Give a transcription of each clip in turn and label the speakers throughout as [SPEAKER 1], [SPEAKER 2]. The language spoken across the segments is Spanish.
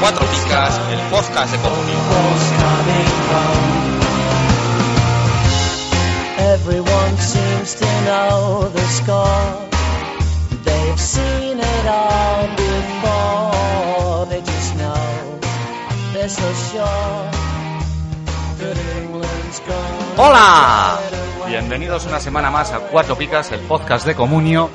[SPEAKER 1] Cuatro Picas, el podcast de comunio.
[SPEAKER 2] Everyone seems to know the score. They've seen it all before. They just know they're so sure that England's gonna
[SPEAKER 1] ¡Hola!
[SPEAKER 2] get away.
[SPEAKER 1] Bienvenidos una semana más a Cuatro Picas, el podcast de Comunio.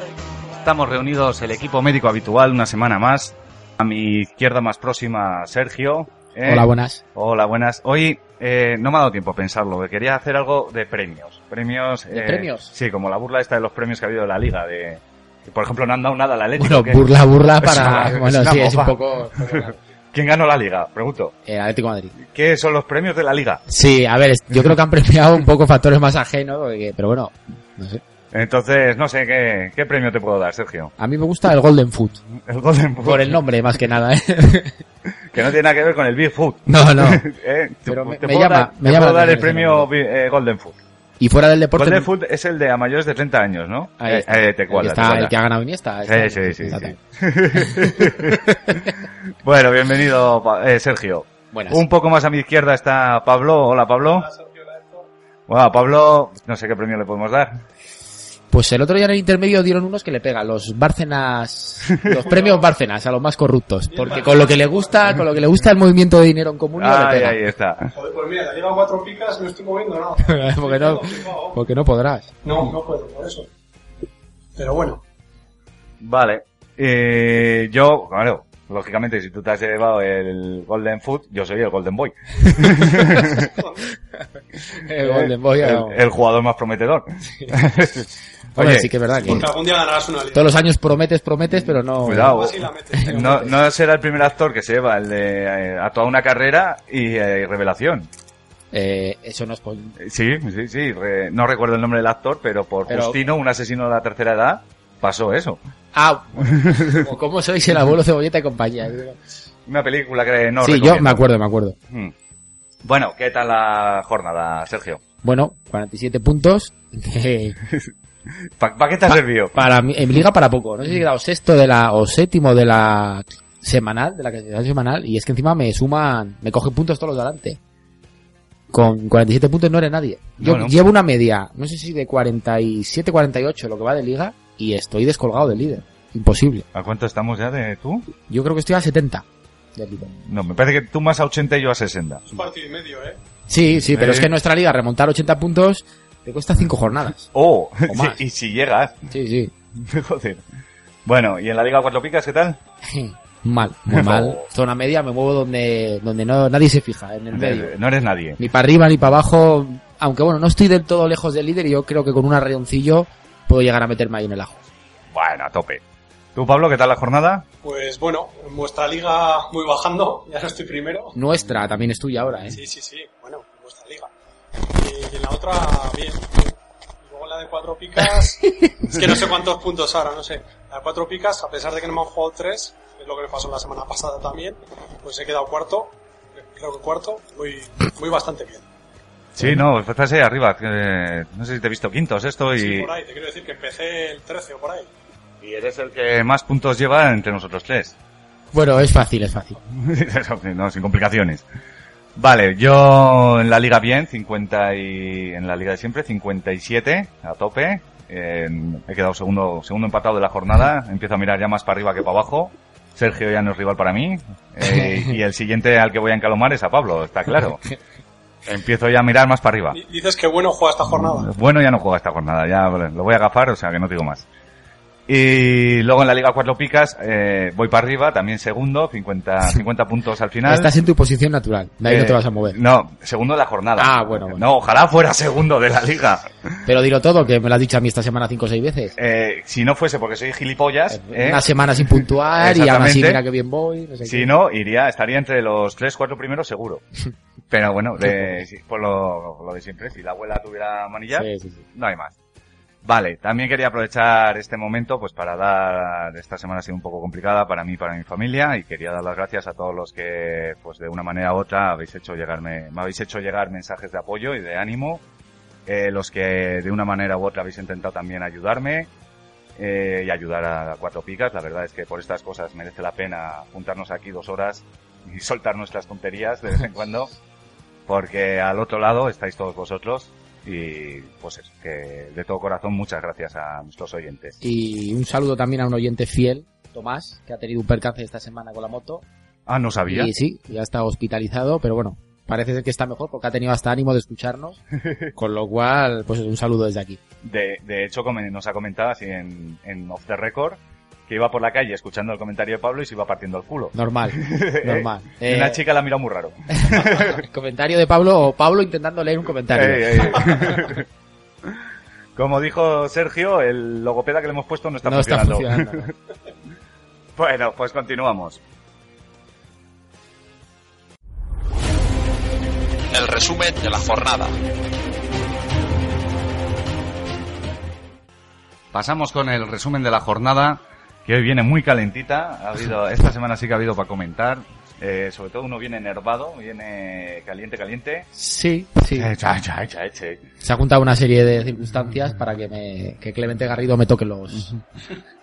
[SPEAKER 1] Estamos reunidos el equipo médico habitual una semana más. A mi izquierda más próxima, Sergio. Eh,
[SPEAKER 3] Hola, buenas.
[SPEAKER 1] Hola, buenas. Hoy eh, no me ha dado tiempo a pensarlo, que quería hacer algo de premios. Premios.
[SPEAKER 3] ¿De
[SPEAKER 1] eh,
[SPEAKER 3] premios?
[SPEAKER 1] Sí, como la burla esta de los premios que ha habido de la liga. De, que, por ejemplo, no han dado nada a la Atlético.
[SPEAKER 3] Bueno,
[SPEAKER 1] que-
[SPEAKER 3] burla, burla
[SPEAKER 1] Es
[SPEAKER 3] para...
[SPEAKER 1] una-
[SPEAKER 3] bueno,
[SPEAKER 1] es una
[SPEAKER 3] sí, es un
[SPEAKER 1] mofa.
[SPEAKER 3] poco...
[SPEAKER 1] ¿Quién ganó la liga? Pregunto.
[SPEAKER 3] El Atlético de Madrid.
[SPEAKER 1] ¿Qué son los premios de la liga?
[SPEAKER 3] Sí, a ver, es- yo creo que han premiado un poco factores más ajenos, porque- pero bueno, no sé.
[SPEAKER 1] Entonces, no sé, ¿qué, qué premio te puedo dar, Sergio?
[SPEAKER 3] A mí me gusta el Golden Foot,
[SPEAKER 1] El Golden Boot.
[SPEAKER 3] por el nombre más que nada, ¿eh?
[SPEAKER 1] Que no tiene nada que ver con el Big Food.
[SPEAKER 3] No, no.
[SPEAKER 1] Eh, te,
[SPEAKER 3] Pero me-
[SPEAKER 1] te
[SPEAKER 3] me
[SPEAKER 1] puedo
[SPEAKER 3] llama-
[SPEAKER 1] dar,
[SPEAKER 3] me
[SPEAKER 1] te
[SPEAKER 3] llama
[SPEAKER 1] puedo
[SPEAKER 3] la
[SPEAKER 1] dar el
[SPEAKER 3] atención.
[SPEAKER 1] premio Bi- eh, Golden Food.
[SPEAKER 3] Y fuera del deporte...
[SPEAKER 1] Golden Food es el de a mayores de 30 años, ¿no?
[SPEAKER 3] Ahí
[SPEAKER 1] Eh,
[SPEAKER 3] está.
[SPEAKER 1] eh, te cuadra,
[SPEAKER 3] Ahí
[SPEAKER 1] te
[SPEAKER 3] está
[SPEAKER 1] cuadra.
[SPEAKER 3] el que ha ganado Iniesta.
[SPEAKER 1] Sí, sí,
[SPEAKER 3] está-
[SPEAKER 1] sí,
[SPEAKER 3] está
[SPEAKER 1] sí.
[SPEAKER 3] tal.
[SPEAKER 1] Bueno, bienvenido, Pa- eh, Sergio.
[SPEAKER 3] Buenas.
[SPEAKER 1] Un poco más a mi izquierda está Pablo. Hola, Pablo. Bueno, Pablo, no sé qué premio le podemos dar.
[SPEAKER 3] Pues el otro día en el intermedio dieron unos que le pegan, los Bárcenas, los premios Bárcenas, a los más corruptos. Porque con lo que le gusta, con lo que le gusta el movimiento de dinero en común, no le
[SPEAKER 1] Ahí,
[SPEAKER 3] pega.
[SPEAKER 1] ahí está.
[SPEAKER 4] Joder, pues mira, la Liga cuatro picas no estoy moviendo nada.
[SPEAKER 3] porque no, porque no podrás.
[SPEAKER 4] No, no puedo, por eso. Pero bueno,
[SPEAKER 1] Vale. Eh, yo, claro, lógicamente, si tú te has llevado el Golden Food, yo soy el Golden Boy.
[SPEAKER 3] El Golden Boy,
[SPEAKER 1] El,
[SPEAKER 3] vamos.
[SPEAKER 1] el jugador más prometedor.
[SPEAKER 3] Hombre,
[SPEAKER 1] eh, Oye,
[SPEAKER 3] sí que es verdad que
[SPEAKER 4] porque algún día ganarás una Liga.
[SPEAKER 3] todos los años prometes, prometes, pero no.
[SPEAKER 1] Cuidado.
[SPEAKER 4] Así la metes, tío.
[SPEAKER 1] No, no será el primer actor que se lleva el de eh, a toda una carrera y eh, revelación.
[SPEAKER 3] Eh, eso no es. pol-
[SPEAKER 1] Eh, Sí, sí, sí. re- no recuerdo el nombre del actor, pero por
[SPEAKER 3] Pero-
[SPEAKER 1] Justino, un asesino de la tercera edad, pasó eso.
[SPEAKER 3] Ah, o cómo sois el abuelo cebolleta y compañía.
[SPEAKER 1] Una película que no
[SPEAKER 3] sí,
[SPEAKER 1] recomiendo.
[SPEAKER 3] yo me acuerdo, me acuerdo.
[SPEAKER 1] Mm. Bueno, ¿qué tal la jornada, Sergio?
[SPEAKER 3] Bueno, 47 puntos. eh,
[SPEAKER 1] ¿Para qué
[SPEAKER 3] Ah.
[SPEAKER 1] te ha servido?
[SPEAKER 3] para mí, en liga para poco. No sé si he quedado sexto de la, o séptimo de la semanal, de la clasificación semanal. Y es que encima me suman, me cogen puntos todos los de adelante. Con 47 puntos no eres nadie. Yo
[SPEAKER 1] Bueno.
[SPEAKER 3] llevo una media, no sé si de 47, 48 lo que va de liga. Y estoy descolgado del líder. Imposible.
[SPEAKER 1] ¿A cuánto estamos ya de tú?
[SPEAKER 3] Yo creo que estoy a 70 del líder.
[SPEAKER 1] No, me parece que tú más a 80 y yo a 60.
[SPEAKER 4] Es un partido y medio, ¿eh?
[SPEAKER 3] Sí, sí, pero
[SPEAKER 1] Eh.
[SPEAKER 3] es que en nuestra liga remontar 80 puntos te cuesta 5 jornadas.
[SPEAKER 1] ¡Oh!
[SPEAKER 3] O más.
[SPEAKER 1] y si llegas.
[SPEAKER 3] Sí, sí.
[SPEAKER 1] Joder. Bueno, ¿y en la Liga Cuatro Picas qué tal?
[SPEAKER 3] Mal, muy mal.
[SPEAKER 1] Oh.
[SPEAKER 3] Zona media me muevo donde, donde no, nadie se fija, en el medio.
[SPEAKER 1] Eh, No eres nadie.
[SPEAKER 3] Ni para arriba ni para abajo. Aunque bueno, no estoy del todo lejos del líder y yo creo que con un arreoncillo puedo llegar a meterme ahí en el ajo.
[SPEAKER 1] Bueno, a tope. ¿Tú, Pablo, qué tal la jornada?
[SPEAKER 4] Pues bueno, en vuestra liga voy bajando, ya no estoy primero.
[SPEAKER 3] Nuestra también es tuya ahora, ¿eh?
[SPEAKER 4] Sí, sí, sí, bueno, en vuestra liga. Y en la otra, bien. Y luego la de cuatro picas, es que no sé cuántos puntos ahora, no sé. La de cuatro picas, a pesar de que no me han jugado tres, es lo que me pasó la semana pasada también, pues he quedado cuarto, creo que cuarto, muy, muy bastante bien.
[SPEAKER 1] Sí, no, estás ahí arriba. eh, no sé si te he visto quinto, sexto y...
[SPEAKER 4] Sí, por ahí, te quiero decir que empecé el 13 o por ahí.
[SPEAKER 1] y eres el que más puntos lleva entre nosotros tres.
[SPEAKER 3] Bueno, es fácil, es fácil.
[SPEAKER 1] no, sin complicaciones. Vale, yo en la liga bien, 50 y en la liga de siempre, 57 a tope. En- he quedado segundo, segundo empatado de la jornada. Empiezo a mirar ya más para arriba que para abajo. Sergio ya no es rival para mí. Eh, y el siguiente al que voy a encalomar es a Pablo, está claro. Empiezo ya a mirar más para arriba.
[SPEAKER 4] Di- Dices que bueno juega esta jornada.
[SPEAKER 1] Eh, Bueno, ya no juega esta jornada, ya lo voy a agafar, o sea que no te digo más. Y luego en la Liga Cuatro Picas eh, voy para arriba, también segundo, 50, 50 puntos al final.
[SPEAKER 3] Estás en tu posición natural, de ahí
[SPEAKER 1] Eh,
[SPEAKER 3] no te vas a mover.
[SPEAKER 1] No, segundo de la jornada.
[SPEAKER 3] Ah, bueno, bueno.
[SPEAKER 1] No, ojalá fuera segundo de la Liga.
[SPEAKER 3] Pero dilo todo, que me lo has dicho a mí esta semana cinco o seis veces.
[SPEAKER 1] Eh, si no fuese porque soy gilipollas, eh,
[SPEAKER 3] Una semana sin puntuar y aún así
[SPEAKER 1] Exactamente.
[SPEAKER 3] mira que bien voy. No sé
[SPEAKER 1] si
[SPEAKER 3] qué.
[SPEAKER 1] no, iría, estaría entre los tres, cuatro primeros seguro. Pero bueno, de- sí, por lo, lo de siempre, si la abuela tuviera manilla,
[SPEAKER 3] Sí, sí, sí.
[SPEAKER 1] no hay más. Vale, también quería aprovechar este momento pues para dar esta semana ha sido un poco complicada para mí, para mi familia y quería dar las gracias a todos los que pues de una manera u otra habéis hecho llegarme me habéis hecho llegar mensajes de apoyo y de ánimo, eh, los que de una manera u otra habéis intentado también ayudarme eh, y ayudar a Cuatro Picas. La verdad es que por estas cosas merece la pena juntarnos aquí dos horas y soltar nuestras tonterías de vez en cuando, porque al otro lado estáis todos vosotros y pues eso, que de todo corazón muchas gracias a nuestros oyentes.
[SPEAKER 3] Y un saludo también a un oyente fiel, Tomás, que ha tenido un percance esta semana con la moto.
[SPEAKER 1] Ah, no sabía.
[SPEAKER 3] Y sí, ya está hospitalizado, pero bueno, parece ser que está mejor porque ha tenido hasta ánimo de escucharnos. con lo cual, pues un saludo desde aquí.
[SPEAKER 1] De, de hecho, como nos ha comentado así en, en Off the Record, que iba por la calle escuchando el comentario de Pablo y se iba partiendo el culo.
[SPEAKER 3] Normal, normal.
[SPEAKER 1] Y
[SPEAKER 3] Eh,
[SPEAKER 1] una chica la miró muy raro.
[SPEAKER 3] el comentario de Pablo o Pablo intentando leer un comentario.
[SPEAKER 1] Ey, ey. Como dijo Sergio, el logopeda que le hemos puesto no está
[SPEAKER 3] no está
[SPEAKER 1] funcionando.
[SPEAKER 3] funcionando. ¿no?
[SPEAKER 1] Bueno, pues continuamos.
[SPEAKER 5] El resumen de la jornada.
[SPEAKER 1] Pasamos con el resumen de la jornada, que hoy viene muy calentita. Ha habido, esta semana sí que ha habido para comentar. Eh, sobre todo uno viene enervado, viene caliente, caliente.
[SPEAKER 3] Sí, sí.
[SPEAKER 1] Eh, cha, cha, cha, che.
[SPEAKER 3] Se ha juntado una serie de circunstancias para que, me, que Clemente Garrido me toque los...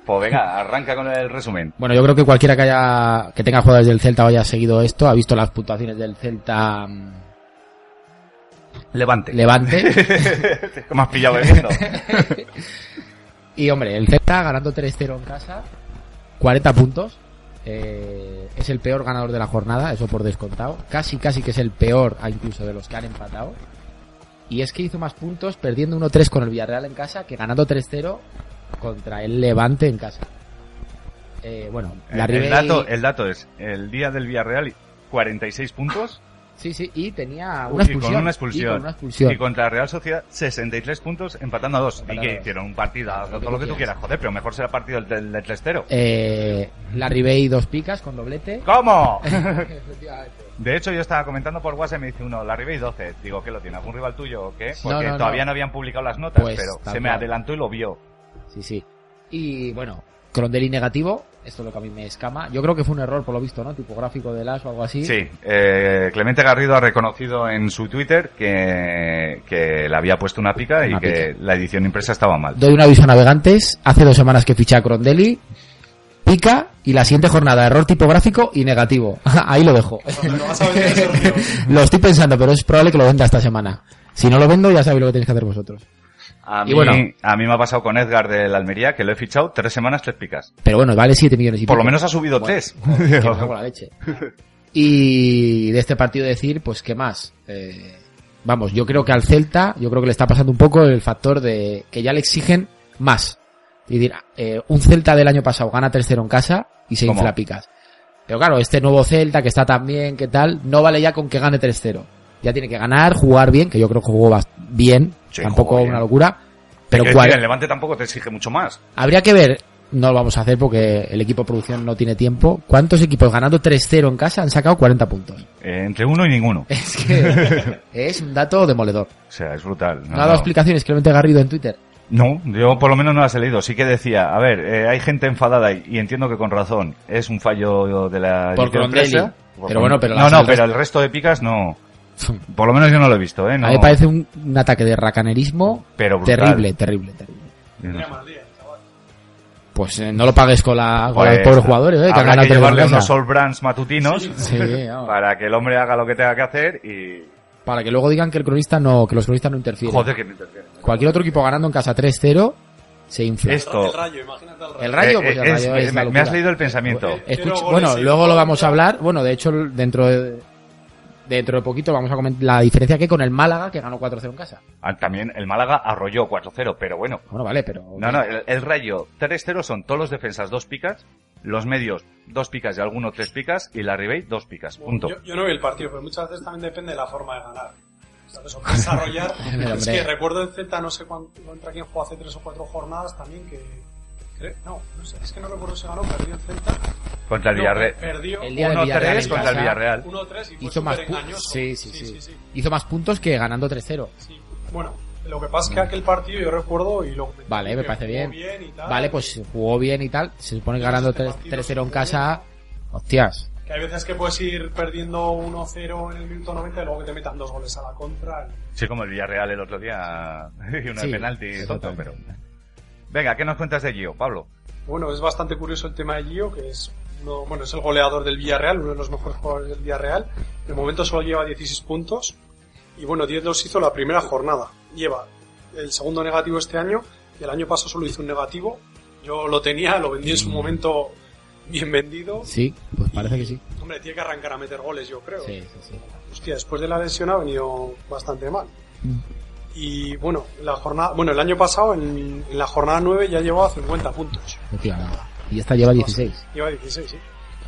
[SPEAKER 1] Pues venga, arranca con el resumen.
[SPEAKER 3] Bueno, yo creo que cualquiera que haya que tenga jugadores del Celta o haya seguido esto, ha visto las puntuaciones del Celta mm,
[SPEAKER 1] Levante.
[SPEAKER 3] Levante.
[SPEAKER 1] Que me has pillado bebiendo.
[SPEAKER 3] Y hombre, el Celta ganando 3-0 en casa, 40 puntos. eh, es el peor ganador de la jornada, eso por descontado. Casi, casi que es el peor ah, incluso de los que han empatado. Y es que hizo más puntos perdiendo 1-3 con el Villarreal en casa que ganando 3-0 contra el Levante en casa. Eh, bueno, la
[SPEAKER 1] el,
[SPEAKER 3] Ribey-
[SPEAKER 1] dato, el dato es, el día del Villarreal, 46 puntos.
[SPEAKER 3] Sí, sí, y tenía una
[SPEAKER 1] y
[SPEAKER 3] expulsión.
[SPEAKER 1] con una
[SPEAKER 3] y
[SPEAKER 1] expulsión.
[SPEAKER 3] con una expulsión.
[SPEAKER 1] Y contra la Real Sociedad, 63 puntos, empatando a dos.
[SPEAKER 3] Empatando
[SPEAKER 1] y
[SPEAKER 3] a
[SPEAKER 1] que
[SPEAKER 3] dos.
[SPEAKER 1] hicieron un partido,
[SPEAKER 3] Lo que
[SPEAKER 1] todo lo que
[SPEAKER 3] tú
[SPEAKER 1] tú
[SPEAKER 3] quieras.
[SPEAKER 1] quieras, joder, pero mejor será partido del- del del 3-0.
[SPEAKER 3] Eh, la Ribey dos picas con doblete.
[SPEAKER 1] ¿Cómo?
[SPEAKER 3] Efectivamente.
[SPEAKER 1] De hecho, yo estaba comentando por WhatsApp y me dice uno, la Ribey 12. Digo, ¿qué lo tiene? ¿Algún rival tuyo o qué? Porque
[SPEAKER 3] no, no.
[SPEAKER 1] todavía no. habían publicado las notas,
[SPEAKER 3] Pues,
[SPEAKER 1] pero
[SPEAKER 3] tal
[SPEAKER 1] se me
[SPEAKER 3] cual.
[SPEAKER 1] adelantó y lo vio.
[SPEAKER 3] Sí, sí. Y bueno, Crondelli negativo, esto es lo que a mí me escama. Yo creo que fue un error, por lo visto, ¿no? Tipográfico de Lash o algo así.
[SPEAKER 1] Sí, eh, Clemente Garrido ha reconocido en su Twitter que, que le había puesto una pica y
[SPEAKER 3] Una
[SPEAKER 1] que la edición impresa estaba mal.
[SPEAKER 3] Doy un aviso a navegantes. Hace dos semanas que fiché a Crondelli. Pica y la siguiente jornada, error tipográfico y negativo. Ahí lo dejo.
[SPEAKER 4] Lo vas a vender, Sergio.
[SPEAKER 3] lo estoy pensando, pero es probable que lo venda esta semana. Si no lo vendo, ya sabéis lo que tenéis que hacer vosotros.
[SPEAKER 1] A
[SPEAKER 3] Y
[SPEAKER 1] mí,
[SPEAKER 3] bueno.
[SPEAKER 1] a mí me ha pasado con Edgar del Almería, que lo he fichado tres semanas, tres picas.
[SPEAKER 3] Pero bueno, vale 7 millones y
[SPEAKER 1] Por lo
[SPEAKER 3] pico.
[SPEAKER 1] menos ha subido
[SPEAKER 3] Bueno,
[SPEAKER 1] tres.
[SPEAKER 3] joder, que me cago en la leche. Y de este partido decir, pues, ¿qué más? Eh, vamos, yo creo que al Celta, yo creo que le está pasando un poco el factor de que ya le exigen más. Es decir, eh, un Celta del año pasado gana 3-0 en casa y se
[SPEAKER 1] ¿Cómo?
[SPEAKER 3] infla picas. Pero claro, este nuevo Celta que está tan bien, que tal, no vale ya con que gane 3-0. Ya tiene que ganar, jugar bien, que yo creo que jugó bast- bien,
[SPEAKER 1] Sí,
[SPEAKER 3] tampoco
[SPEAKER 1] jugó bien.
[SPEAKER 3] una locura. Pero
[SPEAKER 1] Quiero
[SPEAKER 3] cual-
[SPEAKER 1] decir, el Levante tampoco te exige mucho más.
[SPEAKER 3] Habría que ver, no lo vamos a hacer porque el equipo de producción no tiene tiempo. ¿Cuántos equipos ganando 3-0 en casa han sacado 40 puntos?
[SPEAKER 1] Eh, entre uno y ninguno.
[SPEAKER 3] Es que es un dato demoledor.
[SPEAKER 1] O sea, es brutal.
[SPEAKER 3] No ha dado explicaciones Clemente Garrido en Twitter.
[SPEAKER 1] No, yo por lo menos no las he leído. Sí que decía, a ver, eh, hay gente enfadada y, y entiendo que con razón es un fallo de la...
[SPEAKER 3] Por
[SPEAKER 1] edición
[SPEAKER 3] Crondelli.
[SPEAKER 1] impresa. Por
[SPEAKER 3] Pero
[SPEAKER 1] Cron-
[SPEAKER 3] bueno, pero
[SPEAKER 1] No,
[SPEAKER 3] las-
[SPEAKER 1] no,
[SPEAKER 3] el
[SPEAKER 1] pero
[SPEAKER 3] resto-
[SPEAKER 1] el resto de picas no. Por lo menos yo no lo he visto, ¿eh? No,
[SPEAKER 3] A mí me parece un, un ataque de racanerismo
[SPEAKER 1] Pero brutal.
[SPEAKER 3] terrible, terrible, terrible.
[SPEAKER 4] Tenía mal día, chaval.
[SPEAKER 3] Pues eh, no lo pagues con, la, con
[SPEAKER 1] Joder,
[SPEAKER 3] los pobres
[SPEAKER 1] está.
[SPEAKER 3] jugadores, eh, que han
[SPEAKER 1] Pues, Habrá
[SPEAKER 3] ganado
[SPEAKER 1] que
[SPEAKER 3] 3-0 en
[SPEAKER 1] llevarle
[SPEAKER 3] casa.
[SPEAKER 1] unos Sol Brands matutinos
[SPEAKER 3] Sí, vamos.
[SPEAKER 1] para que el hombre haga lo que tenga que hacer y...
[SPEAKER 3] Para que luego digan que el cronista no, que los cronistas no interfieren.
[SPEAKER 1] Joder, que me interfiere.
[SPEAKER 3] Cualquier otro equipo ganando en casa 3-0 se infla.
[SPEAKER 1] Es- Esto-
[SPEAKER 4] El rayo, imagínate al rayo.
[SPEAKER 3] El rayo,
[SPEAKER 1] Eh,
[SPEAKER 3] pues el
[SPEAKER 1] eh,
[SPEAKER 3] rayo
[SPEAKER 1] es- me,
[SPEAKER 3] es la
[SPEAKER 1] me has
[SPEAKER 3] locura. Pues,
[SPEAKER 1] leído el pensamiento.
[SPEAKER 4] Eh,
[SPEAKER 3] Escucha-
[SPEAKER 4] Quiero goles
[SPEAKER 3] bueno,
[SPEAKER 4] y
[SPEAKER 3] luego lo
[SPEAKER 4] gol.
[SPEAKER 3] vamos a hablar. Bueno, de hecho, dentro de, dentro de poquito vamos a comentar la diferencia que hay con el Málaga, que ganó 4-0 en casa.
[SPEAKER 1] Ah, También el Málaga arrolló 4-0, pero bueno.
[SPEAKER 3] Bueno, vale, pero...
[SPEAKER 1] No, no, el, el Rayo 3-0 son todos los defensas dos picas, los medios dos picas y alguno tres picas y la Ribey dos picas,
[SPEAKER 4] Bueno,
[SPEAKER 1] punto.
[SPEAKER 4] Yo, yo no vi el partido, pero muchas veces también depende de la forma de ganar. ¿Sabes? O desarrollar.
[SPEAKER 3] Pero,
[SPEAKER 4] es
[SPEAKER 3] hombre.
[SPEAKER 4] que recuerdo el Celta, no sé cuán- contra quién jugó hace tres o cuatro jornadas también, que. cre- No, no sé, es que no recuerdo si ganó, perdió el Celta.
[SPEAKER 1] Contra el
[SPEAKER 4] No, eh,
[SPEAKER 1] Villarreal.
[SPEAKER 4] Perdió
[SPEAKER 3] El día del Villarreal
[SPEAKER 1] 1-3
[SPEAKER 3] en
[SPEAKER 1] contra el
[SPEAKER 3] casa.
[SPEAKER 1] Villarreal.
[SPEAKER 4] 1-3 y fue
[SPEAKER 3] hizo más,
[SPEAKER 4] súper
[SPEAKER 3] pu-
[SPEAKER 4] engañoso.
[SPEAKER 3] sí, sí, sí,
[SPEAKER 4] sí,
[SPEAKER 3] Hizo más puntos que ganando 3-0.
[SPEAKER 4] sí. Bueno, Lo que pasa es que aquel partido yo recuerdo y lo comenté,
[SPEAKER 3] Mm. Vale, me
[SPEAKER 4] que
[SPEAKER 3] parece
[SPEAKER 4] jugó
[SPEAKER 3] bien.
[SPEAKER 4] y tal.
[SPEAKER 3] Vale, pues jugó bien y tal. Se supone que ganando
[SPEAKER 4] Este
[SPEAKER 3] tres-
[SPEAKER 4] partido
[SPEAKER 3] 3-0 en
[SPEAKER 4] se
[SPEAKER 3] casa. Hostias.
[SPEAKER 4] Que hay veces que puedes ir perdiendo 1-0 en el minuto 90 y luego que te metan dos goles a la contra.
[SPEAKER 1] Sí, como el Villarreal el otro día. y una
[SPEAKER 3] Sí,
[SPEAKER 1] de penalti tonto, pero.
[SPEAKER 3] exactamente.
[SPEAKER 1] Venga, ¿qué nos cuentas de Gio, Pablo?
[SPEAKER 4] Bueno, es bastante curioso el tema de Gio, que es, uno- bueno, es el goleador del Villarreal, uno de los mejores jugadores del Villarreal. De momento solo lleva 16 puntos. Y bueno, 10 los hizo la primera jornada. Lleva el segundo negativo este año y el año pasado solo hizo un negativo. Yo lo tenía, lo vendí en su momento bien vendido.
[SPEAKER 3] Mm. Sí, pues parece que sí.
[SPEAKER 4] Hombre, tiene que arrancar a meter goles, yo creo.
[SPEAKER 3] Sí, sí, sí.
[SPEAKER 4] Hostia, después de la lesión ha venido bastante mal.
[SPEAKER 3] Mm.
[SPEAKER 4] Y bueno, la jornada, bueno, el año pasado en, en la jornada 9 ya llevaba 50 puntos.
[SPEAKER 3] Efectivamente. Y esta lleva 16.
[SPEAKER 4] Lleva 16, sí.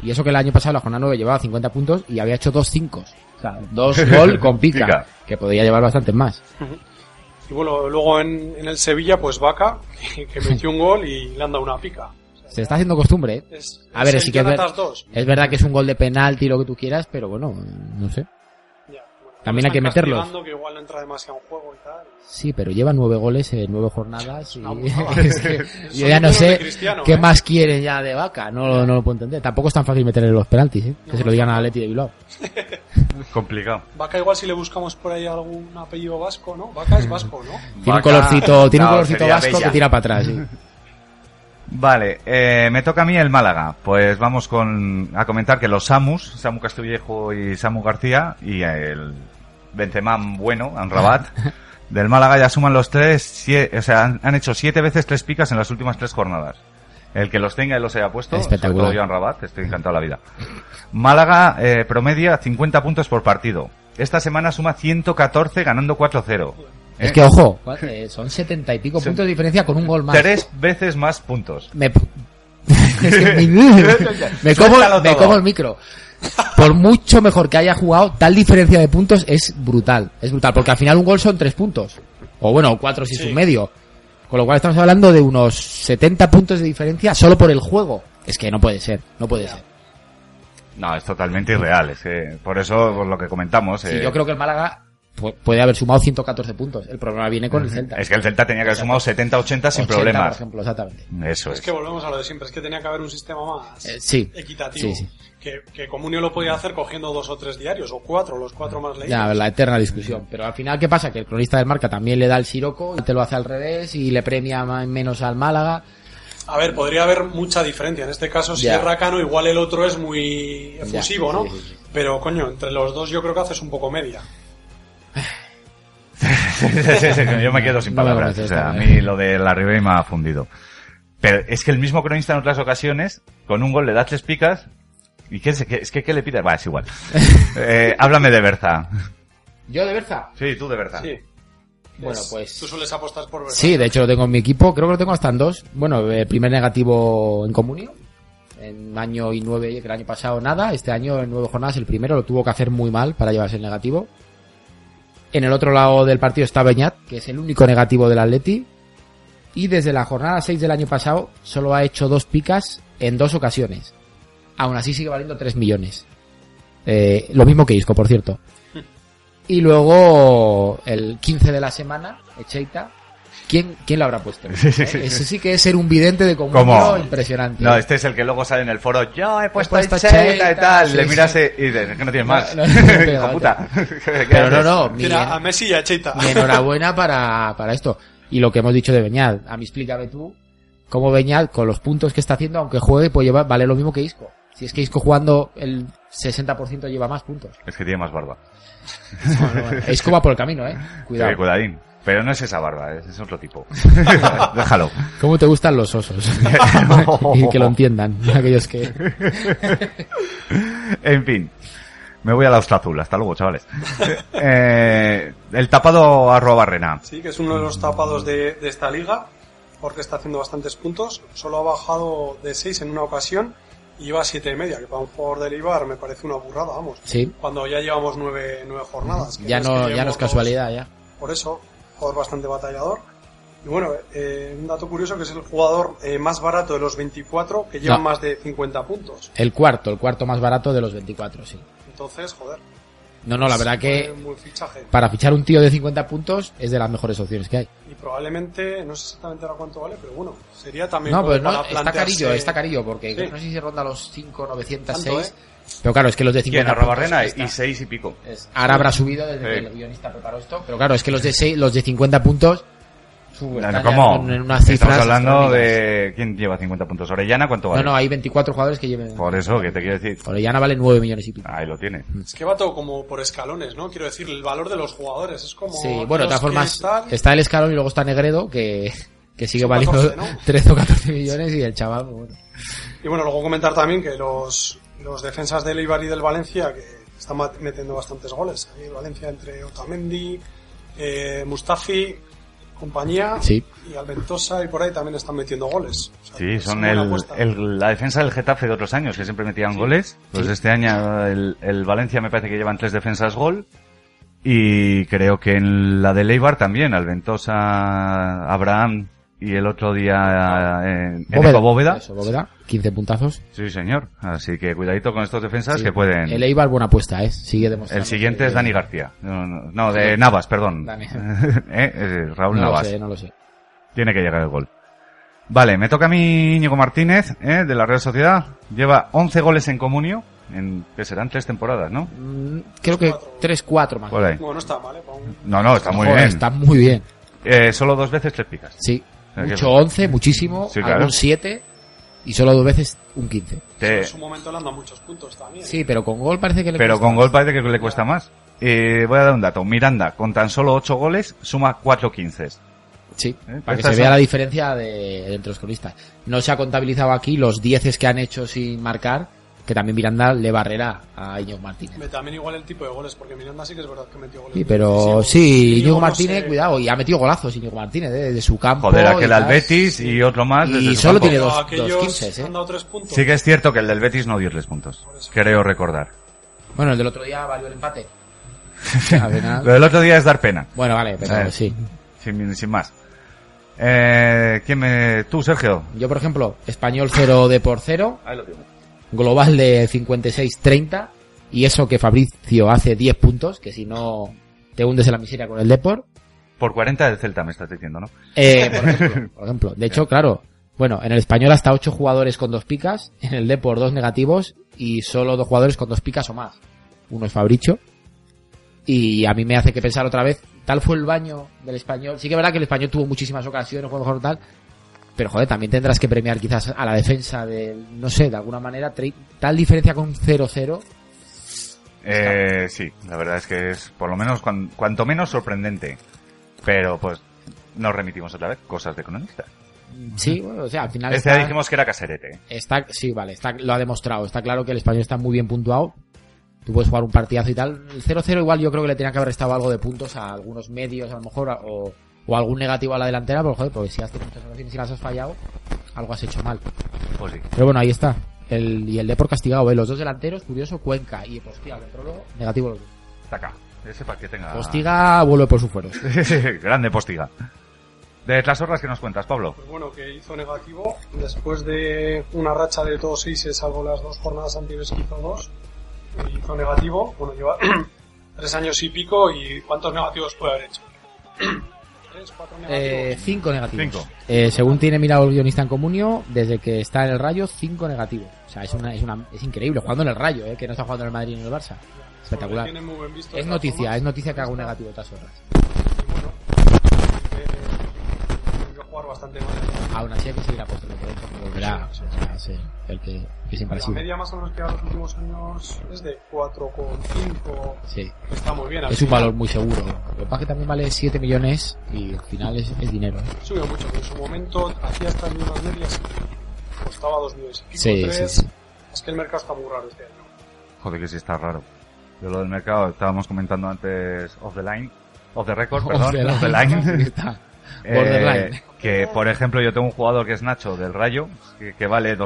[SPEAKER 3] Y eso que el año pasado la jornada 9 llevaba 50 puntos y había hecho dos 5. O sea, dos gol con pica,
[SPEAKER 1] Pica.
[SPEAKER 3] Que podía llevar bastantes más.
[SPEAKER 4] Y bueno, luego en, en el Sevilla, pues Vaca, que, que metió un gol y le han dado una pica.
[SPEAKER 3] Se está haciendo costumbre, ¿eh?
[SPEAKER 4] Es,
[SPEAKER 3] A ver,
[SPEAKER 4] es
[SPEAKER 3] sí
[SPEAKER 4] el
[SPEAKER 3] que es, ver-
[SPEAKER 4] Jonatas 2.
[SPEAKER 3] es verdad que es un gol de penalti lo que tú quieras, pero bueno, no sé.
[SPEAKER 4] Ya, bueno,
[SPEAKER 3] También hay
[SPEAKER 4] están
[SPEAKER 3] que meterlos.
[SPEAKER 4] castigando, que igual no entra demasiado en juego y tal.
[SPEAKER 3] Sí, pero lleva nueve goles en nueve jornadas y
[SPEAKER 4] Una putada.
[SPEAKER 3] es que yo
[SPEAKER 4] Son
[SPEAKER 3] ya no
[SPEAKER 4] números de
[SPEAKER 3] sé
[SPEAKER 4] Cristiano,
[SPEAKER 3] qué
[SPEAKER 4] ¿eh?
[SPEAKER 3] más quiere ya de Vaca, no, no lo puedo entender. Tampoco es tan fácil meterle los penaltis, ¿eh? que se lo digan a Atleti de Bilbao.
[SPEAKER 1] Complicado.
[SPEAKER 4] Vaca igual si le buscamos por ahí algún apellido vasco, ¿no? Vaca es vasco, ¿no?
[SPEAKER 3] Tiene un
[SPEAKER 1] Vaca-
[SPEAKER 3] colorcito, tiene un
[SPEAKER 1] No,
[SPEAKER 3] colorcito
[SPEAKER 1] sería
[SPEAKER 3] vasco que
[SPEAKER 1] Bella.
[SPEAKER 3] tira para atrás. sí.
[SPEAKER 1] Vale, eh, me toca a mí el Málaga. Pues vamos con, a comentar que los Samus, Samu Castillejo y Samu García, y el Benzema bueno, Anrabat, del Málaga ya suman los tres, sie- o sea, han, han hecho siete veces tres picas en las últimas tres jornadas. El que los tenga y los haya puesto, sobre
[SPEAKER 3] Espectacular.
[SPEAKER 1] todo yo Anrabat, estoy encantado de la vida. Málaga eh, promedia 50 puntos por partido. Esta semana suma 114 ganando 4-0.
[SPEAKER 3] Es
[SPEAKER 1] Eh,
[SPEAKER 3] que, ojo, eh, son setenta y pico puntos de diferencia con un gol más.
[SPEAKER 1] Tres veces más puntos.
[SPEAKER 3] Me, es que me- me como,
[SPEAKER 1] Suéltalo
[SPEAKER 3] me
[SPEAKER 1] todo.
[SPEAKER 3] como el micro. Por mucho mejor que haya jugado, tal diferencia de puntos es brutal. Es brutal, porque al final un gol son tres puntos. O bueno, cuatro si es
[SPEAKER 4] Sí.
[SPEAKER 3] un medio. Con lo cual estamos hablando de unos 70 puntos de diferencia solo por el juego. Es que no puede ser, no puede ser.
[SPEAKER 1] No, es totalmente irreal. Es que por eso, por lo que comentamos.
[SPEAKER 3] Sí,
[SPEAKER 1] eh,
[SPEAKER 3] yo creo que el Málaga pu- puede haber sumado 114 puntos. El problema viene con el Celta.
[SPEAKER 1] Es que el Celta tenía que haber sumado 70-80 sin
[SPEAKER 3] 80, Por
[SPEAKER 1] problemas.
[SPEAKER 3] ejemplo, exactamente.
[SPEAKER 1] Eso
[SPEAKER 4] Es
[SPEAKER 1] es.
[SPEAKER 4] que volvemos a lo de siempre, es que tenía que haber un sistema más
[SPEAKER 3] Eh, sí.
[SPEAKER 4] equitativo.
[SPEAKER 3] Sí,
[SPEAKER 4] Que, que Comunio lo podía hacer cogiendo dos o tres diarios, o cuatro, los cuatro más leídos.
[SPEAKER 3] Ya, la eterna discusión. Pero al final, ¿qué pasa? Que el cronista del marca también le da el siroco, te lo hace al revés y le premia ma- menos al Málaga.
[SPEAKER 4] A ver, podría haber mucha diferencia. En este caso, si
[SPEAKER 3] Ya.
[SPEAKER 4] es Racano, igual el otro es muy efusivo, ¿no?
[SPEAKER 3] sí, sí, sí.
[SPEAKER 4] Pero, coño, entre los dos yo creo que haces un poco media.
[SPEAKER 1] yo me quedo sin
[SPEAKER 3] No me
[SPEAKER 1] palabras.
[SPEAKER 3] convences,
[SPEAKER 1] o sea, a
[SPEAKER 3] está
[SPEAKER 1] mí
[SPEAKER 3] bien.
[SPEAKER 1] lo de la Ribey me ha fundido. Pero es que el mismo cronista en otras ocasiones, con un gol le da tres picas. ¿Y qué es, qué- es que qué le pidas? Va, es igual. Eh, háblame de Berza.
[SPEAKER 3] ¿Yo de Berza?
[SPEAKER 1] Sí, tú de Berza.
[SPEAKER 4] Sí.
[SPEAKER 3] Bueno,
[SPEAKER 4] Es- Tú
[SPEAKER 3] pues.
[SPEAKER 4] sueles apostar por verdad.
[SPEAKER 3] Sí, de hecho lo tengo en mi equipo, creo que lo tengo hasta en dos. Bueno, el primer negativo en comunio. En año y nueve, el año pasado nada. Este año en nueve jornadas el primero lo tuvo que hacer muy mal para llevarse el negativo. En el otro lado del partido está Beñat, que es el único negativo del Atleti. Y desde la jornada 6 del año pasado solo ha hecho dos picas en dos ocasiones. Aún así sigue valiendo 3 millones. Eh, lo mismo que Isco, por cierto. Y luego el 15 de la semana, Echeita. ¿Quién, ¿Quién lo habrá puesto?
[SPEAKER 1] sí,
[SPEAKER 3] ¿Eh?
[SPEAKER 1] sí.
[SPEAKER 3] Ese sí que es ser un vidente de comunio
[SPEAKER 1] ¿Cómo?
[SPEAKER 3] impresionante.
[SPEAKER 1] No, este es el que luego sale en el foro. Yo he puesto,
[SPEAKER 3] puesto
[SPEAKER 1] el Cheita y
[SPEAKER 3] Cheita,
[SPEAKER 1] tal.
[SPEAKER 3] sí,
[SPEAKER 1] le
[SPEAKER 3] sí.
[SPEAKER 1] miras y dices, es que no tienes
[SPEAKER 3] No,
[SPEAKER 1] más.
[SPEAKER 3] no, no, no,
[SPEAKER 1] Hijo
[SPEAKER 3] no,
[SPEAKER 1] puta.
[SPEAKER 3] Pero no, no, mi-
[SPEAKER 4] Mira, a Messi y a Cheita.
[SPEAKER 3] Y enhorabuena para, para esto. Y lo que hemos dicho de Beñat. A mí explícame tú cómo Beñat, con los puntos que está haciendo, aunque juegue, puede llevar, vale lo mismo que Isco. Si es que Isco jugando el 60% lleva más puntos.
[SPEAKER 1] Es que tiene más barba.
[SPEAKER 3] Bueno, bueno, Isco va por el camino, eh.
[SPEAKER 1] Eh,
[SPEAKER 3] Cuidado.
[SPEAKER 1] cuidadín. Pero no es esa barba, es, es otro tipo. Déjalo.
[SPEAKER 3] ¿Cómo te gustan los osos? y que lo entiendan, aquellos que...
[SPEAKER 1] En fin. Me voy a la ostra azul. Hasta luego, chavales. Eh, el tapado arroba rena.
[SPEAKER 4] Sí, que es uno de los tapados de, de esta liga, porque está haciendo bastantes puntos. Solo ha bajado de 6 en una ocasión y lleva a 7 y media, que para un jugador del Ibar me parece una burrada, vamos.
[SPEAKER 3] Sí,
[SPEAKER 4] Cuando ya llevamos 9, jornadas. que
[SPEAKER 3] ya
[SPEAKER 4] es que
[SPEAKER 3] no, ya no
[SPEAKER 4] llevemos
[SPEAKER 3] es casualidad, ya.
[SPEAKER 4] por eso, jugador bastante batallador. Y bueno, eh, un dato curioso que es el jugador eh, más barato de los 24 que lleva
[SPEAKER 3] No.
[SPEAKER 4] más de 50 puntos.
[SPEAKER 3] El cuarto, el cuarto más barato de los 24, sí.
[SPEAKER 4] Entonces, joder,
[SPEAKER 3] No, no, la verdad que
[SPEAKER 4] Muy fichaje.
[SPEAKER 3] para fichar un tío de 50 puntos es de las mejores opciones que hay.
[SPEAKER 4] Y probablemente, no sé exactamente ahora cuánto vale, pero bueno, sería también.
[SPEAKER 3] No,
[SPEAKER 4] como
[SPEAKER 3] pues no,
[SPEAKER 4] para
[SPEAKER 3] está carillo,
[SPEAKER 4] plantearse-
[SPEAKER 3] está carillo, porque
[SPEAKER 4] Sí.
[SPEAKER 3] no sé si se ronda los 5, 906.
[SPEAKER 4] Tanto, ¿eh?
[SPEAKER 3] Pero claro, es que los de 50
[SPEAKER 1] ¿Quién? Arrobarrena
[SPEAKER 3] puntos
[SPEAKER 1] y seis y pico.
[SPEAKER 3] es- ahora habrá subido desde
[SPEAKER 1] Sí.
[SPEAKER 3] que el guionista preparó esto. Pero claro, es que los de seis- los de 50 puntos suben.
[SPEAKER 1] No, no, ¿Cómo?
[SPEAKER 3] En unas cifras
[SPEAKER 1] Estamos hablando
[SPEAKER 3] astronómicas.
[SPEAKER 1] de... ¿Quién lleva 50 puntos? ¿Orellana cuánto vale?
[SPEAKER 3] No, no, hay 24 jugadores que lleven.
[SPEAKER 1] Por eso, que te quiero decir.
[SPEAKER 3] Orellana vale 9 millones y pico.
[SPEAKER 1] Ahí lo tienes.
[SPEAKER 4] Es que va todo como por escalones, ¿no? Quiero decir, el valor de los jugadores es como.
[SPEAKER 3] Sí, bueno, de todas
[SPEAKER 4] los que
[SPEAKER 3] formas,
[SPEAKER 4] están-
[SPEAKER 3] está el escalón y luego está Negredo, que, que sigue
[SPEAKER 4] Son
[SPEAKER 3] valiendo
[SPEAKER 4] 14, ¿no?
[SPEAKER 3] 13 o 14 millones y el chaval, pues, bueno.
[SPEAKER 4] Y bueno, luego comentar también que los, los defensas del Eibar y del Valencia, que están mat- metiendo bastantes goles. Ahí el Valencia entre Otamendi, eh, Mustafi, compañía,
[SPEAKER 3] Sí.
[SPEAKER 4] y Alventosa y por ahí también están metiendo goles. O sea,
[SPEAKER 1] Sí,
[SPEAKER 4] es
[SPEAKER 1] son
[SPEAKER 4] una buena
[SPEAKER 1] el,
[SPEAKER 4] apuesta.
[SPEAKER 1] el- la defensa del Getafe de otros años, que siempre metían goles. Pues este año el, el Valencia me parece que llevan tres defensas gol. Y creo que en la de Leibar también, Alventosa, Abraham y el otro día en Bóveda. Bóveda.
[SPEAKER 3] Eso, Ah. Bóveda, 15 puntazos.
[SPEAKER 1] Sí, señor. Así que cuidadito con estos defensas
[SPEAKER 3] Sí.
[SPEAKER 1] que pueden...
[SPEAKER 3] El Eibar, buena apuesta, ¿eh? Sigue
[SPEAKER 1] El
[SPEAKER 3] demostrando.
[SPEAKER 1] siguiente
[SPEAKER 3] que-
[SPEAKER 1] es Dani García. No, no, no, de Navas, perdón.
[SPEAKER 3] Dani.
[SPEAKER 1] Eh, eh, Raúl
[SPEAKER 3] No lo
[SPEAKER 1] Navas.
[SPEAKER 3] sé, no lo sé.
[SPEAKER 1] Tiene que llegar el gol. Vale, me toca a mí Íñigo Martínez, eh, de la Real Sociedad. Lleva 11 goles en comunio, en, que serán tres temporadas, ¿no?
[SPEAKER 3] Mm, Creo que 3-4 más.
[SPEAKER 1] Por ahí.
[SPEAKER 4] No, no está mal, ¿eh? Para un-
[SPEAKER 1] No, no, está muy
[SPEAKER 3] Joder,
[SPEAKER 1] bien.
[SPEAKER 3] Está muy bien.
[SPEAKER 1] Eh, solo dos veces tres picas.
[SPEAKER 3] Sí.
[SPEAKER 1] Aquí
[SPEAKER 3] Mucho
[SPEAKER 1] está.
[SPEAKER 3] 11, muchísimo.
[SPEAKER 1] Sí, claro.
[SPEAKER 3] Algún 7 y solo dos veces un 15.
[SPEAKER 1] Te-
[SPEAKER 4] En su momento le han dado muchos puntos también.
[SPEAKER 3] Sí, pero con gol parece que le
[SPEAKER 1] pero
[SPEAKER 3] cuesta
[SPEAKER 1] con
[SPEAKER 3] más.
[SPEAKER 1] gol parece que le cuesta más. Eh, voy a dar un dato. Miranda, con tan solo 8 goles, suma 4 quinces.
[SPEAKER 3] Sí,
[SPEAKER 1] pues
[SPEAKER 3] para que
[SPEAKER 1] estas
[SPEAKER 3] se vea
[SPEAKER 1] son-
[SPEAKER 3] la diferencia de, entre los cronistas. No se ha contabilizado aquí los 10 que han hecho sin marcar, que también Miranda le barrerá a Iñigo Martínez.
[SPEAKER 4] Me- También igual el tipo de goles, porque Miranda sí que es verdad que metió goles.
[SPEAKER 3] Sí, pero sí,
[SPEAKER 4] Íñigo
[SPEAKER 3] Iñigo
[SPEAKER 4] no
[SPEAKER 3] Martínez,
[SPEAKER 4] sé.
[SPEAKER 3] cuidado, y ha metido golazos Iñigo Martínez, eh, de su campo.
[SPEAKER 1] Joder,
[SPEAKER 3] y
[SPEAKER 1] aquel
[SPEAKER 3] tal.
[SPEAKER 1] al Betis y otro más.
[SPEAKER 3] Y
[SPEAKER 1] desde su
[SPEAKER 3] solo
[SPEAKER 1] campo.
[SPEAKER 3] tiene
[SPEAKER 4] Pero
[SPEAKER 3] dos-
[SPEAKER 4] aquellos
[SPEAKER 3] dos quinces, ¿eh?
[SPEAKER 4] han dado tres puntos.
[SPEAKER 1] Sí que es cierto que el del Betis no dio tres puntos. Creo recordar.
[SPEAKER 3] Bueno, el del otro día valió el empate. Al final-
[SPEAKER 1] Lo del otro día es dar pena.
[SPEAKER 3] bueno, vale, pero
[SPEAKER 1] Eh.
[SPEAKER 3] sí.
[SPEAKER 1] Sin, sin más. Eh, ¿Quién me... Tú, Sergio.
[SPEAKER 3] Yo, por ejemplo, español 0 de por 0,
[SPEAKER 1] Ahí lo tienes.
[SPEAKER 3] global de 56-30 y eso que Fabricio hace 10 puntos, que si no te hundes en la miseria con el Depor.
[SPEAKER 1] Por 40 del Celta me estás diciendo, ¿no?
[SPEAKER 3] Eh, por, ejemplo, por ejemplo. de hecho, claro, bueno, en el español hasta 8 jugadores con dos picas, en el Depor dos negativos y solo dos jugadores con dos picas o más. Uno es Fabricio y a mí me hace que pensar otra vez, tal fue el baño del español. Sí que es verdad que el español tuvo muchísimas ocasiones, juego mejor tal, pero joder, también tendrás que premiar quizás a la defensa de, no sé, de alguna manera, tre- tal diferencia con 0-0.
[SPEAKER 1] Eh, sí, la verdad es que es por lo menos cuan- cuanto menos sorprendente. Pero pues nos remitimos otra vez cosas de economistas.
[SPEAKER 3] Sí, bueno, o sea, al final
[SPEAKER 1] Este
[SPEAKER 3] está,
[SPEAKER 1] dijimos que era caserete. ¿eh?
[SPEAKER 3] está- sí, vale, está, lo ha demostrado. Está claro que el español está muy bien puntuado. Tú puedes jugar un partidazo y tal. El 0-0 igual yo creo que le tenía que haber restado algo de puntos a algunos medios, a lo mejor, a- o, o algún negativo a la delantera, pero joder, porque si has tenido muchas ocasiones y las has fallado, algo has hecho mal.
[SPEAKER 1] Pues sí.
[SPEAKER 3] Pero bueno, ahí está. El, y el Depor castigado, ¿eh? Los dos delanteros, curioso, Cuenca y Postiga, el luego, negativo los dos.
[SPEAKER 1] Está acá. Ese para que tenga...
[SPEAKER 3] Postiga vuelve por sus fueros.
[SPEAKER 1] Grande postiga. De las horras que nos cuentas, Pablo.
[SPEAKER 4] Pues bueno, que hizo negativo después de una racha de todos seis, salvo las dos jornadas anteriores que hizo dos. Hizo negativo, bueno, lleva tres años y pico y ¿cuántos negativos puede haber hecho? ¿Tres, cuatro
[SPEAKER 3] Eh,
[SPEAKER 4] negativos?
[SPEAKER 3] cinco negativos.
[SPEAKER 1] Cinco.
[SPEAKER 3] Eh, según tiene mirado el guionista en comunio, desde que está en el Rayo, cinco negativos. O sea, es, una, es, una, es increíble, jugando en el Rayo, eh, que no está jugando en el Madrid ni en el Barça. espectacular.
[SPEAKER 4] Tiene muy buen visto
[SPEAKER 3] Es
[SPEAKER 4] de
[SPEAKER 3] noticia,
[SPEAKER 4] todas
[SPEAKER 3] es noticia que haga un negativo otras horas.
[SPEAKER 4] formas, y bueno, eh, volvió a jugar bastante mal.
[SPEAKER 3] Aún así hay que seguir apostando por él, porque volverá. O sea, es el, el que, que es
[SPEAKER 4] La
[SPEAKER 3] imparecible.
[SPEAKER 4] media más o menos que da los últimos años es de 4,5.
[SPEAKER 3] Sí.
[SPEAKER 4] Está muy bien. al
[SPEAKER 3] Es un
[SPEAKER 4] final.
[SPEAKER 3] valor muy seguro. Lo que pasa es que también vale 7 millones y al final es, es dinero. ¿eh?
[SPEAKER 4] Subió mucho, en su momento hacía estas mismas medias y costaba dos millones. y pico,
[SPEAKER 3] Sí, sí,
[SPEAKER 4] tres.
[SPEAKER 3] sí.
[SPEAKER 4] Es que el mercado está muy raro este año.
[SPEAKER 1] Joder, que sí está raro. De lo del mercado, estábamos comentando antes off the line. Off the record, perdón. Off the
[SPEAKER 3] Ahí
[SPEAKER 1] line.
[SPEAKER 3] está.
[SPEAKER 1] Eh,
[SPEAKER 3] Borderline.
[SPEAKER 1] que, por ejemplo, yo tengo un jugador que es Nacho del Rayo, que, que vale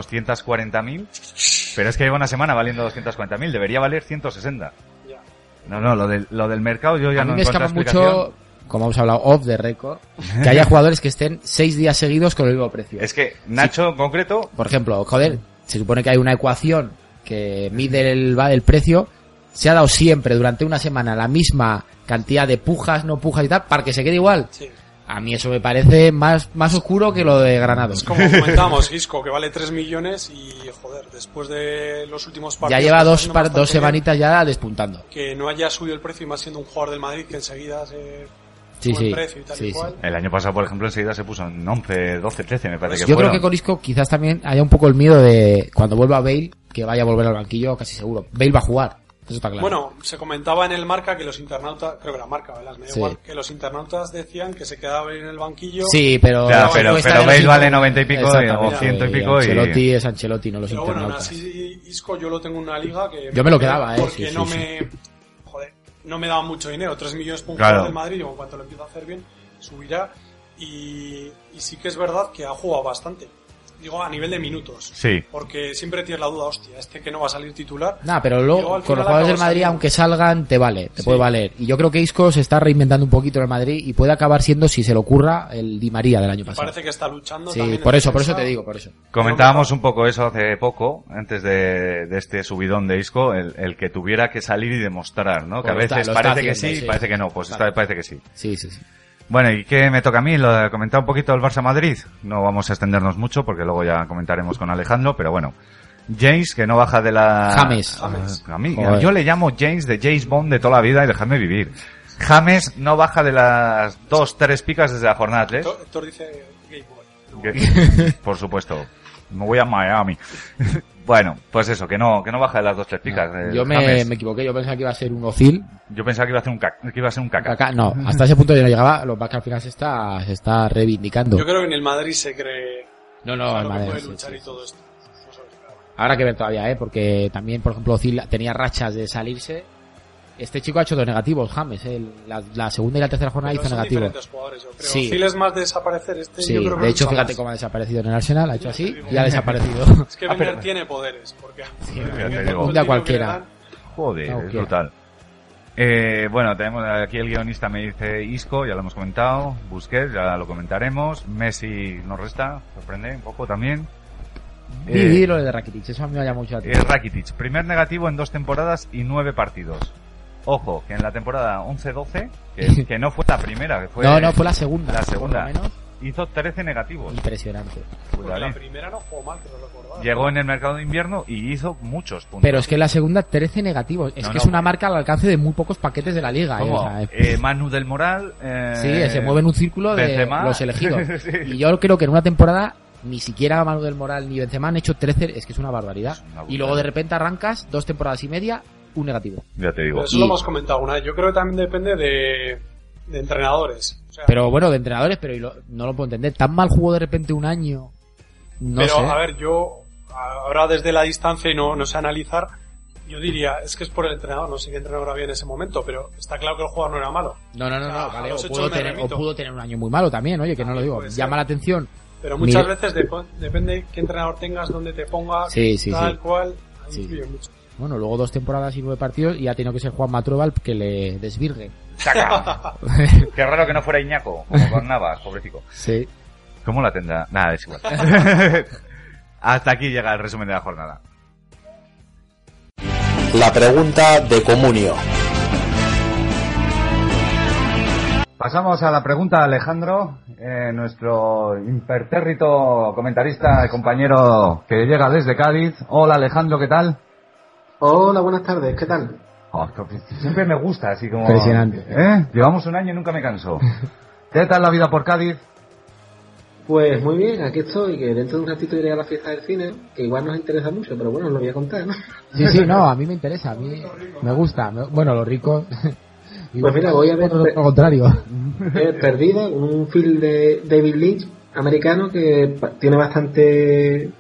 [SPEAKER 1] 240.000, pero es que lleva una semana valiendo 240.000, debería valer 160.
[SPEAKER 4] Ya.
[SPEAKER 1] No, no, lo del, lo del mercado yo ya
[SPEAKER 3] a mí
[SPEAKER 1] no
[SPEAKER 3] me
[SPEAKER 1] encuentro
[SPEAKER 3] escapa
[SPEAKER 1] explicación.
[SPEAKER 3] mucho, como hemos hablado off the record, que haya jugadores que estén 6 días seguidos con el mismo precio.
[SPEAKER 1] Es que Nacho en concreto,
[SPEAKER 3] Por ejemplo, joder, se supone que hay una ecuación que mide el, va del precio. se ha dado siempre durante una semana la misma cantidad de pujas, no pujas y tal, para que se quede igual.
[SPEAKER 4] Sí.
[SPEAKER 3] A mí eso me parece más, más oscuro que lo de Granado.
[SPEAKER 4] Es como comentamos, Isco, que vale 3 millones y, joder, después de los últimos
[SPEAKER 3] Ya
[SPEAKER 4] partidos...
[SPEAKER 3] lleva
[SPEAKER 4] está
[SPEAKER 3] dos,
[SPEAKER 4] haciendo
[SPEAKER 3] par-
[SPEAKER 4] bastante
[SPEAKER 3] dos
[SPEAKER 4] bien,
[SPEAKER 3] semanitas ya despuntando.
[SPEAKER 4] Que no haya subido el precio y más siendo un jugador del Madrid que enseguida se...
[SPEAKER 3] Sí,
[SPEAKER 4] sube el
[SPEAKER 3] sí.
[SPEAKER 4] precio y tal
[SPEAKER 3] sí, Eh,
[SPEAKER 4] y
[SPEAKER 3] sí.
[SPEAKER 4] cual.
[SPEAKER 1] El año pasado, por ejemplo, enseguida se puso en 11, 12, 13, me parece que
[SPEAKER 3] Pues Yo creo
[SPEAKER 1] fueron.
[SPEAKER 3] que con Isco quizás también haya un poco el miedo de cuando vuelva Bale, que vaya a volver al banquillo casi seguro. Bale va a jugar, eso está claro.
[SPEAKER 4] Bueno, se comentaba en el marca que los internautas, creo que la marca, ¿verdad? Me da
[SPEAKER 3] Sí.
[SPEAKER 4] igual, que los internautas decían que se quedaba bien en el banquillo.
[SPEAKER 3] sí, pero...
[SPEAKER 1] Ya,
[SPEAKER 4] no,
[SPEAKER 1] pero,
[SPEAKER 3] cuesta
[SPEAKER 1] pero
[SPEAKER 3] ver
[SPEAKER 1] Bale
[SPEAKER 3] así-
[SPEAKER 1] vale 90 y pico, eh, o
[SPEAKER 3] Exactamente,
[SPEAKER 1] 100 y pico, y...
[SPEAKER 3] Ancelotti es Ancelotti, no los
[SPEAKER 4] Pero bueno, aún
[SPEAKER 3] internautas.
[SPEAKER 4] así Isco yo lo tengo en una liga que...
[SPEAKER 3] Yo me lo quedaba, ¿eh?
[SPEAKER 4] Porque
[SPEAKER 3] Sí, sí,
[SPEAKER 4] no
[SPEAKER 3] sí.
[SPEAKER 4] me... Joder, no me daba mucho dinero. 3 millones por un
[SPEAKER 1] Claro.
[SPEAKER 4] jugador del Madrid, digo, en cuanto lo empieza a hacer bien, subirá. Y, y sí que es verdad que ha jugado bastante. Digo, a nivel de minutos.
[SPEAKER 1] Sí.
[SPEAKER 4] Porque siempre tienes la duda, hostia, este que no va a salir titular.
[SPEAKER 3] Nah, pero
[SPEAKER 4] Yo
[SPEAKER 3] luego,
[SPEAKER 4] al
[SPEAKER 3] con los
[SPEAKER 4] final
[SPEAKER 3] jugadores del
[SPEAKER 4] acabo
[SPEAKER 3] Madrid,
[SPEAKER 4] saliendo.
[SPEAKER 3] aunque salgan, te vale, te
[SPEAKER 4] Sí.
[SPEAKER 3] puede valer. Y yo creo que Isco se está reinventando un poquito en el Madrid y puede acabar siendo, si se le ocurra, el Di María del año pasado.
[SPEAKER 4] Parece que está luchando.
[SPEAKER 3] Sí,
[SPEAKER 4] también en
[SPEAKER 3] por eso, por eso
[SPEAKER 4] defensa.
[SPEAKER 3] te digo, por eso.
[SPEAKER 1] Comentábamos un poco eso hace poco, antes de, de este subidón de Isco, el, el que tuviera que salir y demostrar, ¿no? Que a
[SPEAKER 3] Pues
[SPEAKER 1] veces
[SPEAKER 3] lo está- lo está
[SPEAKER 1] parece que
[SPEAKER 3] haciendo,
[SPEAKER 1] sí,
[SPEAKER 3] sí.
[SPEAKER 1] parece que no, pues esta vez parece que sí.
[SPEAKER 3] Sí, sí, sí.
[SPEAKER 1] Bueno, ¿y qué me toca a mí? Lo de comentar un poquito el Barça-Madrid. No vamos a extendernos mucho porque luego ya comentaremos con Alejandro, pero bueno. James, que no baja de la...
[SPEAKER 3] James.
[SPEAKER 1] Ah, A mí,
[SPEAKER 3] Joder.
[SPEAKER 1] yo le llamo James de James Bond de toda la vida y dejadme vivir. James no baja de las dos, tres picas desde la jornada 3.
[SPEAKER 4] Héctor, Héctor dice Game Boy. No,
[SPEAKER 1] Que- por supuesto. Me voy a Miami. bueno, pues eso, que no, que no baja de las dos tres picas.
[SPEAKER 3] Nah,
[SPEAKER 1] eh,
[SPEAKER 3] yo me,
[SPEAKER 1] James.
[SPEAKER 3] me equivoqué, yo pensaba que iba a ser un Ozil.
[SPEAKER 1] Yo pensaba que iba a hacer un caca, que iba a ser un caca.
[SPEAKER 3] Acá, no, hasta ese punto yo no llegaba, lo más que al final se está, se está reivindicando.
[SPEAKER 4] Yo creo que en el Madrid se cree
[SPEAKER 3] No, no,
[SPEAKER 4] claro,
[SPEAKER 3] el
[SPEAKER 4] que
[SPEAKER 3] Madrid,
[SPEAKER 4] puede
[SPEAKER 3] sí,
[SPEAKER 4] luchar
[SPEAKER 3] sí,
[SPEAKER 4] y
[SPEAKER 3] sí.
[SPEAKER 4] todo esto. No sabes, claro.
[SPEAKER 3] Habrá que ver todavía, ¿eh? Porque también, por ejemplo, Ozil tenía rachas de salirse. Este chico ha hecho dos negativos, James. ¿eh? La, la segunda y la tercera jornada
[SPEAKER 4] Pero
[SPEAKER 3] hizo
[SPEAKER 4] son
[SPEAKER 3] negativo.
[SPEAKER 4] diferentes jugadores, yo creo.
[SPEAKER 3] Sí.
[SPEAKER 4] Phil es más de desaparecer este.
[SPEAKER 3] Sí,
[SPEAKER 4] yo creo que
[SPEAKER 3] de hecho,
[SPEAKER 4] mucho
[SPEAKER 3] fíjate
[SPEAKER 4] más.
[SPEAKER 3] cómo ha desaparecido en el Arsenal, ha hecho así
[SPEAKER 4] te digo.
[SPEAKER 3] y ha desaparecido.
[SPEAKER 4] Es que
[SPEAKER 1] Ah,
[SPEAKER 4] Wenger
[SPEAKER 1] pero-
[SPEAKER 4] tiene poderes. Porque
[SPEAKER 1] ya te digo.
[SPEAKER 4] Wenger, con
[SPEAKER 1] Un
[SPEAKER 3] día
[SPEAKER 4] el dinero que le
[SPEAKER 3] cualquiera.
[SPEAKER 4] dan,
[SPEAKER 1] Joder,
[SPEAKER 3] No,
[SPEAKER 1] es
[SPEAKER 3] ¿qué?
[SPEAKER 1] brutal. Eh, bueno, tenemos aquí el guionista me dice Isco, ya lo hemos comentado. Busquets, ya lo comentaremos. Messi nos resta, sorprende un poco también.
[SPEAKER 3] Y, y lo de Rakitic, eso a mí me llama mucho la
[SPEAKER 1] Eh,
[SPEAKER 3] atención.
[SPEAKER 1] Rakitic, primer negativo en dos temporadas y nueve partidos. Ojo, que en la temporada 11-12, que, que no fue la primera, que fue,
[SPEAKER 3] no, no, fue la segunda.
[SPEAKER 1] la
[SPEAKER 3] por lo
[SPEAKER 1] segunda. Pues
[SPEAKER 3] menos.
[SPEAKER 1] hizo 13 negativos.
[SPEAKER 3] Impresionante.
[SPEAKER 4] porque
[SPEAKER 1] Cuidado,
[SPEAKER 4] la
[SPEAKER 1] eh.
[SPEAKER 4] primera no jugó mal, que no recordaba.
[SPEAKER 1] Llegó en el mercado de invierno y hizo muchos puntos.
[SPEAKER 3] Pero es que la segunda, 13 negativos. Es
[SPEAKER 1] No,
[SPEAKER 3] que
[SPEAKER 1] no.
[SPEAKER 3] es una marca al alcance de muy pocos paquetes de la liga. ¿eh?
[SPEAKER 1] Como,
[SPEAKER 3] O sea, es-
[SPEAKER 1] eh, Manu del Moral. eh,
[SPEAKER 3] Sí, se mueve en un círculo de
[SPEAKER 1] Benzema.
[SPEAKER 3] los elegidos.
[SPEAKER 1] Sí.
[SPEAKER 3] Y yo creo que en una temporada ni siquiera Manu del Moral ni Benzema han hecho 13, es que es una barbaridad.
[SPEAKER 1] Es una brutalidad.
[SPEAKER 3] y luego de repente arrancas dos temporadas y media, un negativo.
[SPEAKER 1] Ya te digo.
[SPEAKER 4] Pero eso
[SPEAKER 3] Y-
[SPEAKER 4] lo hemos comentado una vez. Yo creo que también depende de, de entrenadores. O sea,
[SPEAKER 3] Pero bueno, de entrenadores, pero y lo- no lo puedo entender. Tan mal jugó de repente un año. No
[SPEAKER 4] pero,
[SPEAKER 3] sé.
[SPEAKER 4] a ver, yo ahora desde la distancia y no, no sé analizar, yo diría, es que es por el entrenador, no sé qué entrenador había en ese momento, pero está claro que el jugador no era malo.
[SPEAKER 3] no, no, no, no,
[SPEAKER 4] a- a
[SPEAKER 3] vale,
[SPEAKER 4] los
[SPEAKER 3] o,
[SPEAKER 4] ocho
[SPEAKER 3] pudo
[SPEAKER 4] me
[SPEAKER 3] tener, o
[SPEAKER 4] remito.
[SPEAKER 3] pudo tener un año muy malo también, oye, que no lo digo.
[SPEAKER 4] puede ser.
[SPEAKER 3] Llama la atención.
[SPEAKER 4] Pero muchas
[SPEAKER 3] Mire.
[SPEAKER 4] veces depo- depende qué entrenador tengas, dónde te ponga,
[SPEAKER 3] Sí, sí,
[SPEAKER 4] tal
[SPEAKER 3] sí.
[SPEAKER 4] cual. Ahí
[SPEAKER 3] Sí.
[SPEAKER 4] influye mucho.
[SPEAKER 3] Bueno, luego dos temporadas y nueve partidos y ha tenido que ser Juan Matrobal que le desvirgue.
[SPEAKER 1] Saca. Qué raro que no fuera Iñaco, como con Navas, pobrecico.
[SPEAKER 3] Sí.
[SPEAKER 1] ¿Cómo la tendrá? Nada, es igual. Hasta aquí llega el resumen de la jornada.
[SPEAKER 6] La pregunta de Comunio.
[SPEAKER 1] Pasamos a la pregunta de Alejandro, eh, nuestro impertérrito comentarista, compañero que llega desde Cádiz. Hola Alejandro, ¿qué tal?
[SPEAKER 7] Hola, buenas tardes, ¿qué tal?
[SPEAKER 1] Oh, siempre me gusta, así como...
[SPEAKER 3] Impresionante.
[SPEAKER 1] ¿Eh? Llevamos un año y nunca me canso. ¿Qué tal la vida por Cádiz?
[SPEAKER 7] Pues muy bien, aquí estoy, que dentro de un ratito iré a la fiesta del cine, que igual nos interesa mucho, pero bueno, os lo voy a contar.
[SPEAKER 3] Sí, sí, no, a mí me interesa, a mí me gusta. me- bueno, los ricos.
[SPEAKER 7] Pues mira, voy a ver-
[SPEAKER 3] Por lo contrario.
[SPEAKER 7] Eh, Perdida, un film de David Lynch americano que pa- tiene bastante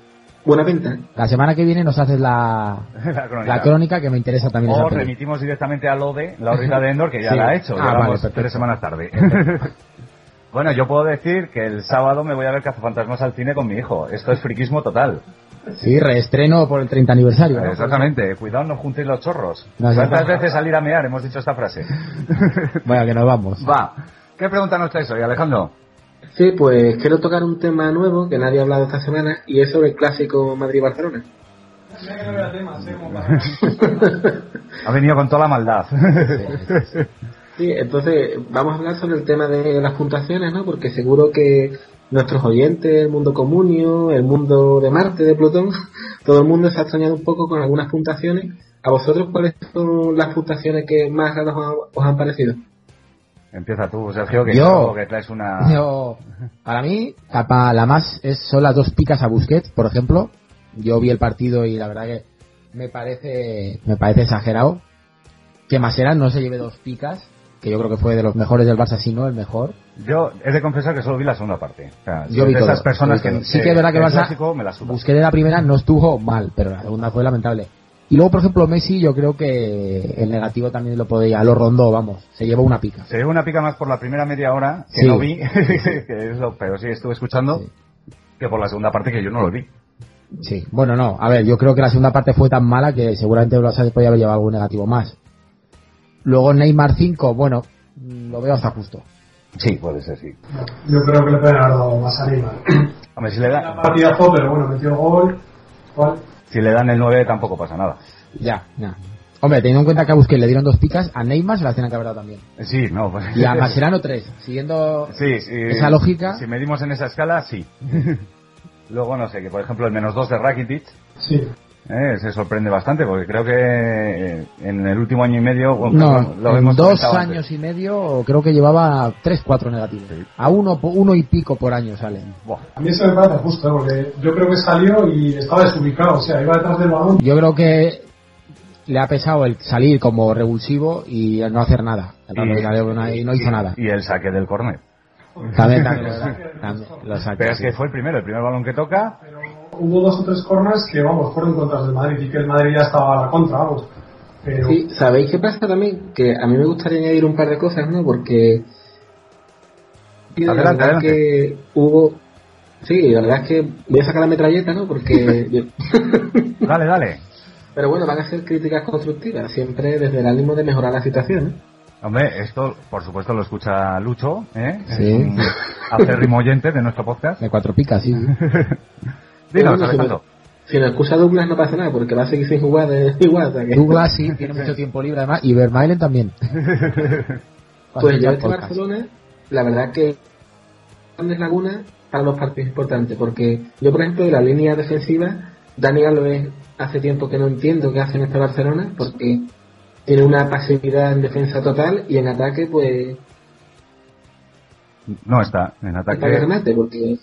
[SPEAKER 7] buena pinta.
[SPEAKER 3] La semana que viene nos haces la,
[SPEAKER 1] La crónica.
[SPEAKER 3] la crónica que me interesa también. esa
[SPEAKER 1] O
[SPEAKER 3] peli.
[SPEAKER 1] remitimos directamente a Lode, la horita de Endor, que ya
[SPEAKER 3] Sí.
[SPEAKER 1] la ha hecho.
[SPEAKER 3] Ah,
[SPEAKER 1] llevamos
[SPEAKER 3] vale, perfecto.
[SPEAKER 1] tres semanas tarde. bueno, yo puedo decir que el sábado me voy a ver Cazafantasmas al cine con mi hijo. Esto es friquismo total.
[SPEAKER 3] Sí, reestreno por el 30 aniversario. ¿no?
[SPEAKER 1] Exactamente. Cuidado, no juntéis los chorros.
[SPEAKER 3] No, sí.
[SPEAKER 1] ¿Cuántas veces salir a mear hemos dicho esta frase?
[SPEAKER 3] Bueno, que nos vamos.
[SPEAKER 1] Va. ¿Qué pregunta nos traes hoy, Alejandro?
[SPEAKER 7] Sí, pues quiero tocar un tema nuevo que nadie ha hablado esta semana y es sobre el clásico Madrid-Barcelona.
[SPEAKER 8] Mira que no era tema, ¿eh? Como para-
[SPEAKER 1] Ha venido con toda la maldad.
[SPEAKER 7] Sí, entonces vamos a hablar sobre el tema de las puntuaciones, ¿no? Porque seguro que nuestros oyentes, el mundo comunio, el mundo de Marte, de Plutón, todo el mundo se ha extrañado un poco con algunas puntuaciones. ¿A vosotros cuáles son las puntuaciones que más raras os, han- os han parecido?
[SPEAKER 1] Empieza tú, Sergio, que,
[SPEAKER 3] Yo.
[SPEAKER 1] que traes una...
[SPEAKER 3] Yo, para mí, la, pa- la más es, son las dos picas a Busquets, por ejemplo. Yo vi el partido y la verdad que me parece, me parece exagerado que Masera no se lleve dos picas, que yo creo que fue de los mejores del Barça, si no el mejor.
[SPEAKER 1] Yo he de confesar que solo vi la segunda parte. O sea,
[SPEAKER 3] Yo
[SPEAKER 1] soy
[SPEAKER 3] vi
[SPEAKER 1] de
[SPEAKER 3] todo,
[SPEAKER 1] esas personas
[SPEAKER 3] yo vi
[SPEAKER 1] que,
[SPEAKER 3] todo. Sí que es verdad que
[SPEAKER 1] el
[SPEAKER 3] vas a-
[SPEAKER 1] clásico me la suda.
[SPEAKER 3] Busquets en la primera no estuvo mal, pero la segunda fue lamentable. Y luego, por ejemplo, Messi, yo creo que el negativo también lo podía, lo rondó, vamos, se llevó una pica.
[SPEAKER 1] Se lleva una pica más por la primera media hora que
[SPEAKER 3] Sí.
[SPEAKER 1] no vi, que es lo, pero sí estuve escuchando, que por la segunda parte que yo no lo vi.
[SPEAKER 3] Sí, bueno, no, a ver, yo creo que la segunda parte fue tan mala que seguramente Blasade podía haber llevado algún negativo más. Luego Neymar 5, bueno, mm, lo veo hasta justo.
[SPEAKER 1] Sí, puede ser, sí.
[SPEAKER 4] Yo creo que le pueden haber dado más a Neymar.
[SPEAKER 1] Hombre, si le,
[SPEAKER 4] La
[SPEAKER 1] da,
[SPEAKER 4] partida fue, pero bueno, metió gol. ¿Cuál?
[SPEAKER 1] si le dan el 9 tampoco pasa nada.
[SPEAKER 3] Ya, ya. Hombre, teniendo en cuenta que a Busquets le dieron dos picas, a Neymar se las tienen que haber dado también.
[SPEAKER 1] Sí, no. pues-
[SPEAKER 3] Y a Mascherano tres, siguiendo...
[SPEAKER 1] Sí, sí.
[SPEAKER 3] Esa lógica.
[SPEAKER 1] Si medimos en esa escala, sí. Luego, no sé, que por ejemplo el menos 2 de Rakitic
[SPEAKER 4] Sí.
[SPEAKER 1] eh, se sorprende bastante porque creo que eh, en el último año y medio... bueno,
[SPEAKER 3] No, en dos
[SPEAKER 1] comentado antes.
[SPEAKER 3] años y medio creo que llevaba tres, cuatro negativos.
[SPEAKER 1] Sí.
[SPEAKER 3] A uno, po- uno y pico por año salen.
[SPEAKER 1] Buah,
[SPEAKER 4] A mí eso me parece justo, ¿eh? porque yo creo que salió y estaba desubicado, o sea, iba detrás del balón.
[SPEAKER 3] Yo creo que le ha pesado el salir como revulsivo y el no hacer nada. Cuando salió una- Y, no hizo nada.
[SPEAKER 1] Y el saque del córner.
[SPEAKER 3] También, también, lo saqué, también lo saqué,
[SPEAKER 1] Pero es
[SPEAKER 3] sí.
[SPEAKER 1] que fue el primero, el primer balón que toca.
[SPEAKER 4] Pero hubo dos o tres corners que, vamos, fueron contras del Madrid y que el Madrid ya estaba a la contra, vamos. Pero
[SPEAKER 7] Sí, ¿sabéis qué pasa también? Que a mí me gustaría añadir un par de cosas, ¿no? Porque... y la
[SPEAKER 1] Adelante,
[SPEAKER 7] verdad
[SPEAKER 1] adelante.
[SPEAKER 7] que hubo... Sí, la verdad es que voy a sacar la metralleta, ¿no? Porque...
[SPEAKER 1] Dale, dale.
[SPEAKER 7] Pero bueno, van a ser críticas constructivas, siempre desde el ánimo de mejorar la situación, ¿no?
[SPEAKER 1] Hombre, esto por supuesto lo escucha Lucho, ¿eh?
[SPEAKER 3] Sí.
[SPEAKER 1] Es un acérrimo oyente de nuestro podcast.
[SPEAKER 3] De cuatro picas, sí.
[SPEAKER 1] Díganos,
[SPEAKER 7] Bueno,
[SPEAKER 1] Alejandro.
[SPEAKER 7] Si nos escucha Douglas no pasa nada, porque va a seguir sin jugar de igual. o sea que-
[SPEAKER 3] Douglas sí, tiene mucho tiempo libre además. Y Vermaelen también.
[SPEAKER 7] Pues yo
[SPEAKER 3] Escuchar
[SPEAKER 7] este
[SPEAKER 3] podcast.
[SPEAKER 7] Barcelona, la verdad que grandes lagunas para los partidos importantes, porque yo, por ejemplo, de la línea defensiva, Dani Alves hace tiempo que no entiendo qué hace en este Barcelona, porque tiene una pasividad en defensa total y en ataque, pues,
[SPEAKER 1] No está en
[SPEAKER 7] para que
[SPEAKER 1] ataque.
[SPEAKER 7] remate, porque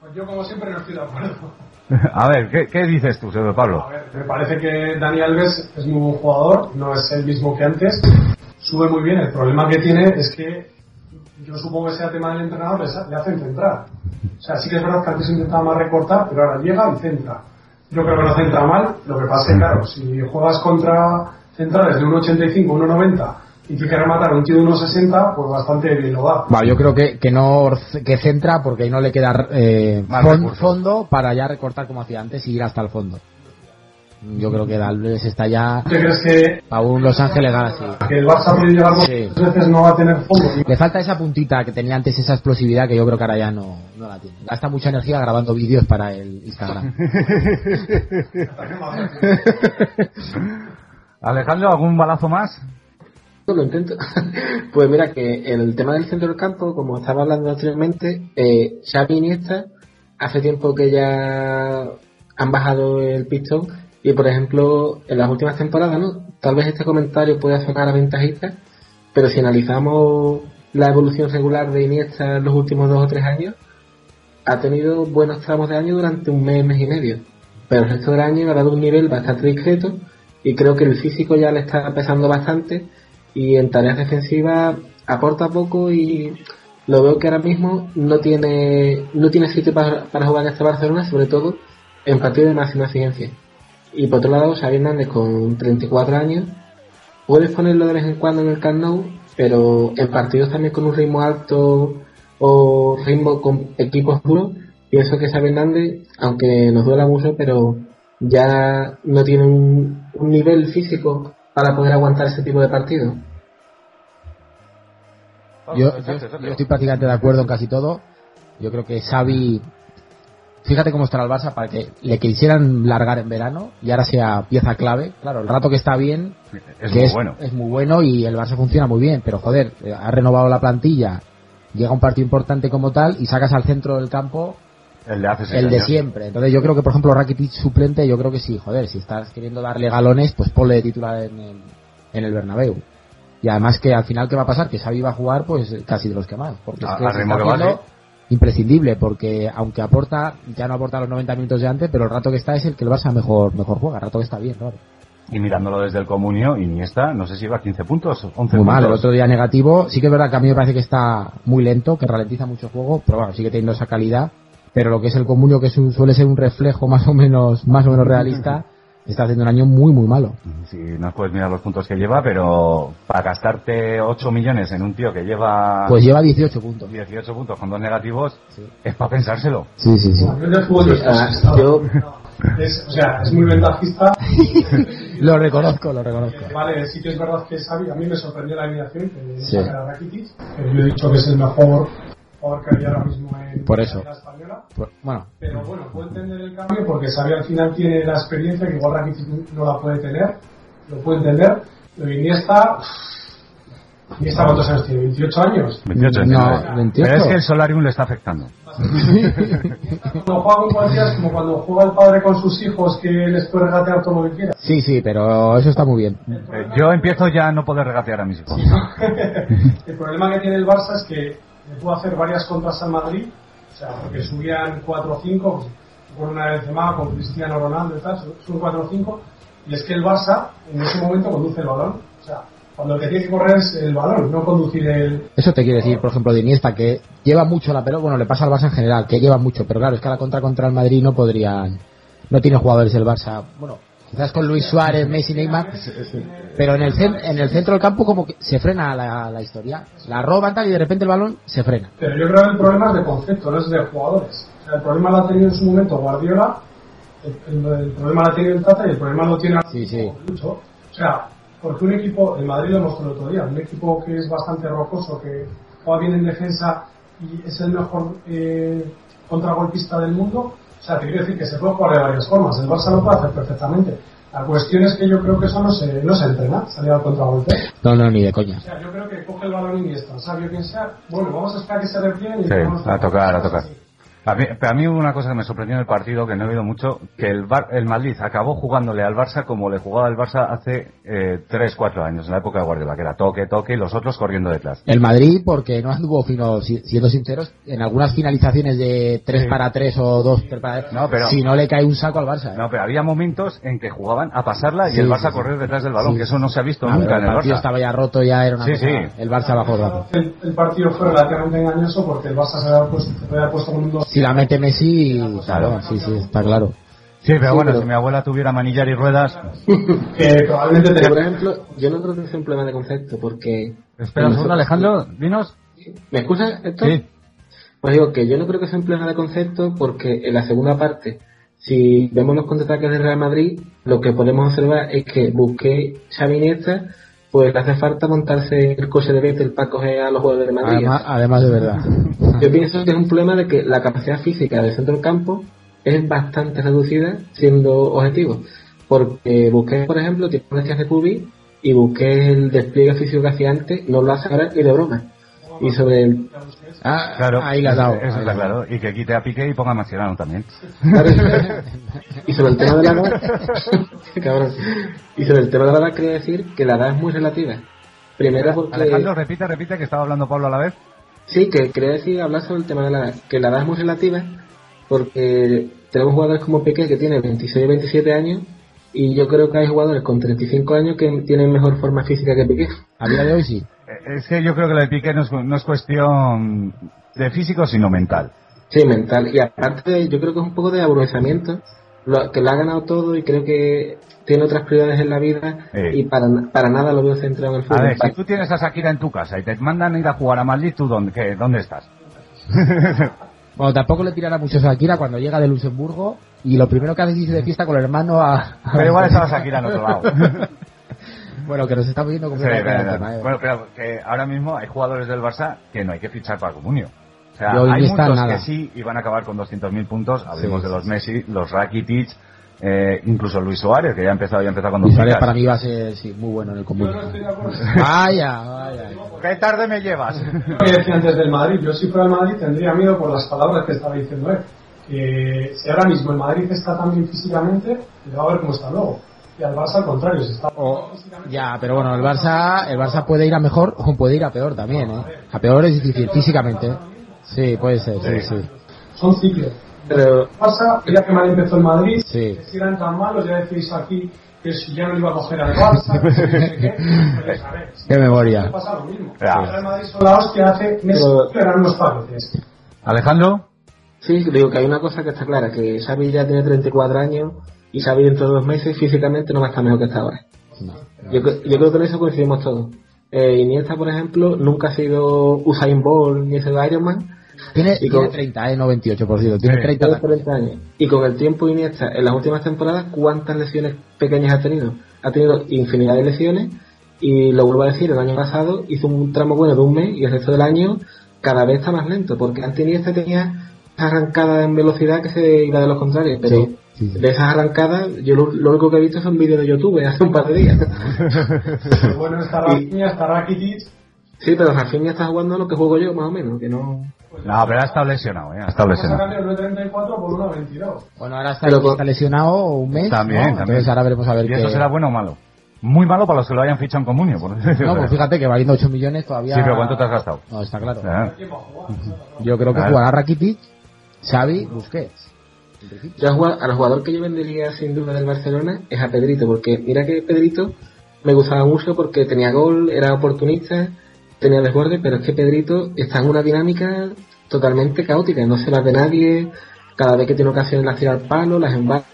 [SPEAKER 4] pues yo, como siempre, no estoy de acuerdo.
[SPEAKER 1] A ver, ¿qué, qué dices tú, Sergio
[SPEAKER 4] A
[SPEAKER 1] Pablo?
[SPEAKER 4] ver, me parece que Dani Alves es muy buen jugador, no es el mismo que antes, sube muy bien, el problema que tiene es que yo supongo que sea tema del entrenador, les ha- le hacen centrar. O sea, sí que es verdad que antes intentaba más recortar, pero ahora llega y centra. Yo creo que no centra mal, lo que pasa es que, claro, si juegas contra centrales de 1,85, 1,90 y tienes que rematar a un tío de 1,60, pues bastante bien lo da.
[SPEAKER 3] Bueno, yo creo que, que no que centra porque ahí no le queda eh,
[SPEAKER 1] Más
[SPEAKER 3] fon-
[SPEAKER 1] recursos.
[SPEAKER 3] fondo para ya recortar como hacía antes y ir hasta el fondo. Yo creo que Alves está ya
[SPEAKER 4] ¿Tú crees que,
[SPEAKER 3] a un Los Ángeles gana así.
[SPEAKER 4] que el Barça puede llegar dos
[SPEAKER 3] Sí.
[SPEAKER 4] veces no va a tener fondo?
[SPEAKER 3] Le falta esa puntita que tenía antes, esa explosividad que yo creo que ahora ya no, no la tiene. Gasta mucha energía grabando vídeos para el Instagram.
[SPEAKER 1] Alejandro, ¿algún balazo más?
[SPEAKER 7] No, lo intento. pues mira que el tema del centro del campo, como estaba hablando anteriormente, eh, Xavi y Iniesta hace tiempo que ya han bajado el pistón y por ejemplo en las últimas temporadas, ¿no? Tal vez este comentario pueda sonar a ventajista, pero si analizamos la evolución regular de Iniesta en los últimos dos o tres años, ha tenido buenos tramos de año durante un mes, mes y medio, pero el resto del año ha dado un nivel bastante discreto y creo que el físico ya le está pesando bastante y en tareas defensivas aporta poco y lo veo que ahora mismo no tiene no tiene sitio para, para jugar en este Barcelona, sobre todo en partido de máxima exigencia. Y por otro lado, Xavi Hernández con 34 años, puedes ponerlo de vez en cuando en el Camp Nou, pero en partidos también con un ritmo alto o ritmo con equipos duros, pienso que Xavi Hernández, aunque nos duela mucho, pero ya no tiene un, un nivel físico para poder aguantar ese tipo de partidos.
[SPEAKER 3] Yo, yo- yo estoy prácticamente de acuerdo en casi todo. Yo creo que Xavi fíjate cómo estará el Barça para que le quisieran largar en verano y ahora sea pieza clave. Claro, el rato que está bien
[SPEAKER 1] Es
[SPEAKER 3] que
[SPEAKER 1] muy bueno.
[SPEAKER 3] es muy bueno y el Barça funciona muy bien, pero joder, eh, ha renovado la plantilla, llega un partido importante como tal y sacas al centro del campo
[SPEAKER 1] El de hace seis
[SPEAKER 3] el de
[SPEAKER 1] años.
[SPEAKER 3] siempre. Entonces yo creo que, por ejemplo, Rakitic suplente, yo creo que sí, joder, si estás queriendo darle galones, pues ponle de titular en el, en el Bernabéu. Y además que al final, ¿qué va a pasar? Que Xavi va a jugar, pues casi de los que más. Porque es
[SPEAKER 1] A-
[SPEAKER 3] que
[SPEAKER 1] a
[SPEAKER 3] se
[SPEAKER 1] ritmo
[SPEAKER 3] está
[SPEAKER 1] que va,
[SPEAKER 3] haciendo
[SPEAKER 1] sí.
[SPEAKER 3] imprescindible, porque aunque aporta, ya no aporta los 90 minutos de antes, pero el rato que está es el que el Barça mejor, mejor juega, el rato que está bien, claro.
[SPEAKER 1] Y mirándolo desde el comunio, Iniesta, no sé si iba a 15 puntos, 11
[SPEAKER 3] Muy
[SPEAKER 1] puntos.
[SPEAKER 3] mal, el otro día negativo. Sí que es verdad que a mí me parece que está muy lento, que ralentiza mucho el juego, pero bueno, sigue teniendo esa calidad. Pero lo que es el comunio, que es un- suele ser un reflejo más o menos, más o menos realista, está haciendo un año muy, muy malo.
[SPEAKER 1] Si no puedes mirar los puntos que lleva, pero para gastarte 8 millones en un tío que lleva
[SPEAKER 3] Pues lleva 18 puntos.
[SPEAKER 1] 18 puntos con dos negativos,
[SPEAKER 3] Sí.
[SPEAKER 1] es para pensárselo.
[SPEAKER 3] Sí, sí, sí.
[SPEAKER 4] A nivel de fútbol no
[SPEAKER 7] Sí,
[SPEAKER 4] es
[SPEAKER 7] ah,
[SPEAKER 4] fascista.
[SPEAKER 7] yo-
[SPEAKER 4] No, es- o sea, es muy ventajista.
[SPEAKER 3] Lo reconozco, lo reconozco.
[SPEAKER 4] Eh, Vale, sí que es verdad que Xavi, a mí me sorprendió la eliminación que
[SPEAKER 3] Sí.
[SPEAKER 4] sacara a Rakitic, pero yo he dicho que es el mejor jugador que hay ahora mismo en
[SPEAKER 3] Por eso.
[SPEAKER 4] la Liga española.
[SPEAKER 3] Por- Bueno,
[SPEAKER 4] Pero bueno, puedo entender el cambio porque Xavi al final tiene la experiencia que igual Rakitic no la puede tener, lo puede entender. Pero Iniesta, Iniesta cuántos años tiene, 28 años.
[SPEAKER 1] 28,
[SPEAKER 3] No,
[SPEAKER 1] 29.
[SPEAKER 3] 28.
[SPEAKER 1] Pero es que el Solarium le está afectando.
[SPEAKER 4] Cuando juega con cualquiera es como cuando juega el padre con sus hijos que les puede regatear todo lo que quiera.
[SPEAKER 3] sí, sí, pero eso está muy bien.
[SPEAKER 1] Eh, yo empiezo ya a no poder regatear a mis hijos.
[SPEAKER 4] El problema que tiene el Barça es que le pudo hacer varias contras al Madrid, o sea, porque subían 4 o 5, con una vez más, con Cristiano Ronaldo y tal, suben 4 o 5, y es que el Barça en ese momento conduce el balón. O sea, cuando el que tiene que correr es el balón, no conducir el.
[SPEAKER 3] Eso te quiere decir, por ejemplo, de Iniesta, que lleva mucho la pelota, bueno, le pasa al Barça en general, que lleva mucho, pero claro, es que a la contra contra el Madrid no podrían, no tiene jugadores el Barça, bueno, quizás con Luis Suárez, Messi, Neymar, pero en el, cen- en el centro del campo como que se frena la, la historia, la roban tal y de repente el balón se frena.
[SPEAKER 4] Pero yo creo que el problema es de concepto, no es de jugadores. O sea, el problema lo ha tenido en su momento Guardiola, el, el- el problema lo ha tenido el Tata y el problema lo tiene
[SPEAKER 3] Sí, sí.
[SPEAKER 4] Lucho. O sea, porque un equipo, el Madrid lo mostró el otro día, un equipo que es bastante rocoso, que juega bien en defensa y es el mejor eh, contragolpista del mundo. O sea, te quiero decir que se puede jugar de varias formas. El Barça lo puede hacer perfectamente. La cuestión es que yo creo que eso no se, no se entrena, salir al contragolpe.
[SPEAKER 3] No, no, ni de coña.
[SPEAKER 4] O sea, yo creo que coge el balón y está, sabio quien sea. Bueno, vamos a esperar a que se repliegue y
[SPEAKER 1] Sí,
[SPEAKER 4] vamos
[SPEAKER 1] a tocar, a tocar.
[SPEAKER 4] Sí.
[SPEAKER 1] A mí, pero a mí hubo una cosa que me sorprendió en el partido, que no he oído mucho, que el, Bar- el Madrid acabó jugándole al Barça como le jugaba el Barça hace eh, 3-4 años, en la época de Guardiola, que era toque, toque y los otros corriendo detrás.
[SPEAKER 3] El Madrid, porque no anduvo fino, si- siendo sinceros, en algunas finalizaciones de 3
[SPEAKER 1] Sí.
[SPEAKER 3] para 3 o 2 para 3,
[SPEAKER 1] No, pero-
[SPEAKER 3] si no le cae un saco al Barça. ¿eh?
[SPEAKER 1] No, pero había momentos en que jugaban a pasarla y
[SPEAKER 3] Sí,
[SPEAKER 1] el
[SPEAKER 3] sí,
[SPEAKER 1] Barça
[SPEAKER 3] sí.
[SPEAKER 1] correr detrás del balón,
[SPEAKER 3] Sí.
[SPEAKER 1] que eso no se ha visto
[SPEAKER 3] Ah, pero
[SPEAKER 1] nunca en
[SPEAKER 3] el
[SPEAKER 1] el
[SPEAKER 3] partido
[SPEAKER 1] Barça.
[SPEAKER 3] estaba ya roto, ya era una
[SPEAKER 1] Sí,
[SPEAKER 3] cosa-
[SPEAKER 1] sí.
[SPEAKER 3] el Barça bajó rápido.
[SPEAKER 4] El, el partido fue relativamente engañoso porque el Barça se había puesto, se había puesto con un 2
[SPEAKER 3] Si la mete Messi,
[SPEAKER 1] Claro.
[SPEAKER 3] claro, sí, sí, está claro.
[SPEAKER 1] Sí, pero
[SPEAKER 7] Sí,
[SPEAKER 1] bueno,
[SPEAKER 7] pero-
[SPEAKER 1] si mi abuela tuviera manillar y ruedas,
[SPEAKER 4] que probablemente
[SPEAKER 7] Pero,
[SPEAKER 4] tenía
[SPEAKER 7] por ejemplo, yo no creo que sea un problema de concepto, porque...
[SPEAKER 1] Espera un segundo, Alejandro, dinos.
[SPEAKER 7] ¿Me escuchas, esto?
[SPEAKER 1] Sí.
[SPEAKER 7] Pues digo que yo no creo que sea un problema de concepto porque en la segunda parte, si vemos los contraataques del Real Madrid, lo que podemos observar es que busqué Xavi Iniesta, pues le hace falta montarse el coche de Vettel para coger a los jugadores de Madrid.
[SPEAKER 3] Además, además de verdad.
[SPEAKER 7] Yo pienso que es un problema de que la capacidad física del centro del campo es bastante reducida siendo objetivo. Porque busqué, por ejemplo, tiene molestias de pubis y busqué el despliegue físico que hacía antes, no lo hace ahora ni de broma. Y sobre el
[SPEAKER 3] Ah,
[SPEAKER 1] Claro,
[SPEAKER 3] ahí la ha dado.
[SPEAKER 1] Eso está
[SPEAKER 3] ahí la ha dado.
[SPEAKER 1] claro. Y que quite a Piqué y ponga a Mascherano también.
[SPEAKER 7] y sobre el tema de la edad, cabrón. Y sobre el tema de la edad quería decir que la edad es muy relativa. Primero porque
[SPEAKER 1] Alejandro, repite, repite, que estaba hablando Pablo a la vez.
[SPEAKER 7] sí que quería decir hablar sobre el tema de la edad, que la edad es muy relativa porque tenemos jugadores como Piqué que tiene 26 o 27 años y yo creo que hay jugadores con 35 años que tienen mejor forma física que Piqué.
[SPEAKER 3] A día de hoy sí.
[SPEAKER 1] Eh, Es que yo creo que lo de Piqué no es, no es cuestión de físico, sino mental.
[SPEAKER 7] Sí, mental. Y aparte, yo creo que es un poco de aburrimiento, lo, que lo ha ganado todo y creo que tiene otras prioridades en la vida
[SPEAKER 1] Eh.
[SPEAKER 7] y para, na- para nada lo veo centrado en el fútbol.
[SPEAKER 1] A ver, si
[SPEAKER 7] Para-
[SPEAKER 1] tú tienes a Shakira en tu casa y te mandan a ir a jugar a Madrid, ¿tú dónde, qué- dónde estás?
[SPEAKER 3] Bueno, tampoco le tirará mucho a Shakira cuando llega de Luxemburgo y lo primero que hace es irse de fiesta con el hermano a...
[SPEAKER 1] Pero igual estaba Shakira en otro lado.
[SPEAKER 3] Bueno, que nos estamos yendo
[SPEAKER 1] Sí,
[SPEAKER 3] completamente
[SPEAKER 1] pero-
[SPEAKER 3] del tema, eh.
[SPEAKER 1] Bueno, pero que ahora mismo hay jugadores del Barça que no hay que fichar para Comunio. O sea,
[SPEAKER 3] Yo hoy
[SPEAKER 1] hay
[SPEAKER 3] ni está
[SPEAKER 1] muchos
[SPEAKER 3] nada.
[SPEAKER 1] que sí y van a acabar con 200.000 puntos. Hablemos
[SPEAKER 3] Sí.
[SPEAKER 1] de los Messi, los Rakitic, eh, incluso Luis Suárez, que ya ha empezado, ya ha empezado con
[SPEAKER 3] Y Suárez
[SPEAKER 1] picas.
[SPEAKER 3] para mí va a ser sí, muy bueno en el
[SPEAKER 4] Yo
[SPEAKER 3] conjunto.
[SPEAKER 4] no estoy de acuerdo.
[SPEAKER 3] Vaya, vaya.
[SPEAKER 1] ¿Qué tarde me llevas?
[SPEAKER 4] Lo que decía antes del Madrid, yo si fuera el Madrid tendría miedo por las palabras que estaba diciendo él. Que si ahora mismo el Madrid está tan bien físicamente, le va a ver cómo está luego. Y al Barça al contrario, si está
[SPEAKER 3] O- ya, pero bueno, el Barça, el Barça puede ir a mejor o puede ir a peor también, ¿eh? A peor es difícil, físicamente. ¿eh? Sí, puede ser, sí, sí.
[SPEAKER 4] son ciclos.
[SPEAKER 7] Pero
[SPEAKER 4] Barça, ya que mal empezó el Madrid,
[SPEAKER 3] Sí.
[SPEAKER 4] que si eran tan malos, ya decís aquí que si ya no iba a coger al Barça, que si no sé qué, pues, a ver, si
[SPEAKER 3] Qué memoria.
[SPEAKER 4] pasa lo mismo.
[SPEAKER 1] Ya.
[SPEAKER 4] El Real Madrid son la hostia hace meses
[SPEAKER 7] Pero-
[SPEAKER 4] que eran unos paquetes.
[SPEAKER 1] Alejandro,
[SPEAKER 7] sí, digo que hay una cosa que está clara, que Xavi ya tiene 34 años y Xavi dentro de dos meses físicamente no va a estar mejor que está ahora. Yo, cre- yo creo que en eso coincidimos todos. Eh, Iniesta, por ejemplo, nunca ha sido Usain Bolt ni ese Iron Man.
[SPEAKER 3] Tiene,
[SPEAKER 7] Y
[SPEAKER 3] tiene
[SPEAKER 7] con-
[SPEAKER 3] 30, eh, no 28, por cierto. Tiene
[SPEAKER 1] Sí.
[SPEAKER 3] 30
[SPEAKER 7] Tiene
[SPEAKER 3] tacos.
[SPEAKER 7] 30 años. Y con el tiempo Iniesta, en las últimas temporadas, ¿cuántas lesiones pequeñas ha tenido? Ha tenido infinidad de lesiones y lo vuelvo a decir, el año pasado hizo un tramo bueno de un mes y el resto del año cada vez está más lento, porque antes Iniesta tenía arrancadas en velocidad que se iba de los contrarios, pero
[SPEAKER 3] Sí, sí, sí.
[SPEAKER 7] de esas arrancadas yo lo, lo único que he visto son vídeos de YouTube hace un par de días.
[SPEAKER 4] Pero bueno, está Rafinha, está Rakitic,
[SPEAKER 7] sí, pero Rafinha está jugando a lo que juego yo, más o menos, que no...
[SPEAKER 1] No, pero ha estado lesionado, ¿eh? Ha estado
[SPEAKER 4] vamos a
[SPEAKER 1] lesionado.
[SPEAKER 4] cambiar 1.34 por 1.22.
[SPEAKER 3] Bueno, ahora está,
[SPEAKER 7] Pero con-
[SPEAKER 3] está lesionado un mes.
[SPEAKER 1] También,
[SPEAKER 3] ¿no?
[SPEAKER 1] también.
[SPEAKER 3] Entonces ahora veremos a ver
[SPEAKER 1] ¿Y eso
[SPEAKER 3] qué-
[SPEAKER 1] será bueno o malo? Muy malo para los que lo hayan fichado en comunio. Por...
[SPEAKER 3] No, pues fíjate que valiendo 8 millones todavía.
[SPEAKER 1] Sí, pero ¿cuánto te has gastado?
[SPEAKER 3] No, está claro.
[SPEAKER 1] Ah,
[SPEAKER 4] ¿Quién va a jugar?
[SPEAKER 3] Yo creo que
[SPEAKER 1] Claro.
[SPEAKER 3] jugará Rakitic, Xavi, Busquets.
[SPEAKER 7] Yo al jugador, al jugador que yo vendería sin duda del Barcelona es a Pedrito, porque mira que Pedrito me gustaba mucho porque tenía gol, era oportunista, tenía desborde, pero es que Pedrito está en una dinámica totalmente caótica, no se la de nadie, cada vez que tiene ocasión las tira al palo, las embate.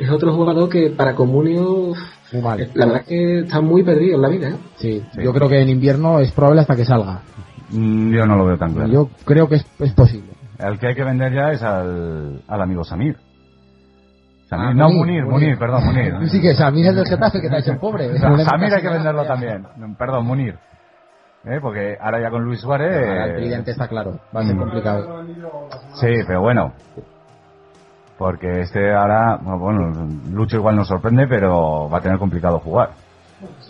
[SPEAKER 7] Es otro jugador que para Comunio,
[SPEAKER 3] Muy mal.
[SPEAKER 7] la verdad es que está muy perdido en la vida. ¿eh?
[SPEAKER 3] Sí, yo creo que en invierno es probable hasta que salga.
[SPEAKER 1] mm, Yo no lo veo tan claro.
[SPEAKER 3] Yo creo que es, es posible.
[SPEAKER 1] El que hay que vender ya es al, al amigo Samir. Samir-
[SPEAKER 3] Ah,
[SPEAKER 1] no, Munir,
[SPEAKER 3] Munir,
[SPEAKER 1] Munir,
[SPEAKER 3] Munir.
[SPEAKER 1] perdón, Munir.
[SPEAKER 3] Sí que Samir es del Getafe que te ha hecho el pobre.
[SPEAKER 1] O sea, Samir hay que venderlo también. Perdón, Munir. ¿Eh? Porque ahora ya con Luis
[SPEAKER 3] Ahora Ah, el
[SPEAKER 1] Suárez...
[SPEAKER 3] tridente está claro, va a ser
[SPEAKER 1] Eh, Mm.
[SPEAKER 3] complicado.
[SPEAKER 1] Sí, pero bueno. Porque este ahora, bueno, Lucho igual nos sorprende, pero va a tener complicado jugar.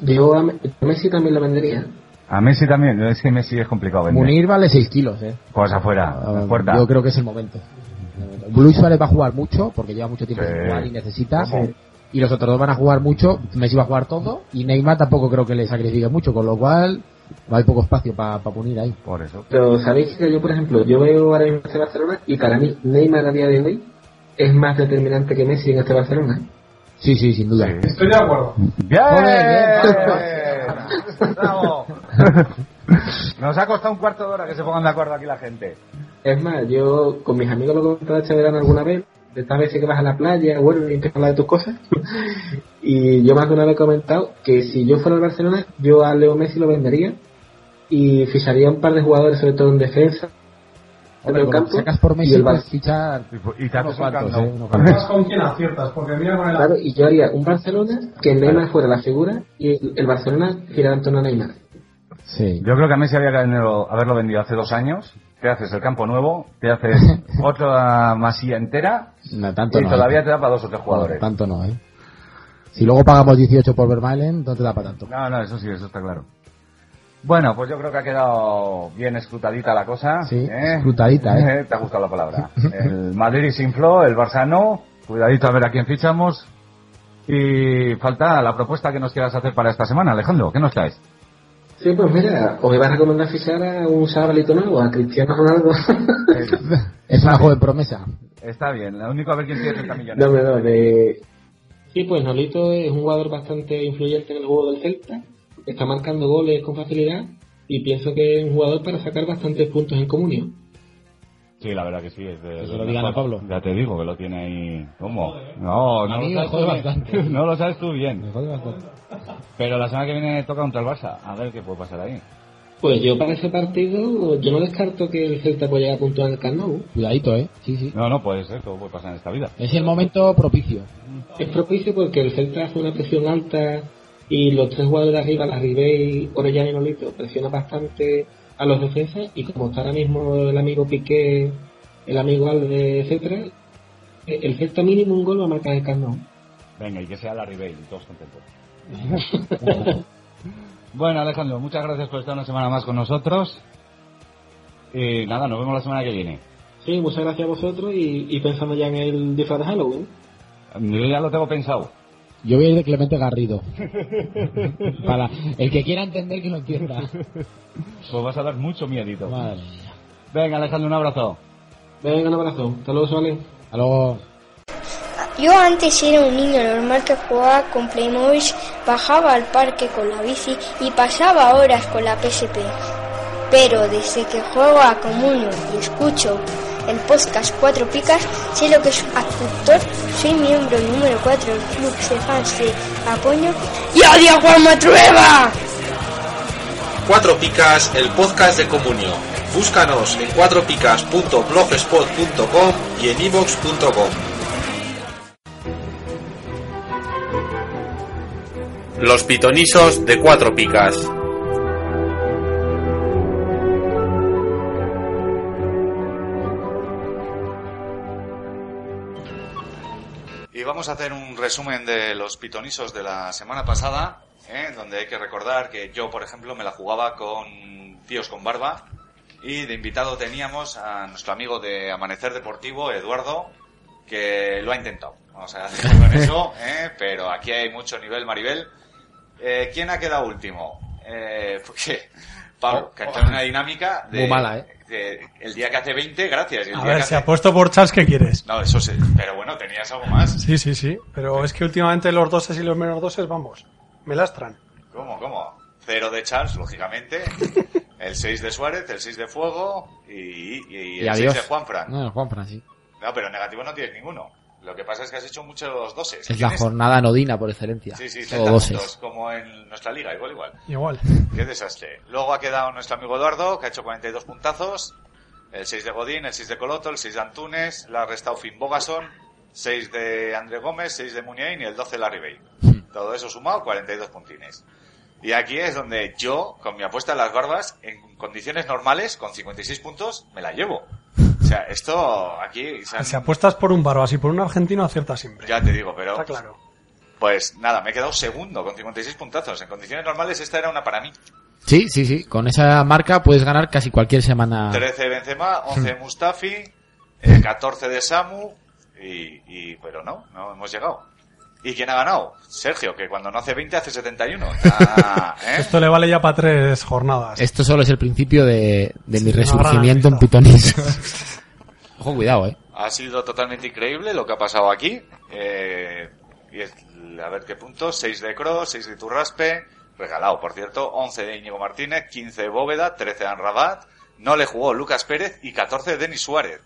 [SPEAKER 7] Yo a Me- a Messi también lo vendería.
[SPEAKER 1] A Messi también, es que Messi es complicado vender.
[SPEAKER 3] Munir vale 6 kilos, eh.
[SPEAKER 1] Pues afuera,
[SPEAKER 3] Ah,
[SPEAKER 1] puerta.
[SPEAKER 3] Yo creo que es el momento. Luis Suárez va a jugar mucho porque lleva mucho tiempo
[SPEAKER 1] Sí.
[SPEAKER 3] sin jugar y necesita.
[SPEAKER 1] Sí.
[SPEAKER 3] Y los otros dos van a jugar mucho. Messi va a jugar todo y Neymar tampoco creo que le sacrifique mucho, con lo cual hay poco espacio para punir ahí.
[SPEAKER 1] Por eso.
[SPEAKER 7] Pero sabéis que yo, por ejemplo, yo veo ahora mismo este Barcelona y para mí Neymar a día de hoy es más determinante que Messi en este Barcelona.
[SPEAKER 3] Sí, sí, sin duda.
[SPEAKER 1] Sí.
[SPEAKER 4] Estoy de acuerdo.
[SPEAKER 1] ¡Bien!
[SPEAKER 3] Joder,
[SPEAKER 1] ¡Bravo! Nos ha costado un cuarto de hora que se pongan de acuerdo aquí la gente.
[SPEAKER 7] Es más, yo con mis amigos lo comentaba este verano alguna vez, de estas veces que vas a la playa, bueno, y empiezas a hablar de tus cosas. y yo más de una vez he comentado que si yo fuera al Barcelona, yo a Leo Messi lo vendería y ficharía un par de jugadores, sobre todo en defensa.
[SPEAKER 3] Hombre, con lo
[SPEAKER 7] en el
[SPEAKER 3] que
[SPEAKER 7] campo,
[SPEAKER 3] sacas por
[SPEAKER 7] y
[SPEAKER 3] Messi,
[SPEAKER 7] el
[SPEAKER 3] pues
[SPEAKER 7] Bar-
[SPEAKER 3] fichar
[SPEAKER 1] Y, y te haces
[SPEAKER 3] unos
[SPEAKER 1] un
[SPEAKER 3] cuantos,
[SPEAKER 1] cantón.
[SPEAKER 3] eh, unos cuantos.
[SPEAKER 4] Vas con quién aciertas, porque mira con el
[SPEAKER 7] Claro, y yo haría un Barcelona que Neymar fuera la figura y el- el Barcelona girara en torno a Neymar.
[SPEAKER 3] Sí.
[SPEAKER 1] Yo creo que a Messi había que venderlo- haberlo vendido hace dos años. Te haces el campo nuevo, te haces otra masía entera
[SPEAKER 3] No, tanto
[SPEAKER 1] y
[SPEAKER 3] no.
[SPEAKER 1] todavía
[SPEAKER 3] eh.
[SPEAKER 1] te da para dos o tres jugadores.
[SPEAKER 3] Tanto no, eh. Si luego pagamos 18 por Vermaelen, no te da para tanto.
[SPEAKER 1] No, no, eso sí, eso está claro. Bueno, pues yo creo que ha quedado bien escrutadita la cosa.
[SPEAKER 3] Sí, escrutadita, ¿eh?
[SPEAKER 1] Te ha gustado la palabra. El Madrid se infló, el Barça no. Cuidadito a ver a quién fichamos. Y falta la propuesta que nos quieras hacer para esta semana, Alejandro. ¿Qué nos traes?
[SPEAKER 7] Sí, pues mira, os iba a recomendar fichar a un sabalito nuevo, a Cristiano Ronaldo.
[SPEAKER 3] Es una joven promesa.
[SPEAKER 1] Está bien, lo único a ver quién tiene 30 millones.
[SPEAKER 7] No, no, no, de... Sí, pues Nolito es un jugador bastante influyente en el juego del Celta, está marcando goles con facilidad y pienso que es un jugador para sacar bastantes puntos en comunio.
[SPEAKER 1] Sí, la verdad que sí. Es de,
[SPEAKER 3] Eso Pues lo digan a Pablo.
[SPEAKER 1] Ya te digo que lo tiene ahí. ¿Cómo? No,
[SPEAKER 3] A
[SPEAKER 1] no,
[SPEAKER 3] mí
[SPEAKER 1] lo
[SPEAKER 3] me
[SPEAKER 1] sabes
[SPEAKER 3] jode
[SPEAKER 1] tú bien.
[SPEAKER 3] bastante.
[SPEAKER 1] no lo sabes tú bien. Pero la semana que viene toca contra el Barça. A ver qué puede pasar ahí.
[SPEAKER 7] Pues yo para ese partido, yo no descarto que el Celta pueda llegar a puntuar en el Camp Nou.
[SPEAKER 3] Cuidadito, eh. Sí, sí.
[SPEAKER 1] No, no puede ser, todo puede pasar en esta vida.
[SPEAKER 3] Es el momento propicio.
[SPEAKER 7] Es propicio porque el Celta hace una presión alta y los tres jugadores de arriba, la Ribey, Orellana y Nolito, presionan bastante a los defensas y como está ahora mismo el amigo Piqué, el amigo Alves, etcétera, eh, el Celta mínimo un gol va a marcar el Camp
[SPEAKER 1] Venga, y que sea la Ribey, todos contentos. bueno, Alejandro, muchas gracias por estar una semana más con nosotros. Eh, nada, nos vemos la semana que viene.
[SPEAKER 7] Sí, muchas gracias a vosotros y, y pensando ya en el disfraz de Halloween.
[SPEAKER 1] Yo ya lo tengo pensado.
[SPEAKER 9] Yo voy a ir de Clemente Garrido. Para el que quiera entender que lo entienda.
[SPEAKER 1] Pues vas a dar mucho miedito.
[SPEAKER 9] Madre mía.
[SPEAKER 1] Venga, Alejandro, un abrazo.
[SPEAKER 7] Venga, un abrazo. Hasta luego, Solen.
[SPEAKER 9] Hasta luego.
[SPEAKER 10] Yo antes era un niño normal que jugaba con Playmobil, bajaba al parque con la bici y pasaba horas con la PSP. Pero desde que juego a Comunio y escucho el podcast Cuatro Picas, sé lo que es un actor, soy miembro número 4 del club de fans de Apoño y odio a Juan Matrueva.
[SPEAKER 5] Cuatro Picas, el podcast de Comunio. Búscanos en cuatropicas.blogspot.com y en ivox.com. Los pitonisos de Cuatro Picas.
[SPEAKER 6] Y vamos a hacer un resumen de los pitonisos de la semana pasada, ¿eh? donde hay que recordar que yo, por ejemplo, me la jugaba con tíos con barba y de invitado teníamos a nuestro amigo de Amanecer Deportivo, Eduardo, que lo ha intentado. Vamos a dejarlo en eso, ¿eh? pero aquí hay mucho nivel, Maribel. Eh, ¿Quién ha quedado último? Eh, porque Pablo, que ha entrado en una dinámica de,
[SPEAKER 3] Muy mala, ¿eh?
[SPEAKER 6] de- el día que hace 20, gracias. y el
[SPEAKER 4] A
[SPEAKER 6] día que
[SPEAKER 4] ver, si
[SPEAKER 6] hace-
[SPEAKER 4] apuesto por Chas, ¿qué quieres?
[SPEAKER 6] No, eso sí, pero bueno, tenías algo más.
[SPEAKER 4] Sí, sí, sí. Pero es que últimamente los doses y los menos doses, vamos, me lastran.
[SPEAKER 6] ¿Cómo, cómo? Cero de Charles, lógicamente. El 6 de Suárez, el 6 de Fuego y, y- y el 6 de Juanfran.
[SPEAKER 3] No, el Juanfran, sí.
[SPEAKER 6] No, pero negativo no tienes ninguno. Lo que pasa es que has hecho muchos doses.
[SPEAKER 3] Es la
[SPEAKER 6] ¿Tienes?
[SPEAKER 3] jornada anodina por excelencia.
[SPEAKER 6] Sí, sí,
[SPEAKER 3] o
[SPEAKER 6] 30 puntos,
[SPEAKER 3] doses.
[SPEAKER 6] como en nuestra liga, igual, igual.
[SPEAKER 4] Igual.
[SPEAKER 6] Qué desastre. Luego ha quedado nuestro amigo Eduardo, que ha hecho 42 puntazos. El 6 de Godín, el 6 de Coloto, el 6 de Antunes, la ha restado Finn Bogason, 6 de André Gómez, 6 de Muniain y el 12 Larry Bay.
[SPEAKER 4] Hmm.
[SPEAKER 6] Todo eso sumado, 42 puntines. Y aquí es donde yo, con mi apuesta en las barbas, en condiciones normales, con 56 puntos, me la llevo. O sea, esto aquí... se han-
[SPEAKER 4] Si apuestas por un baro, así por un argentino, aciertas siempre.
[SPEAKER 6] Ya te digo, pero...
[SPEAKER 4] Está claro.
[SPEAKER 6] Pues nada, me he quedado segundo con 56 puntazos. En condiciones normales esta era una para mí.
[SPEAKER 3] Sí, sí, sí. Con esa marca puedes ganar casi cualquier semana.
[SPEAKER 6] 13 Benzema, 11 Mustafi, eh, 14 de Samu, y, y- pero no, no hemos llegado. ¿Y quién ha ganado? Sergio, que cuando no hace 20 hace 71. Ah, ¿eh?
[SPEAKER 4] Esto le vale ya para tres jornadas.
[SPEAKER 3] Esto solo es el principio de, de mi
[SPEAKER 4] Una gran
[SPEAKER 3] resurgimiento en
[SPEAKER 4] amistad.
[SPEAKER 3] pitoniso. Ojo, cuidado, eh.
[SPEAKER 6] Ha sido totalmente increíble lo que ha pasado aquí. Eh, y es- a ver qué puntos. 6 de Cross, 6 de Turraspe, regalado por cierto, 11 de Íñigo Martínez, 15 de Bóveda, 13 de Anrabat, no le jugó Lucas Pérez y 14 de Denis Suárez.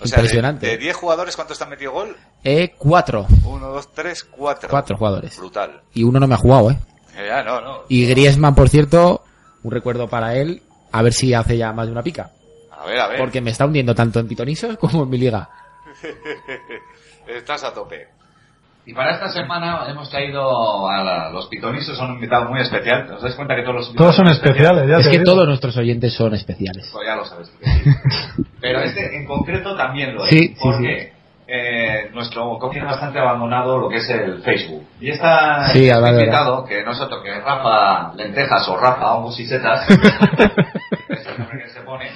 [SPEAKER 6] O sea, de-
[SPEAKER 3] Impresionante.
[SPEAKER 6] De, 10 jugadores, ¿cuántos te han metido gol?
[SPEAKER 3] E E4.
[SPEAKER 6] 1, 2, 3, 4.
[SPEAKER 3] Cuatro jugadores.
[SPEAKER 6] Brutal.
[SPEAKER 3] Y uno no me ha jugado, eh.
[SPEAKER 6] Eh, Ya, no, no.
[SPEAKER 3] Y Griezmann, por cierto, un recuerdo para él. A ver si hace ya más de una pica.
[SPEAKER 6] A ver, a ver.
[SPEAKER 3] Porque me está hundiendo tanto en pitonisos como en mi liga.
[SPEAKER 6] Estás a tope.
[SPEAKER 1] Y para esta semana hemos traído a los pitonisos a un invitado muy especial. ¿Os dais cuenta que todos los
[SPEAKER 4] Todos son especiales, ya
[SPEAKER 3] Es
[SPEAKER 4] te
[SPEAKER 3] que
[SPEAKER 4] digo.
[SPEAKER 3] todos nuestros oyentes son especiales.
[SPEAKER 1] Pues ya lo sabes. que sí. Pero este en concreto también lo es.
[SPEAKER 3] Sí, sí,
[SPEAKER 1] porque eh, nuestro coche tiene bastante abandonado lo que es el Facebook. Y está
[SPEAKER 3] Sí, ahora verás.
[SPEAKER 1] invitado, que no es otro que Rafa Lentejas o Rafa Hongos y Setas, Este es el nombre que se pone,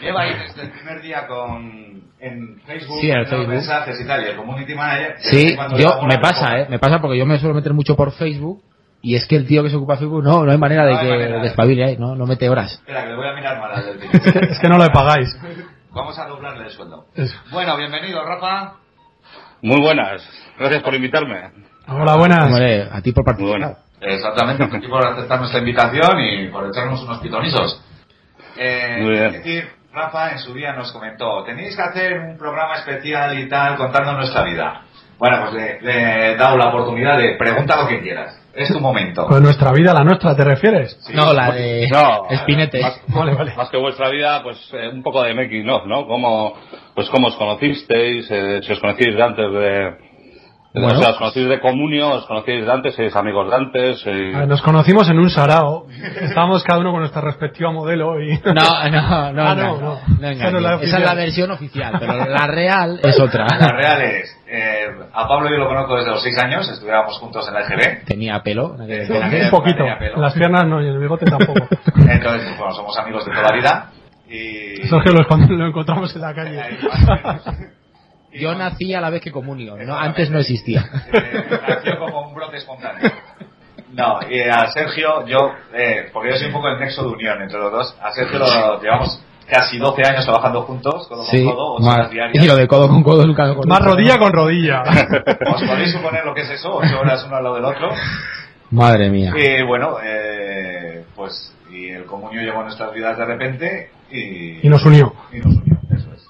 [SPEAKER 1] lleva ahí este. desde el primer día con en Facebook,
[SPEAKER 3] Sí, en el
[SPEAKER 1] mandando
[SPEAKER 3] Facebook.
[SPEAKER 1] mensajes y tal, y el community manager.
[SPEAKER 3] Sí,
[SPEAKER 1] cuando
[SPEAKER 3] yo,
[SPEAKER 1] elabora
[SPEAKER 3] me
[SPEAKER 1] la
[SPEAKER 3] pasa,
[SPEAKER 1] copa.
[SPEAKER 3] eh. Me pasa porque yo me suelo meter mucho por Facebook. Y es que el tío que se ocupa de Facebook, no, no hay manera de
[SPEAKER 1] No hay
[SPEAKER 3] que
[SPEAKER 1] manera.
[SPEAKER 3] despabile, eh. No, no mete horas.
[SPEAKER 1] Espera, que le voy a mirar mal al del
[SPEAKER 4] Es que no le pagáis.
[SPEAKER 1] Vamos a doblarle el sueldo.
[SPEAKER 4] Eso.
[SPEAKER 1] Bueno, bienvenido, Rafa.
[SPEAKER 5] Muy buenas, gracias por invitarme.
[SPEAKER 4] Hola, buenas.
[SPEAKER 3] Hombre, a ti por
[SPEAKER 5] Muy
[SPEAKER 3] participar.
[SPEAKER 5] buenas.
[SPEAKER 1] Exactamente, y por aceptar nuestra invitación y por echarnos unos pitonisos. Eh,
[SPEAKER 5] Muy bien.
[SPEAKER 1] es decir, Rafa en su día nos comentó, tenéis que hacer un programa especial y tal, contando nuestra vida. Bueno, pues le, le he dado la oportunidad de pregunta lo que quieras. Es tu momento.
[SPEAKER 4] Pues nuestra vida, la nuestra, ¿te refieres?
[SPEAKER 3] No, la de
[SPEAKER 5] No,
[SPEAKER 3] Espinete.
[SPEAKER 5] más-
[SPEAKER 4] Vale, vale.
[SPEAKER 5] Más que vuestra vida, pues eh, un poco de making of, ¿no? ¿Cómo, pues cómo os conocisteis? eh, si os conocíais de antes de,
[SPEAKER 1] O sea, os conocéis de comunio, os conocéis de antes, sois amigos de antes. eh, sois-
[SPEAKER 4] Ah, Nos conocimos en un sarao. Estábamos cada uno con nuestra respectiva modelo y.
[SPEAKER 3] No, no, no,
[SPEAKER 4] Ah,
[SPEAKER 3] no,
[SPEAKER 4] no,
[SPEAKER 3] no,
[SPEAKER 4] no.
[SPEAKER 3] no engañes.
[SPEAKER 4] Esa no es la
[SPEAKER 3] Esa
[SPEAKER 4] oficial.
[SPEAKER 3] es la versión oficial, pero la real es otra.
[SPEAKER 6] La real es, eh, a Pablo yo lo conozco desde los 6 años, estudiábamos juntos en la E EGB.
[SPEAKER 3] Tenía pelo. en aquel
[SPEAKER 6] Tenía
[SPEAKER 3] entonces.
[SPEAKER 6] pelo,
[SPEAKER 4] poquito.
[SPEAKER 6] tenía pelo.
[SPEAKER 4] En las piernas no, y en el bigote tampoco.
[SPEAKER 6] Entonces, bueno, somos amigos de toda la vida. Y...
[SPEAKER 4] Sergio lo, escond- lo encontramos en la calle.
[SPEAKER 3] Yo nací a la vez que comunio, no, antes no existía.
[SPEAKER 6] nació como un brote espontáneo. No, y a Sergio, yo, eh, porque yo soy un poco el nexo de unión entre los dos, a Sergio lo llevamos casi 12 años trabajando juntos, codo
[SPEAKER 3] Sí,
[SPEAKER 6] con codo, 8
[SPEAKER 3] más-
[SPEAKER 6] horas
[SPEAKER 3] y lo
[SPEAKER 6] diarias.
[SPEAKER 3] de codo con codo nunca lo conozco.
[SPEAKER 4] Más rodilla con rodilla.
[SPEAKER 6] ¿Os podéis suponer lo que es eso? 8 horas uno al lado del otro.
[SPEAKER 3] Madre mía.
[SPEAKER 6] Y bueno, eh, pues, y el comunio llegó a nuestras vidas de repente y...
[SPEAKER 4] Y nos unió.
[SPEAKER 6] Y nos unió, eso es.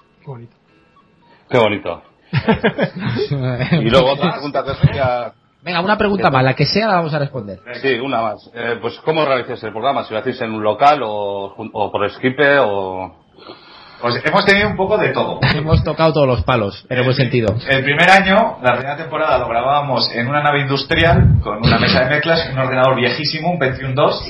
[SPEAKER 1] Qué bonito. Y luego otra pregunta que os quería-
[SPEAKER 3] Venga, una pregunta más, la que sea la vamos a responder.
[SPEAKER 1] Sí, una más. Eh, pues, ¿cómo realizáis el programa? ¿Si lo hacéis en un local o, jun- o por Skype o...?
[SPEAKER 6] Pues hemos tenido un poco de todo.
[SPEAKER 3] Hemos tocado todos los palos, en el buen sentido.
[SPEAKER 6] El primer año, la primera temporada, lo grabábamos en una nave industrial con una mesa de mezclas, un ordenador viejísimo, un Pentium 2,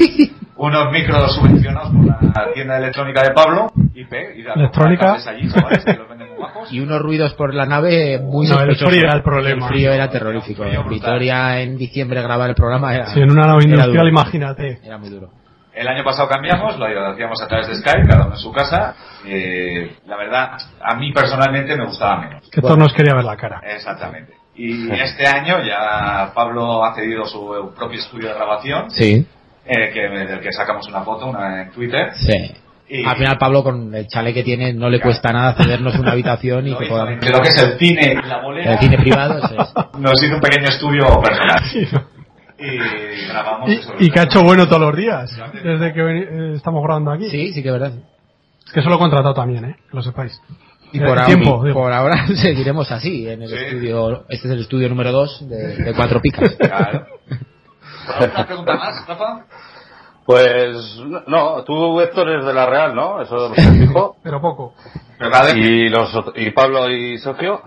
[SPEAKER 6] unos micros subvencionados por la tienda de electrónica de Pablo, IP, y de
[SPEAKER 3] Electrónica.
[SPEAKER 6] allí, chavales, que los venden muy bajos.
[SPEAKER 3] Y unos ruidos por la nave muy
[SPEAKER 4] No, el
[SPEAKER 3] sospechosos.
[SPEAKER 4] frío era el problema.
[SPEAKER 3] El frío era terrorífico. En Vitoria en diciembre grabar el programa era...
[SPEAKER 4] Si Ah, en una nave
[SPEAKER 3] era
[SPEAKER 4] industrial,
[SPEAKER 3] duro.
[SPEAKER 4] imagínate.
[SPEAKER 3] Era muy duro.
[SPEAKER 6] El año pasado cambiamos, lo hacíamos a través de Skype, cada uno en su casa. Eh, la verdad, a mí personalmente me gustaba menos.
[SPEAKER 4] Que todos nos quería ver la cara.
[SPEAKER 6] Exactamente. Y este año ya Pablo ha cedido su propio estudio de grabación,
[SPEAKER 3] Sí,
[SPEAKER 6] eh, que, del que sacamos una foto una en Twitter.
[SPEAKER 3] sí.
[SPEAKER 6] Y-
[SPEAKER 3] Al final Pablo con el chale que tiene no le cuesta nada cedernos una habitación y que podamos...
[SPEAKER 6] de lo que es el cine y la bolera.
[SPEAKER 3] El cine privado, eso es.
[SPEAKER 6] Nos hizo un pequeño estudio personal. Y grabamos eso.
[SPEAKER 4] Y que ha hecho bueno todos los días, desde que veni- eh, estamos grabando aquí.
[SPEAKER 3] Sí, sí que es verdad.
[SPEAKER 4] Es que eso lo he contratado también, ¿eh? que lo sepáis.
[SPEAKER 3] Y
[SPEAKER 4] Eh,
[SPEAKER 3] por, ahora-
[SPEAKER 4] tiempo, digo.
[SPEAKER 3] por ahora seguiremos así, en el estudio, este es el estudio número 2 de, de Cuatro Picas.
[SPEAKER 6] ¿Alguna pregunta más, Rafa?
[SPEAKER 1] Pues no, tú Héctor eres de la Real, ¿no? Eso es fijo.
[SPEAKER 4] Pero poco.
[SPEAKER 1] Y, los, ot- y Pablo y Sergio.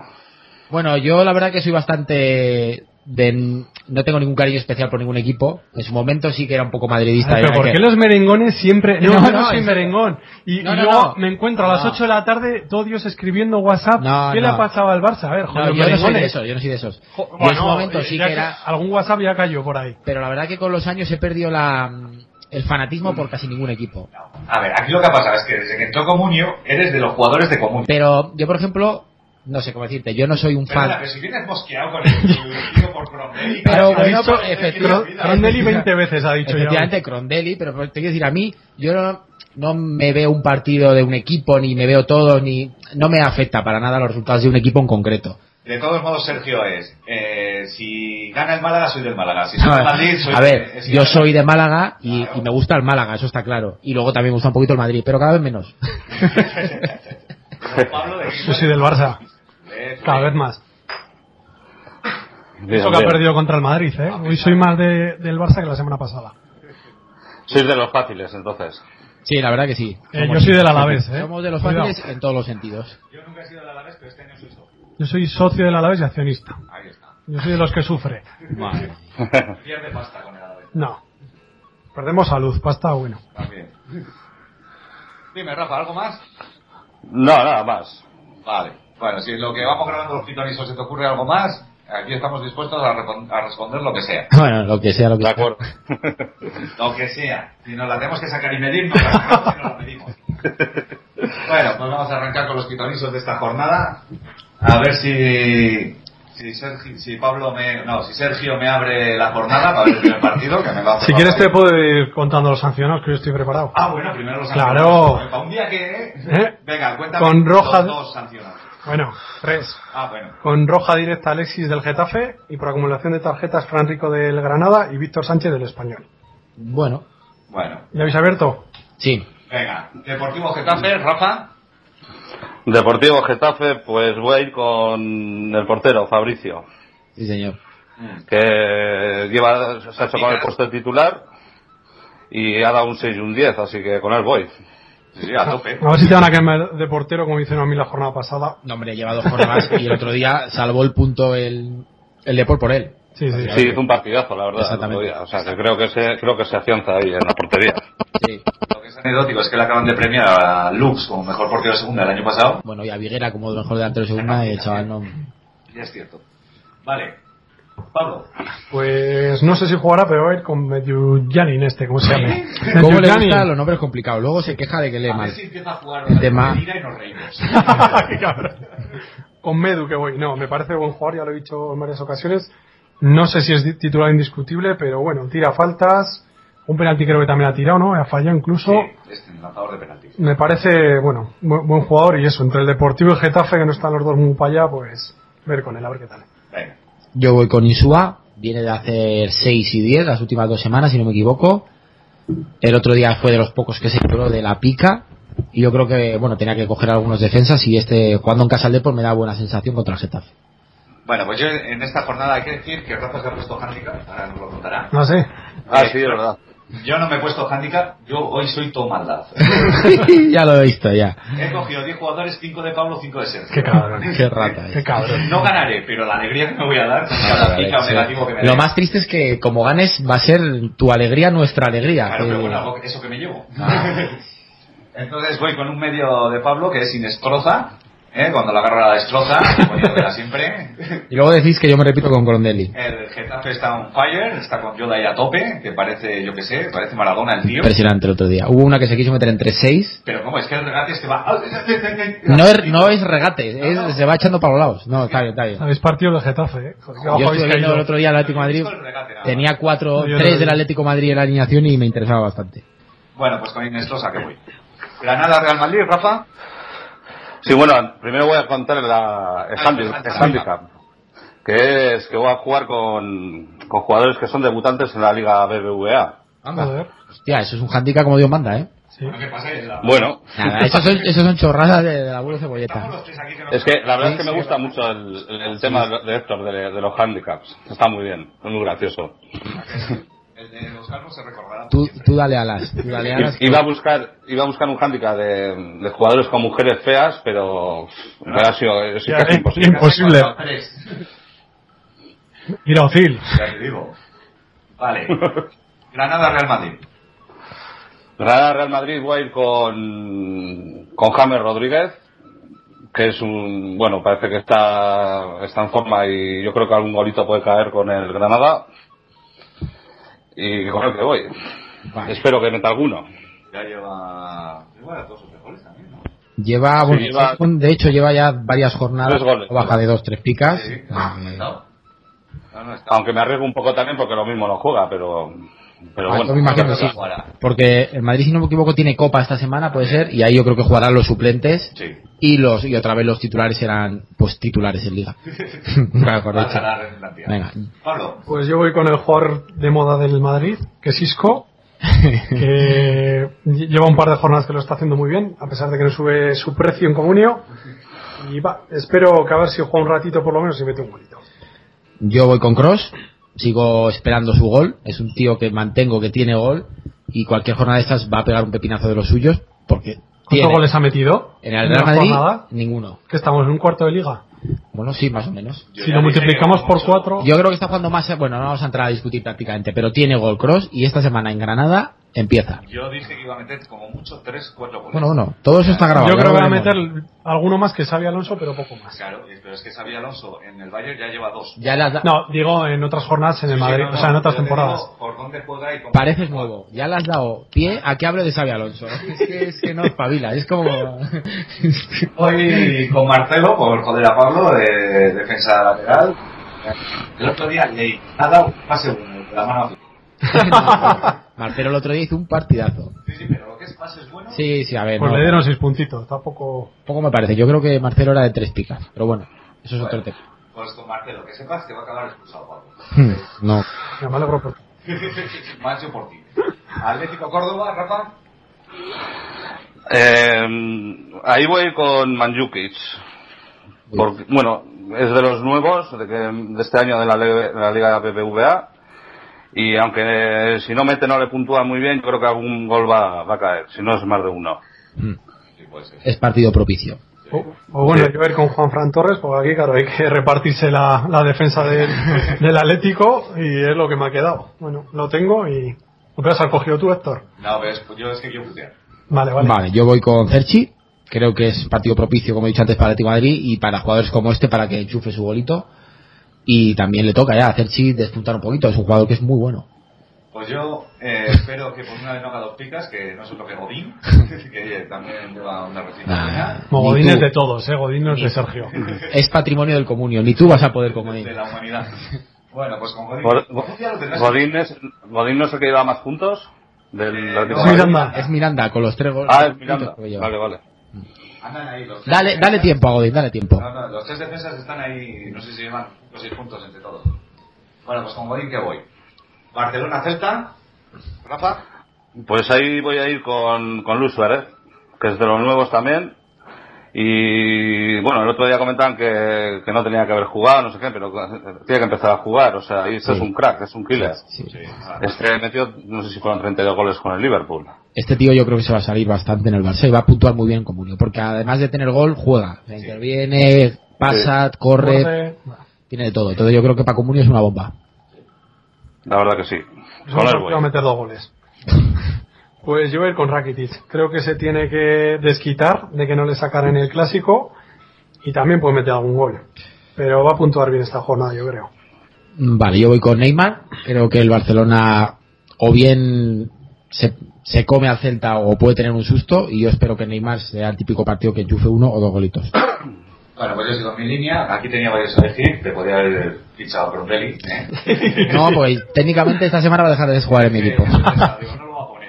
[SPEAKER 3] Bueno, yo la verdad que soy bastante de, no tengo ningún cariño especial por ningún equipo. En su momento sí que era un poco madridista.
[SPEAKER 4] Ay, pero
[SPEAKER 3] era
[SPEAKER 4] ¿por
[SPEAKER 3] que-
[SPEAKER 4] qué los merengones siempre.? No,
[SPEAKER 3] No,
[SPEAKER 4] no,
[SPEAKER 3] no,
[SPEAKER 4] soy
[SPEAKER 3] es-
[SPEAKER 4] merengón. Y,
[SPEAKER 3] No,
[SPEAKER 4] y
[SPEAKER 3] no,
[SPEAKER 4] luego
[SPEAKER 3] no.
[SPEAKER 4] me encuentro a las
[SPEAKER 3] No.
[SPEAKER 4] 8 de la tarde, todo Dios escribiendo WhatsApp.
[SPEAKER 3] No,
[SPEAKER 4] ¿Qué
[SPEAKER 3] no.
[SPEAKER 4] le ha pasado al Barça? A ver,
[SPEAKER 3] No, yo no soy
[SPEAKER 4] joder,
[SPEAKER 3] de
[SPEAKER 4] merengones.
[SPEAKER 3] esos, yo no soy de esos.
[SPEAKER 4] Jo-
[SPEAKER 3] Yo en
[SPEAKER 4] bueno,
[SPEAKER 3] su momento
[SPEAKER 4] eh,
[SPEAKER 3] sí
[SPEAKER 4] ya
[SPEAKER 3] que era,
[SPEAKER 4] Algún WhatsApp ya cayó por ahí.
[SPEAKER 3] pero la verdad que con los años he perdido la, el fanatismo
[SPEAKER 4] Mm.
[SPEAKER 3] por casi ningún equipo.
[SPEAKER 6] A ver, aquí lo que ha pasado es que desde que entró Comunio, eres de los jugadores de Comunio.
[SPEAKER 3] Pero yo, por ejemplo, no sé cómo decirte, yo no soy un
[SPEAKER 6] Perdona,
[SPEAKER 3] fan.
[SPEAKER 6] Pero si vienes mosqueado con el tío por Crondelli.
[SPEAKER 3] Pero
[SPEAKER 6] Ha
[SPEAKER 3] bueno, pues,
[SPEAKER 6] dicho-
[SPEAKER 3] pero efectivamente-
[SPEAKER 6] Cron- Crondelli
[SPEAKER 4] 20 veces ha dicho ya.
[SPEAKER 3] Efectivamente, Crondelli, pero te quiero decir, a mí, yo no, no me veo un partido de un equipo, ni me veo todo, ni. No me afecta para nada los resultados de un equipo en concreto.
[SPEAKER 6] De todos modos, Sergio es, eh, si gana el Málaga, soy del Málaga. Si soy del Madrid, soy
[SPEAKER 3] A ver,
[SPEAKER 6] eh, si
[SPEAKER 3] yo
[SPEAKER 6] gana-
[SPEAKER 3] soy de Málaga y, y me gusta el Málaga, eso está claro. Y luego también me gusta un poquito el Madrid, pero cada vez menos.
[SPEAKER 6] Pablo de
[SPEAKER 4] Yo soy del Barça. Cada vez más.
[SPEAKER 1] Bien,
[SPEAKER 4] Eso que ha
[SPEAKER 1] bien.
[SPEAKER 4] perdido contra el Madrid, ¿eh? Hoy soy más de- del Barça que la semana pasada.
[SPEAKER 1] Sois de los fáciles, entonces.
[SPEAKER 3] Sí, la verdad que sí.
[SPEAKER 4] Eh, yo soy del Alavés, ¿eh?
[SPEAKER 3] Somos de los
[SPEAKER 4] Cuidado.
[SPEAKER 3] fáciles en todos los sentidos.
[SPEAKER 6] Yo nunca he sido del Alavés, pero este año soy socio.
[SPEAKER 4] Yo soy socio del Alavés y accionista.
[SPEAKER 6] Ahí está.
[SPEAKER 4] Yo soy de los que sufre.
[SPEAKER 6] Pierde pasta con el Alavés.
[SPEAKER 4] No. Perdemos salud, pasta, bueno.
[SPEAKER 6] También. Dime, Rafa, ¿algo más?
[SPEAKER 1] No, nada más.
[SPEAKER 6] Vale. Bueno, si lo que vamos grabando los pitonisos se te ocurre algo más, aquí estamos dispuestos a, repon- a responder lo que sea.
[SPEAKER 3] Bueno, lo que sea, lo que sea.
[SPEAKER 6] Lo que sea. Si nos la tenemos que sacar y medir, nos la sacamos y nos la medimos. Bueno, pues vamos a arrancar con los pitonisos de esta jornada. A ver si si, Sergi- si Pablo me no, si Sergio me abre la jornada para ver el primer partido que me va a hacer
[SPEAKER 4] Si quieres
[SPEAKER 6] favor.
[SPEAKER 4] te puedo ir contando los sancionados, que yo estoy preparado.
[SPEAKER 6] Ah, bueno, primero los sancionados.
[SPEAKER 4] Claro.
[SPEAKER 6] Para un día que
[SPEAKER 4] ¿Eh?
[SPEAKER 6] Venga, pues, cuéntame.
[SPEAKER 4] Con
[SPEAKER 6] los
[SPEAKER 4] roja-
[SPEAKER 6] dos sancionados.
[SPEAKER 4] Bueno, tres.
[SPEAKER 6] Ah, bueno.
[SPEAKER 4] Con roja directa Alexis del Getafe y por acumulación de tarjetas Fran Rico del Granada y Víctor Sánchez del Español.
[SPEAKER 3] Bueno,
[SPEAKER 6] Bueno,
[SPEAKER 4] ¿Ya habéis abierto?
[SPEAKER 3] sí.
[SPEAKER 6] venga. Deportivo Getafe, Rafa.
[SPEAKER 1] Deportivo Getafe, pues voy a ir con el portero, Fabricio,
[SPEAKER 3] Sí, señor.
[SPEAKER 1] que lleva, se ha hecho con el puesto de titular y ha dado un 6 y un 10, así que con él voy.
[SPEAKER 6] Sí, a tope.
[SPEAKER 4] A ver si te van a quemar de portero, como hicieron a mí la jornada pasada.
[SPEAKER 3] No, hombre, lleva dos jornadas y el otro día salvó el punto el, el Depor por él.
[SPEAKER 4] Sí, sí.
[SPEAKER 1] Sí, hizo un partidazo, la verdad.
[SPEAKER 3] Exactamente.
[SPEAKER 1] el otro día. O sea, que creo que se, creo que se afianza ahí en la portería.
[SPEAKER 6] Es anecdótico, es que le acaban de premiar a Lux como mejor portero de segunda el año pasado.
[SPEAKER 3] Bueno, y a Viguera como de mejor delantero de segunda y el chaval no...
[SPEAKER 6] Ya es cierto. Vale. Pablo.
[SPEAKER 4] Pues no sé si jugará, pero va a ir con Medjujanin este, ¿cómo se llama?
[SPEAKER 3] ¿Cómo le
[SPEAKER 4] Medjujanin.
[SPEAKER 3] gustan los nombres complicados? Luego se queja de que lee mal.
[SPEAKER 6] empieza a jugar
[SPEAKER 3] El tema-
[SPEAKER 6] Liga y nos reímos.
[SPEAKER 4] Qué cabrón. Con Medu que voy. No, me parece buen jugador, ya lo he dicho en varias ocasiones. No sé si es di- titular indiscutible, pero bueno, tira faltas. Un penalti creo que también ha tirado, ¿no? Ha fallado incluso.
[SPEAKER 6] Este, el lanzador de penalti.
[SPEAKER 4] Me parece, bueno, bu- buen jugador y eso. Entre el Deportivo y el Getafe, que no están los dos muy para allá, pues ver con él, a ver qué tal.
[SPEAKER 3] Yo voy con Insúa, viene de hacer 6 y 10 las últimas dos semanas, si no me equivoco. El otro día fue de los pocos que se libró de la pica. Y yo creo que, bueno, tenía que coger algunos defensas y este, jugando en casa al Depor me da buena sensación contra el Getafe.
[SPEAKER 6] Bueno, pues yo en esta jornada hay que decir que Rafa se ha puesto handicap, ahora nos lo contará.
[SPEAKER 4] No sé.
[SPEAKER 1] Ah, sí, es verdad.
[SPEAKER 6] Yo no me he puesto handicap, yo hoy soy todo maldad.
[SPEAKER 3] ya lo he visto, ya.
[SPEAKER 6] He cogido 10 jugadores, 5 de Pablo, 5 de Sergio.
[SPEAKER 4] Qué cabrón.
[SPEAKER 3] Qué rata. es.
[SPEAKER 4] Qué cabrón.
[SPEAKER 6] No ganaré, pero la alegría que me voy a dar con cada pica o negativo que me dé.
[SPEAKER 3] Lo más triste es que como ganes va a ser tu alegría nuestra alegría. Eh,
[SPEAKER 6] Claro, pero
[SPEAKER 3] que-
[SPEAKER 6] bueno, algo- eso que me llevo.
[SPEAKER 3] Ah.
[SPEAKER 6] Entonces voy con un medio de Pablo que es Inestroza. ¿eh? Cuando la agarra la destroza, poniéndotela siempre.
[SPEAKER 3] Y luego decís que yo me repito con Corondelli.
[SPEAKER 6] El Getafe está on fire, está con Yoda ahí a tope, que parece, yo qué sé, parece Maradona el tío.
[SPEAKER 3] Impresionante el otro día. Hubo una que se quiso meter entre 6.
[SPEAKER 6] Pero cómo, es que el regate es que va...
[SPEAKER 3] No es, no es regate, es- se va echando para los lados. No, está bien, está bien.
[SPEAKER 4] Ah, Habéis partido del Getafe, ¿eh? Joder, qué abajo
[SPEAKER 3] Yo
[SPEAKER 4] habéis
[SPEAKER 3] estuve viendo
[SPEAKER 4] caído.
[SPEAKER 3] el otro día el Atlético de Madrid. Tenía cuatro,
[SPEAKER 4] No, yo no
[SPEAKER 3] tres
[SPEAKER 4] lo
[SPEAKER 3] del
[SPEAKER 4] vi.
[SPEAKER 3] Atlético de Madrid en la alineación y me interesaba bastante.
[SPEAKER 6] Bueno, pues con Inestroza que voy. Granada, Real Madrid, Rafa.
[SPEAKER 1] Sí, bueno, primero voy a contar la, el,
[SPEAKER 6] Ah,
[SPEAKER 1] handi-
[SPEAKER 6] el
[SPEAKER 1] el handicap, que es que voy a jugar con, con jugadores que son debutantes en la Liga BBVA.
[SPEAKER 4] Joder.
[SPEAKER 3] Hostia, eso es un handicap como Dios manda, ¿eh?
[SPEAKER 6] ¿Qué pasa?
[SPEAKER 1] Bueno,
[SPEAKER 3] Nada, esos son, esos son chorradas de- del abuelo Cebolleta.
[SPEAKER 1] es que la verdad
[SPEAKER 3] Sí,
[SPEAKER 1] es que me
[SPEAKER 3] sí,
[SPEAKER 1] gusta mucho el, el tema de- de Héctor, de, de los handicaps. Está muy bien, es muy gracioso.
[SPEAKER 6] El de Oscar no se recordará.
[SPEAKER 3] Tú, tú dale alas, tú dale alas.
[SPEAKER 1] I- Iba a buscar, iba a buscar un handicap de, de jugadores con mujeres feas, pero pero ha sido es
[SPEAKER 4] Ya,
[SPEAKER 1] casi
[SPEAKER 4] eh,
[SPEAKER 1] imposible.
[SPEAKER 4] Imposible.
[SPEAKER 6] Tres.
[SPEAKER 4] Mira, Ozil.
[SPEAKER 6] Ya te digo. Vale. Granada, Real Madrid.
[SPEAKER 1] Granada Real Madrid voy a ir con, con James Rodríguez, que es un, bueno, parece que está, está en forma y yo creo que algún golito puede caer con el Granada. Y con el que voy.
[SPEAKER 3] Vale.
[SPEAKER 1] Espero que meta alguno.
[SPEAKER 6] Ya lleva. Igual dos o tres goles también, ¿no?
[SPEAKER 3] Lleva, bueno,
[SPEAKER 1] lleva-
[SPEAKER 3] de hecho lleva ya varias jornadas
[SPEAKER 1] Tres goles.
[SPEAKER 3] baja de dos, tres picas.
[SPEAKER 6] Sí. Ah,
[SPEAKER 3] Eh,
[SPEAKER 6] No. No, no, está.
[SPEAKER 1] Aunque me arriesgo un poco también porque lo mismo no juega, pero, pero
[SPEAKER 3] Ah,
[SPEAKER 1] bueno.
[SPEAKER 3] yo me imagino,
[SPEAKER 1] creo que
[SPEAKER 3] sí.
[SPEAKER 6] jugará.
[SPEAKER 3] Porque el Madrid, si no me equivoco, tiene Copa esta semana, puede ser, y ahí yo creo que jugarán los suplentes
[SPEAKER 6] Sí.
[SPEAKER 3] y los y otra vez los titulares serán pues titulares en Liga. Nunca mejor
[SPEAKER 6] Va a
[SPEAKER 3] dicho.
[SPEAKER 6] ganar en la tía.
[SPEAKER 3] Venga,
[SPEAKER 6] Pablo.
[SPEAKER 4] Pues yo voy con el jugador de moda del Madrid, que es Isco, que lle- lleva un par de jornadas que lo está haciendo muy bien, a pesar de que no sube su precio en comunio. Y va, espero que a ver si juega un ratito por lo menos y mete un golito.
[SPEAKER 3] Yo voy con Cross, sigo esperando su gol. Es un tío que mantengo que tiene gol y cualquier jornada de estas va a pegar un pepinazo de los suyos porque tiene
[SPEAKER 4] ¿Cuántos goles ha metido?
[SPEAKER 3] en el
[SPEAKER 4] una
[SPEAKER 3] Real Madrid
[SPEAKER 4] jornada?
[SPEAKER 3] ninguno.
[SPEAKER 4] Que estamos en un cuarto de liga.
[SPEAKER 3] Bueno, sí, más o menos.
[SPEAKER 6] Yo
[SPEAKER 4] si
[SPEAKER 6] ya
[SPEAKER 4] lo
[SPEAKER 6] dije que
[SPEAKER 4] multiplicamos
[SPEAKER 6] no
[SPEAKER 4] por
[SPEAKER 6] mucho.
[SPEAKER 4] cuatro,
[SPEAKER 3] Yo creo que está jugando más, bueno, no vamos a entrar a discutir prácticamente, pero tiene gol Cross y esta semana en Granada empieza.
[SPEAKER 6] Yo dije que iba a meter como mucho tres, cuatro goles.
[SPEAKER 3] Bueno, bueno, todo eso está grabado.
[SPEAKER 4] yo
[SPEAKER 3] ya
[SPEAKER 4] creo
[SPEAKER 3] lo
[SPEAKER 4] que va a
[SPEAKER 3] veremos.
[SPEAKER 4] meter alguno más que Xavi Alonso, pero poco más.
[SPEAKER 6] Claro, eh, pero es que Xavi Alonso en el Bayern ya lleva dos.
[SPEAKER 3] Ya le has da-
[SPEAKER 4] No, digo en otras jornadas en
[SPEAKER 6] Sí,
[SPEAKER 4] el
[SPEAKER 6] sí,
[SPEAKER 4] Madrid,
[SPEAKER 6] no,
[SPEAKER 4] o sea, en
[SPEAKER 6] no,
[SPEAKER 4] otras
[SPEAKER 6] yo te
[SPEAKER 4] temporadas.
[SPEAKER 6] digo Por dónde juega y cómo-
[SPEAKER 3] pareces nuevo. Ya le has dado pie a que hable de Xavi Alonso. Es que, es que no espabila, es como...
[SPEAKER 6] Hoy con Marcelo, por joder a Pablo, de defensa lateral. El otro día le ha dado un pase bueno, con la mano. azul.
[SPEAKER 3] Marcelo el otro día hizo un partidazo.
[SPEAKER 6] Sí, sí, pero lo que es pases bueno.
[SPEAKER 3] Sí, sí, a ver.
[SPEAKER 4] Pues
[SPEAKER 3] no,
[SPEAKER 4] le dieron seis puntitos, tampoco.
[SPEAKER 3] Poco me parece. Yo creo que Marcelo era de tres picas. Pero bueno, eso es otro tema.
[SPEAKER 6] Pues con Marcelo, que sepas que va a acabar expulsado Pablo.
[SPEAKER 3] Hmm, No.
[SPEAKER 4] Me alegro por
[SPEAKER 6] Macho por ti. Atlético Córdoba, Rafa.
[SPEAKER 1] Eh, ahí voy con Manjukic. Porque, bueno, es de los nuevos de, que- de este año de la, le- de la Liga BBVA. Y aunque eh, si no mete no le puntúa muy bien, yo creo que algún gol va, va a caer. Si no es más de uno.
[SPEAKER 3] Mm.
[SPEAKER 6] Sí, puede ser.
[SPEAKER 3] Es partido propicio.
[SPEAKER 6] Sí.
[SPEAKER 4] O bueno, yo ir con Juan Fran Torres, porque aquí, claro, hay que repartirse la, la defensa del, del Atlético y es lo que me ha quedado. Bueno, lo tengo y. Lo has cogido tú, Héctor.
[SPEAKER 6] No, ves, pues yo es que quiero putear.
[SPEAKER 4] Vale,
[SPEAKER 3] vale. yo voy con Cerchi. Creo que es partido propicio, como he dicho antes, para el Atlético de Madrid y para jugadores como este para que enchufe su bolito. Y también le toca ya a Cerchi despuntar un poquito. Es un jugador que es muy bueno.
[SPEAKER 6] Pues yo eh, espero que por una vez no haga dos picas, que no es otro que Godín, que eh, también lleva una resignación.
[SPEAKER 4] Como Godín
[SPEAKER 3] Ni tú.
[SPEAKER 4] es de todos, ¿eh? Godín no es de Sergio.
[SPEAKER 3] Es patrimonio del comunio. Ni tú vas a poder como él.
[SPEAKER 6] de la humanidad. Bueno, pues con Godín.
[SPEAKER 1] Go-
[SPEAKER 6] Un día lo tendrás.
[SPEAKER 1] Go- Godín, es, Godín no es el que lleva más puntos del
[SPEAKER 6] Eh,
[SPEAKER 1] Atlético
[SPEAKER 3] Es
[SPEAKER 1] de Madrid.
[SPEAKER 3] Miranda. Es Miranda, con los tres goles.
[SPEAKER 1] Ah, es Miranda.
[SPEAKER 3] que lleva.
[SPEAKER 1] Vale, vale.
[SPEAKER 6] Andan ahí los tres
[SPEAKER 3] Dale, dale
[SPEAKER 6] defensas.
[SPEAKER 3] tiempo a Godín, dale tiempo.
[SPEAKER 6] No, no, los tres defensas están ahí, no sé si llevan los seis puntos entre todos. Bueno, pues con Godín que voy. Barcelona-Celta. Rafa.
[SPEAKER 1] Pues ahí voy a ir con, con Luis Suárez, que es de los nuevos también. Y bueno, el otro día comentaban que, que no tenía que haber jugado, no sé qué, pero tiene que empezar a jugar. O sea, y este
[SPEAKER 3] Sí.
[SPEAKER 1] es un crack, es un killer.
[SPEAKER 6] Sí.
[SPEAKER 1] Este metió, no sé si fueron 32 goles con el Liverpool.
[SPEAKER 3] Este tío yo creo que se va a salir bastante en el Barça y va a puntuar muy bien en comunio. Porque además de tener gol, juega. Se interviene, pasa, corre,
[SPEAKER 4] Corre.
[SPEAKER 3] tiene de todo. Entonces yo creo que para comunio es una bomba.
[SPEAKER 1] La verdad que sí. Con él
[SPEAKER 4] Nosotros
[SPEAKER 1] voy.
[SPEAKER 4] iba Pues a meter dos goles. Pues yo voy a ir con Rakitic. Creo que se tiene que desquitar de que no le sacaran el clásico y también puede meter algún gol. Pero va a puntuar bien esta jornada, yo creo.
[SPEAKER 3] Mm, Vale, yo voy con Neymar. Creo que el Barcelona o bien se, se come al Celta o puede tener un susto. Y yo espero que Neymar sea el típico partido que enchufe uno o dos golitos.
[SPEAKER 6] Bueno, pues yo sigo en mi línea. Aquí tenía varios a elegir, te podía haber fichado por Peli. ¿eh?
[SPEAKER 3] No, pues técnicamente esta semana va a dejar de jugar en mi equipo.
[SPEAKER 6] Digo, no lo voy a poner.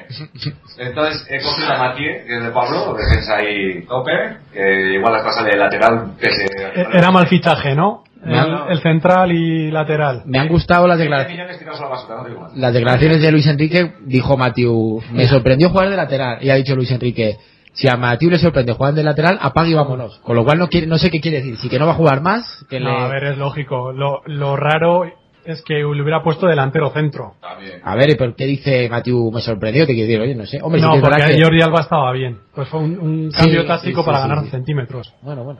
[SPEAKER 6] Entonces Pues, he cogido a Matías, que es eh, de Pablo, defensa ahí tope, que igual las pasa de lateral que se...
[SPEAKER 4] E- Era mal fichaje, ¿no?
[SPEAKER 3] No,
[SPEAKER 4] El, el central y lateral.
[SPEAKER 3] Me han gustado las
[SPEAKER 6] 7
[SPEAKER 3] declaraciones.
[SPEAKER 6] millones tirados a la basura, no digo más.
[SPEAKER 3] Las declaraciones de Luis Enrique dijo Matiu, me sorprendió jugar de lateral. Y ha dicho Luis Enrique, si a Matiu le sorprende jugar de lateral, apague y vámonos. Con lo cual no quiere, no sé qué quiere decir. Si que no va a jugar más, que
[SPEAKER 4] No,
[SPEAKER 3] le-
[SPEAKER 4] a ver, es lógico. Lo, lo raro es que le hubiera puesto delantero centro.
[SPEAKER 6] También.
[SPEAKER 3] A ver, ¿por qué dice Matiu me sorprendió? Te quiero decir, oye, no sé. Hombre, sí
[SPEAKER 4] no,
[SPEAKER 3] que es verdad
[SPEAKER 4] porque
[SPEAKER 3] que-
[SPEAKER 4] Jordi Alba estaba bien. Pues fue un, un
[SPEAKER 3] Sí,
[SPEAKER 4] cambio táctico
[SPEAKER 3] sí, sí,
[SPEAKER 4] para
[SPEAKER 3] sí,
[SPEAKER 4] ganar
[SPEAKER 3] sí.
[SPEAKER 4] centímetros.
[SPEAKER 3] Bueno, bueno.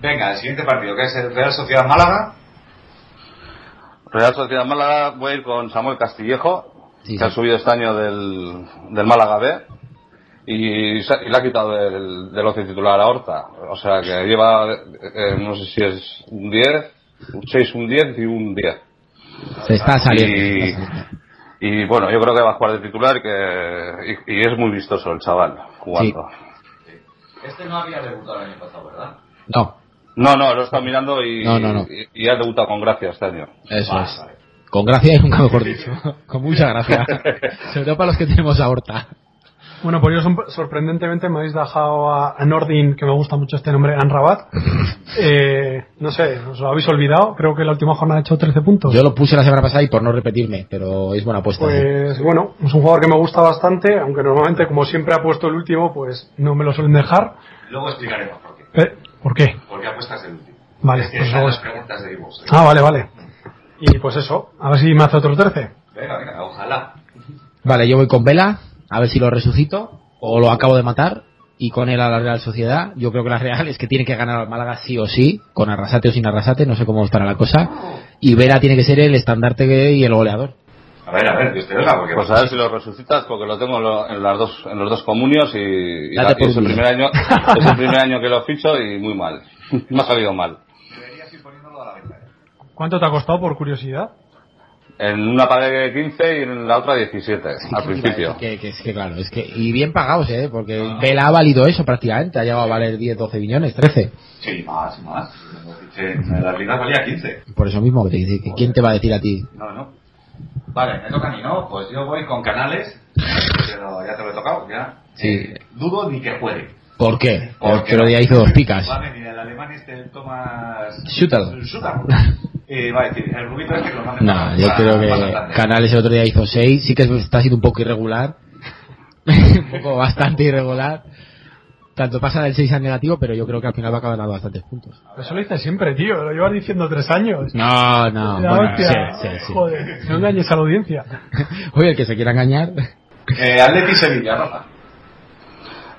[SPEAKER 6] Venga, el siguiente partido, que es el Real Sociedad Málaga.
[SPEAKER 1] Real Sociedad Málaga, voy a ir con Samuel Castillejo,
[SPEAKER 3] Sí,
[SPEAKER 1] que ha
[SPEAKER 3] sí.
[SPEAKER 1] subido este año del, del Málaga B y, se- y le ha quitado del, del once titular a Horta. O sea que lleva, eh, no sé si es un 10, un 6, un 10 y un 10.
[SPEAKER 3] Se está saliendo.
[SPEAKER 1] Y, y bueno, yo creo que va a jugar de titular y que, y, y es muy vistoso el chaval jugando.
[SPEAKER 6] Este no había debutado el año pasado, ¿verdad?
[SPEAKER 3] No,
[SPEAKER 1] No, no, lo está mirando y,
[SPEAKER 3] No, no, no.
[SPEAKER 1] y, y ha debutado con gracia este año.
[SPEAKER 3] eso
[SPEAKER 6] Vale,
[SPEAKER 3] es.
[SPEAKER 6] vale.
[SPEAKER 3] Con gracia y nunca mejor dicho. Con mucha gracia. Sobre todo para los que tenemos a Horta.
[SPEAKER 4] Bueno, pues yo son- sorprendentemente me habéis dejado a, a Nordin, que me gusta mucho este nombre, Anrabat. Eh, no sé, os lo habéis olvidado. Creo que la última jornada ha hecho 13 puntos.
[SPEAKER 3] Yo lo puse la semana pasada y por no repetirme, pero es buena apuesta. ¿eh?
[SPEAKER 4] Pues bueno, es un jugador que me gusta bastante, aunque normalmente, como siempre ha puesto el último, pues no me lo suelen dejar.
[SPEAKER 6] Luego explicaremos por qué.
[SPEAKER 4] Eh, ¿Por qué?
[SPEAKER 6] ¿Por qué apuestas el último?
[SPEAKER 4] Vale,
[SPEAKER 6] Es que
[SPEAKER 4] pues
[SPEAKER 6] están
[SPEAKER 4] luego-
[SPEAKER 6] las preguntas de Ivo. ¿eh?
[SPEAKER 4] Ah, vale, vale. Y pues eso, a ver si me hace otros 13.
[SPEAKER 6] Venga, venga, ojalá.
[SPEAKER 3] Vale, yo voy con Vela, a ver si lo resucito o lo acabo de matar. Y con él a la Real Sociedad, yo creo que la Real es que tiene que ganar al Málaga sí o sí, con Arrasate o sin Arrasate, no sé cómo estará la cosa. Y Vela tiene que ser el estandarte que- y el goleador.
[SPEAKER 6] A ver, a ver, que usted oiga, porque...
[SPEAKER 1] Pues a ver si lo resucitas, porque lo tengo en lo- en, las dos, en los dos comunios y, y la-
[SPEAKER 3] Date
[SPEAKER 1] y
[SPEAKER 3] por
[SPEAKER 1] es, el
[SPEAKER 3] bien.
[SPEAKER 1] primer año, es el primer año que lo ficho y muy mal. Me ha salido mal.
[SPEAKER 6] Deberías ir poniéndolo a la venta. ¿eh?
[SPEAKER 4] ¿Cuánto te ha costado por curiosidad?
[SPEAKER 1] En una pagué 15 y en la otra 17, al
[SPEAKER 3] Iba a
[SPEAKER 1] principio.
[SPEAKER 3] decir Que, que es que claro, es que, y bien pagados, ¿eh? Porque Vela ha valido eso prácticamente, ha llegado a valer 10, 12 millones, 13.
[SPEAKER 6] Sí, más, más. Lo fiché En las ligas valía 15.
[SPEAKER 3] Por eso mismo que te dice, que ¿quién te va a decir a ti?
[SPEAKER 6] No, no. Vale, me toca a mí, ¿no? Pues yo voy con Canales, pero ya te lo he tocado, ya.
[SPEAKER 3] Sí.
[SPEAKER 6] Dudo ni que juegue.
[SPEAKER 3] ¿Por qué?
[SPEAKER 6] ¿Por
[SPEAKER 3] Porque
[SPEAKER 6] qué?
[SPEAKER 3] lo día hizo dos picas.
[SPEAKER 6] Va a venir el alemán este, el Thomas...
[SPEAKER 3] Schutter.
[SPEAKER 6] Schutter. Y va a decir, el rubito este que lo mande
[SPEAKER 3] No,
[SPEAKER 6] para-
[SPEAKER 3] yo
[SPEAKER 6] para-
[SPEAKER 3] creo
[SPEAKER 6] para
[SPEAKER 3] que
[SPEAKER 6] Santander.
[SPEAKER 3] Canales el otro día hizo 6, sí que está siendo un poco irregular, un poco bastante irregular. Tanto pasa del 6 al negativo, pero yo creo que al final va a acabar ganando bastantes puntos.
[SPEAKER 4] Eso lo hice siempre, tío, lo llevas diciendo tres años.
[SPEAKER 3] No, no,
[SPEAKER 4] La
[SPEAKER 3] Ah, bueno, sí,
[SPEAKER 4] hostia.
[SPEAKER 3] sí, sí.
[SPEAKER 4] Joder, no engañes a la audiencia.
[SPEAKER 3] Oye, el que se quiera engañar.
[SPEAKER 6] Eh, Atleti Sevilla, Rafa.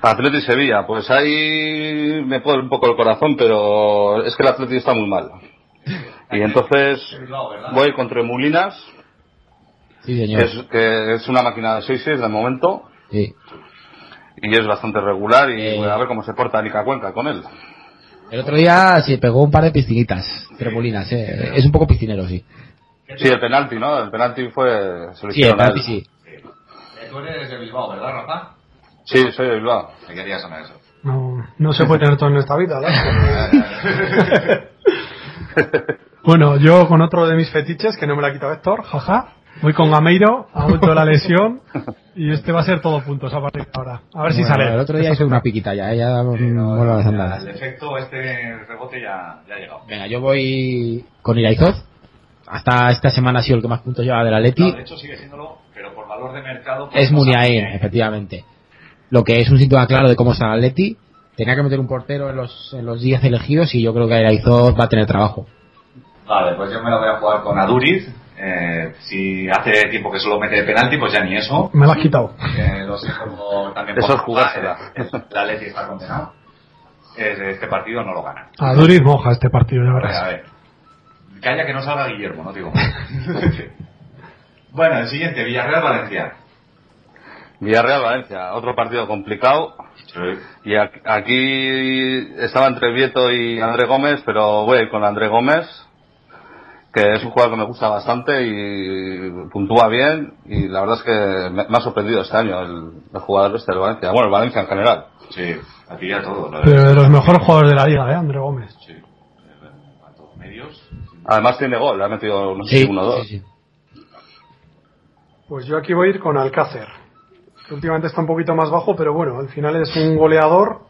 [SPEAKER 1] Atleti Sevilla, pues ahí me puede un poco el corazón, pero es que el Atleti está muy mal. Y entonces voy contra Mulinas,
[SPEAKER 3] Sí, señor.
[SPEAKER 1] que es, que es una máquina de 6-6 de momento,
[SPEAKER 3] Sí.
[SPEAKER 1] y es bastante regular, y
[SPEAKER 3] Eh.
[SPEAKER 1] a ver cómo se porta Nica Cuenca con él.
[SPEAKER 3] El otro día se pegó un par de piscinitas, tremolinas, eh. Es un poco piscinero, sí.
[SPEAKER 1] Sí, el penalti, ¿no? El penalti fue... Se lo
[SPEAKER 3] Sí, el
[SPEAKER 1] hicieron a él.
[SPEAKER 3] penalti sí.
[SPEAKER 6] Eh,
[SPEAKER 11] Tú eres de Bilbao, ¿verdad, Rafa?
[SPEAKER 1] Sí, soy de Bilbao.
[SPEAKER 11] Te quería sonar eso.
[SPEAKER 4] No, no se puede tener todo en esta vida, ¿no? bueno, yo con otro de mis fetiches, que no me la ha quitado Héctor, jaja. Voy con Gameiro, ha vuelto la lesión y este va a ser todo puntos a partir de ahora. A ver si
[SPEAKER 12] Bueno,
[SPEAKER 4] sale.
[SPEAKER 12] El otro día hice una piquita ya, eh, ya no vuelvo a las andadas.
[SPEAKER 11] El efecto, este rebote ya, ya ha llegado.
[SPEAKER 3] Venga, yo voy con Iraizoz. Hasta esta semana ha sido el que más puntos lleva del Atleti.
[SPEAKER 11] No, de hecho, sigue siéndolo, pero por valor de mercado. pues,
[SPEAKER 3] Es
[SPEAKER 11] no
[SPEAKER 3] Muniain,
[SPEAKER 11] sabe.
[SPEAKER 3] efectivamente. Lo que es un síntoma claro de cómo está el Atleti. Tenía que meter un portero en los, en los 10 elegidos y yo creo que Iraizoz va a tener trabajo.
[SPEAKER 11] Vale, pues yo me la voy a jugar con Aduriz. Eh, si hace tiempo que solo mete penalti, pues ya ni eso.
[SPEAKER 4] Me la has quitado.
[SPEAKER 11] Eh, lo sé como también
[SPEAKER 1] Eso
[SPEAKER 11] por-
[SPEAKER 1] es jugársela.
[SPEAKER 11] Ah, el- el Atleti está condenado. Es- Este partido no lo gana.
[SPEAKER 4] A Duris moja este partido, ya
[SPEAKER 11] Pues, a
[SPEAKER 4] verás.
[SPEAKER 11] ver. Calla que no salga Guillermo, no digo. más. bueno, el siguiente, Villarreal-Valencia.
[SPEAKER 1] Villarreal-Valencia, otro partido complicado. Y ac- aquí estaba entre Vieto y André Gómez, pero voy a ir con André Gómez, que es un jugador que me gusta bastante y puntúa bien. Y la verdad es que me, me ha sorprendido este año el, el jugador este del Valencia. Bueno, el Valencia en general.
[SPEAKER 11] Sí, a ti ya todo, la
[SPEAKER 4] Pero de los mejores jugadores de la liga, ¿eh? André Gómez.
[SPEAKER 11] Medios.
[SPEAKER 1] Además tiene gol, ha metido no sé,
[SPEAKER 3] Sí,
[SPEAKER 1] uno o dos.
[SPEAKER 4] Pues yo aquí voy a ir con Alcácer. que Últimamente está un poquito más bajo, pero bueno, al final es un goleador.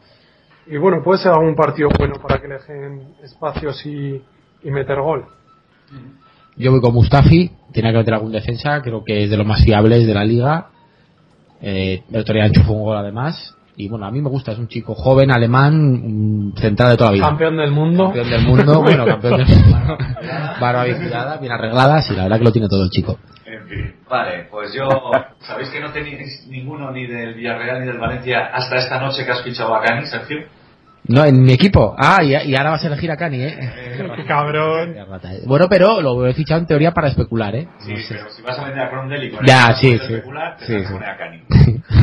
[SPEAKER 4] Y bueno, puede ser algún partido bueno para que le dejen espacios y, y meter gol.
[SPEAKER 3] Yo voy con Mustafi, tenía que meter algún defensa, creo que es de los más fiables de la liga. Eh, el otro día enchufó un gol además. Y bueno, a mí me gusta, es un chico joven, alemán, mm, central de toda la vida.
[SPEAKER 4] Campeón del mundo.
[SPEAKER 3] Campeón del mundo, bueno, campeón del mundo. Barba bien cuidada, bien arreglada, sí, la verdad que lo tiene todo el chico.
[SPEAKER 11] En fin, vale, pues yo, sabéis que no tenéis ninguno ni del Villarreal ni del Valencia hasta esta noche que has fichado a Cani, Sergio.
[SPEAKER 3] No, en mi equipo. Ah, y, y ahora vas a elegir a Cani, ¿eh?
[SPEAKER 4] Qué cabrón.
[SPEAKER 3] Bueno, pero lo he fichado en teoría para especular, ¿eh?
[SPEAKER 11] Sí, pero si vas a vender a Crondel y con
[SPEAKER 3] Ya,
[SPEAKER 11] él vas a
[SPEAKER 3] sí,
[SPEAKER 11] poder
[SPEAKER 3] sí.
[SPEAKER 11] especular, te
[SPEAKER 3] Sí,
[SPEAKER 11] vas a
[SPEAKER 3] sí.
[SPEAKER 11] poner a Cani.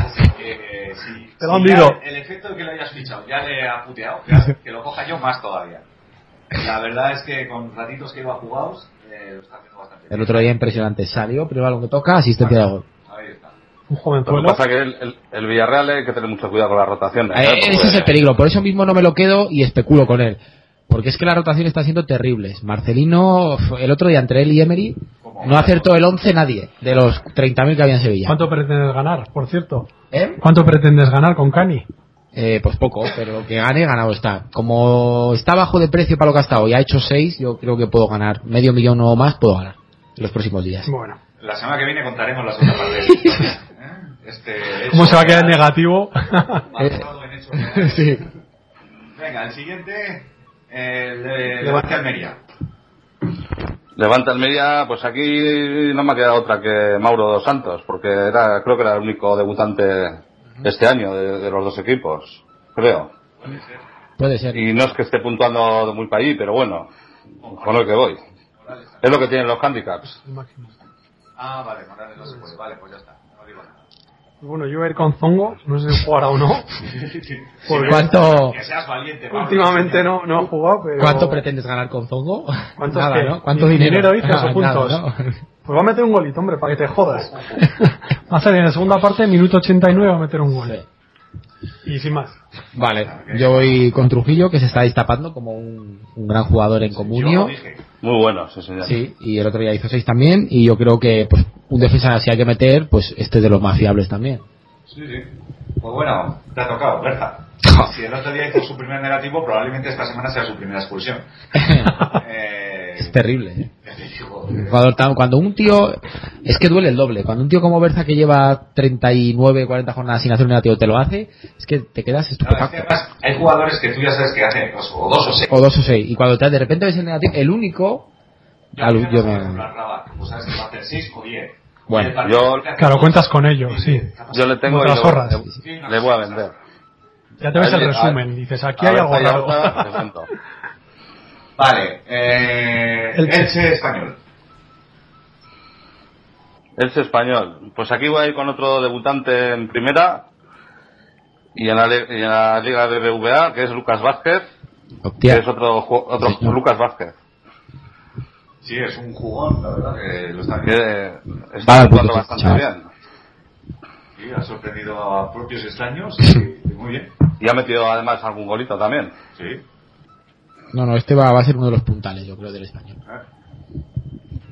[SPEAKER 11] Así que, eh, si,
[SPEAKER 4] Te lo han
[SPEAKER 11] si ya
[SPEAKER 4] dicho.
[SPEAKER 11] el efecto de que lo hayas fichado ya le ha puteado, ya, que lo coja yo más todavía. La verdad es que con ratitos que iba jugados, eh, lo está haciendo bastante
[SPEAKER 3] El otro día impresionante. Salió, primer balón que toca, asistencia de gol.
[SPEAKER 11] Ahí está.
[SPEAKER 4] Un joven
[SPEAKER 1] Lo que
[SPEAKER 4] pueblo.
[SPEAKER 1] pasa es que el, el- el Villarreal hay que tener mucho cuidado con las rotaciones.
[SPEAKER 3] Eh,
[SPEAKER 1] ¿eh? Porque-
[SPEAKER 3] ese es el peligro, por eso mismo no me lo quedo y especulo con él. Porque es que la rotación está siendo terribles. Marcelino, f- el otro día entre él y Emery, no acertó el 11 nadie de los 30.000 que había en Sevilla.
[SPEAKER 4] ¿Cuánto pretendes ganar, por cierto?
[SPEAKER 3] ¿Eh?
[SPEAKER 4] ¿Cuánto pretendes ganar con Cani?
[SPEAKER 3] Eh, pues poco, pero lo que gane, ganado está. Como está bajo de precio para lo gastado y ha hecho 6, yo creo que puedo ganar. Medio millón o más puedo ganar en los próximos días.
[SPEAKER 4] Bueno,
[SPEAKER 11] La semana que viene contaremos la segunda parte. de esta historia, ¿eh? Este
[SPEAKER 4] ¿cómo
[SPEAKER 11] hecho
[SPEAKER 4] se va a quedar en
[SPEAKER 11] real,
[SPEAKER 4] negativo?
[SPEAKER 3] Eh,
[SPEAKER 11] basado en hechos reales.
[SPEAKER 3] sí.
[SPEAKER 11] Venga, el siguiente, el de Levante Almería.
[SPEAKER 1] Levante Almería, pues aquí no me ha quedado otra que Mauro dos Santos, porque era, creo que era el único debutante este año de, de los dos equipos, creo.
[SPEAKER 3] Puede ser.
[SPEAKER 1] Y no es que esté puntuando muy para allí, pero bueno, con lo que voy. Es lo que tienen los handicaps.
[SPEAKER 11] Ah, vale, Morales no se puede. Vale, pues ya está. No digo nada.
[SPEAKER 4] bueno, yo voy a ir con Zongo, no sé si jugará o no.
[SPEAKER 3] ¿Por cuánto,
[SPEAKER 11] Que seas valiente, Pablo.
[SPEAKER 4] Últimamente no, no ha jugado, pero...
[SPEAKER 3] cuánto pretendes ganar con Zongo?
[SPEAKER 4] ¿Cuántos
[SPEAKER 3] Nada,
[SPEAKER 4] qué?
[SPEAKER 3] ¿no? ¿Cuánto
[SPEAKER 4] Ni-
[SPEAKER 3] dinero?
[SPEAKER 4] dinero dices, o
[SPEAKER 3] Nada,
[SPEAKER 4] puntos.
[SPEAKER 3] ¿no?
[SPEAKER 4] Pues va a meter un golito, hombre, para que te jodas. va a salir en la segunda parte, minuto 89, va a meter un gol. Y sin más.
[SPEAKER 3] Vale, yo voy con Trujillo, que se está destapando como un, un gran jugador en
[SPEAKER 11] Yo lo
[SPEAKER 3] comunio.
[SPEAKER 11] dije.
[SPEAKER 1] Muy bueno, sí señor.
[SPEAKER 3] Sí, y el otro día hizo seis también. Y yo creo que pues un defensa, si hay que meter, pues este es de los más fiables también.
[SPEAKER 11] Sí, sí. Pues bueno, te ha tocado, Berza. Si el otro día hizo su primer negativo, probablemente esta semana sea su primera expulsión. Eh,
[SPEAKER 3] Es terrible. ¿eh?
[SPEAKER 11] ya te digo,
[SPEAKER 3] Un jugador tan- Cuando un tío. Es que duele el doble. Cuando un tío como Berza, que lleva 39, 40 jornadas sin hacer un negativo, te lo hace, es que te
[SPEAKER 11] no,
[SPEAKER 3] quedas
[SPEAKER 11] es que
[SPEAKER 3] estupefacto.
[SPEAKER 11] además hay jugadores que tú ya sabes que hacen pues, o dos o seis.
[SPEAKER 3] O dos o seis. Y cuando te, de repente ves el negativo, el único. al-
[SPEAKER 11] Yo,
[SPEAKER 3] yo
[SPEAKER 11] por
[SPEAKER 3] me-
[SPEAKER 11] ejemplo, a Rabat, que pues sabes que va a hacer seis o diez.
[SPEAKER 3] Bueno,
[SPEAKER 11] Y el partido
[SPEAKER 1] yo-
[SPEAKER 11] que hace
[SPEAKER 4] Claro,
[SPEAKER 11] dos,
[SPEAKER 4] cuentas con ello, sí.
[SPEAKER 1] Yo le tengo y
[SPEAKER 4] Otras
[SPEAKER 1] le voy-
[SPEAKER 4] zorras.
[SPEAKER 1] le- le voy a vender.
[SPEAKER 4] Ya te ves
[SPEAKER 6] Ahí-
[SPEAKER 4] el resumen.
[SPEAKER 6] ahí-
[SPEAKER 4] Dices, aquí
[SPEAKER 6] a
[SPEAKER 4] hay
[SPEAKER 6] ver,
[SPEAKER 4] algo
[SPEAKER 6] ahí
[SPEAKER 4] raro.
[SPEAKER 6] está, te cuento. Vale, eh, Elche español.
[SPEAKER 1] Elche español. Pues aquí voy a ir con otro debutante en primera y en la, le- y en la Liga de BVA, que es Lucas Vázquez, que es otro, ju- otro Lucas Vázquez.
[SPEAKER 6] Sí, es un jugón, la verdad que lo está
[SPEAKER 1] que
[SPEAKER 6] bien.
[SPEAKER 1] está
[SPEAKER 6] al punto
[SPEAKER 1] jugando
[SPEAKER 6] este
[SPEAKER 1] bastante
[SPEAKER 6] chaval.
[SPEAKER 1] bien.
[SPEAKER 6] Sí, ha sorprendido a propios extraños y, y muy bien.
[SPEAKER 1] Y ha metido además algún golito también.
[SPEAKER 6] Sí.
[SPEAKER 3] No, no, este va, va a ser uno de los puntales, yo creo, del español.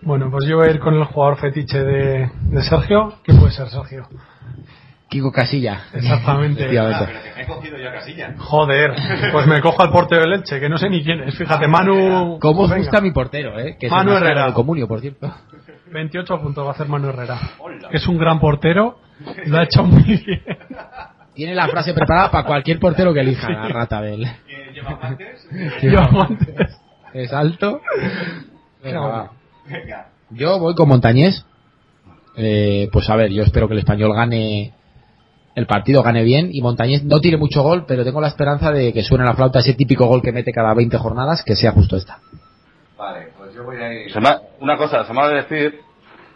[SPEAKER 4] Bueno, pues yo voy a ir con el jugador fetiche de, de Sergio. ¿Qué puede ser Sergio?
[SPEAKER 3] Kiko Casilla.
[SPEAKER 4] Exactamente.
[SPEAKER 3] Efectivamente.
[SPEAKER 6] Me he cogido ya casilla.
[SPEAKER 4] Joder, pues me cojo al portero del Elche, que no sé ni quién es. Fíjate, Manu...
[SPEAKER 3] ¿Cómo os
[SPEAKER 4] Pues Venga.
[SPEAKER 3] gusta mi portero, eh? Que se
[SPEAKER 4] Manu
[SPEAKER 3] me ha
[SPEAKER 4] Herrera.
[SPEAKER 3] el comunio, por cierto.
[SPEAKER 4] 28 puntos va a hacer Manu Herrera. Que es un gran portero. Lo ha hecho muy bien.
[SPEAKER 3] Tiene la frase preparada para cualquier portero que elija la rata de él.
[SPEAKER 6] ¿Lleva guantes?
[SPEAKER 4] Lleva guantes.
[SPEAKER 3] Es alto. Venga,
[SPEAKER 4] Venga,
[SPEAKER 3] va.
[SPEAKER 6] Venga.
[SPEAKER 3] Yo voy con Montañés. Eh, pues a ver, yo espero que el español gane el partido, gane bien. Y Montañés no tire mucho gol, pero tengo la esperanza de que suene la flauta ese típico gol que mete cada 20 jornadas, que sea justo esta.
[SPEAKER 6] Vale, pues yo voy a ir.
[SPEAKER 1] Se me ha- una cosa, se me ha de decir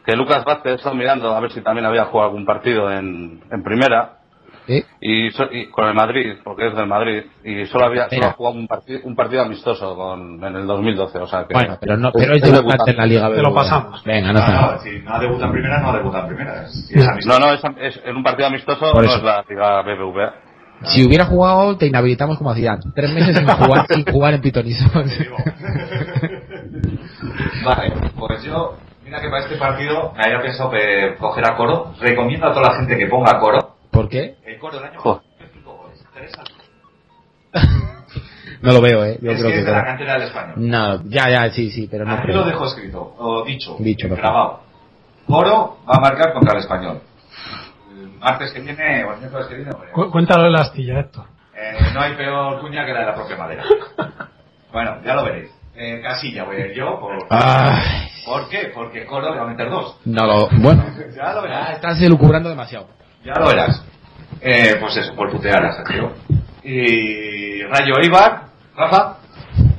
[SPEAKER 1] que Lucas Vázquez está mirando a ver si también había jugado algún partido en, en primera
[SPEAKER 3] ¿Eh?
[SPEAKER 1] y, so- y con el Madrid, porque es del Madrid, y solo había solo
[SPEAKER 3] Espera.
[SPEAKER 1] ha jugado un, parti- un partido amistoso con, en el 2012. O sea que,
[SPEAKER 3] Bueno, pero no, pero es
[SPEAKER 1] un
[SPEAKER 3] debutante en la Liga
[SPEAKER 1] debutante.
[SPEAKER 3] BBVA. Venga, no
[SPEAKER 6] Ah, No,
[SPEAKER 3] está mal.
[SPEAKER 6] no, si no debuta en primera, no debuta en primera. Es- es amistoso.
[SPEAKER 1] No, no, es, es en un partido amistoso,
[SPEAKER 3] Por
[SPEAKER 1] no
[SPEAKER 3] eso.
[SPEAKER 1] es la Liga BBVA.
[SPEAKER 3] Si hubiera jugado, te inhabilitamos como a Zidane. Tres meses sin jugar, sin jugar en pitonisos.
[SPEAKER 6] Vale, pues yo, mira que para este partido me había pensado pe- coger a Coro. Recomiendo a toda la gente que ponga a Coro.
[SPEAKER 3] ¿Por qué?
[SPEAKER 6] El Coro del año
[SPEAKER 1] Jo.
[SPEAKER 3] No lo veo, eh. Yo
[SPEAKER 6] Es
[SPEAKER 3] creo
[SPEAKER 6] que
[SPEAKER 3] que.
[SPEAKER 6] es de la
[SPEAKER 3] claro.
[SPEAKER 6] cantera del español.
[SPEAKER 3] No, ya, ya, sí, sí, pero no
[SPEAKER 6] Aquí
[SPEAKER 3] creo.
[SPEAKER 6] lo dejo escrito, o dicho,
[SPEAKER 3] Dicho, mejor.
[SPEAKER 6] grabado. Coro va a marcar contra el español. El Martes que viene, o el miércoles que viene, hombre,
[SPEAKER 4] Cu- cuéntalo de la astilla, Héctor.
[SPEAKER 6] eh, no hay peor cuña que la de la propia madera. Bueno, ya lo veréis. Eh, casilla voy a ir yo. Por...
[SPEAKER 3] Ay.
[SPEAKER 6] ¿Por qué? Porque Coro le va a meter dos.
[SPEAKER 3] No lo. Bueno,
[SPEAKER 6] Ya lo verás.
[SPEAKER 3] estás elucubrando demasiado.
[SPEAKER 6] Ya lo verás. Eh, pues eso, por putear a Sergio. Y Rayo Ibar, Rafa.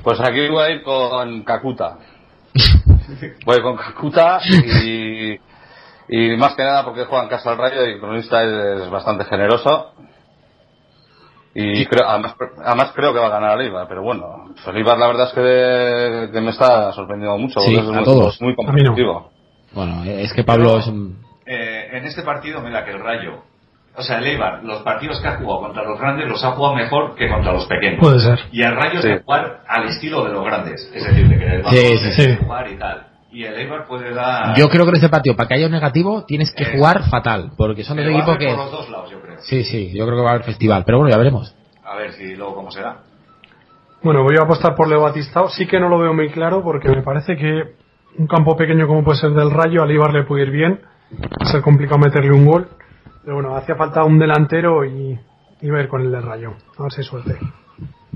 [SPEAKER 1] Pues aquí voy a ir con Kakuta. Voy con Kakuta y, y más que nada porque juega en casa al Rayo y el cronista es, bastante generoso. Y creo, además, además creo que va a ganar el Eibar, pero bueno, el Eibar la verdad es que, que me está sorprendiendo mucho,
[SPEAKER 3] Sí,
[SPEAKER 1] porque es
[SPEAKER 3] a
[SPEAKER 1] muy,
[SPEAKER 3] todos.
[SPEAKER 1] muy
[SPEAKER 4] A mí no.
[SPEAKER 1] competitivo.
[SPEAKER 3] Bueno, es que Pablo es un.
[SPEAKER 6] Eh, en este partido, mira que el Rayo, o sea, el Eibar, los partidos que ha jugado contra los grandes los ha jugado mejor que contra los pequeños.
[SPEAKER 4] Puede ser.
[SPEAKER 6] Y el Rayo
[SPEAKER 1] Sí.
[SPEAKER 6] es de jugar al estilo de los grandes, es decir, de que el
[SPEAKER 3] Sí, sí,
[SPEAKER 4] sí.
[SPEAKER 6] jugar y tal. Y el Eibar puede dar.
[SPEAKER 3] Yo creo que en este partido, para que haya un negativo, tienes que
[SPEAKER 6] Eh.
[SPEAKER 3] jugar fatal, porque son
[SPEAKER 6] que
[SPEAKER 3] dos
[SPEAKER 6] va a
[SPEAKER 3] equipos
[SPEAKER 6] hacer
[SPEAKER 3] que.
[SPEAKER 6] Por los dos lados, yo creo.
[SPEAKER 3] Sí, sí, yo creo que va a haber festival, pero bueno, ya veremos.
[SPEAKER 6] A ver si luego cómo será.
[SPEAKER 4] Bueno, voy a apostar por Leo Batistao. Sí que no lo veo muy claro porque me parece que un campo pequeño como puede ser del Rayo, al Ibar le puede ir bien. Va a ser complicado meterle un gol. Pero bueno, hacía falta un delantero y, y ver con el del Rayo. A ver si hay suerte.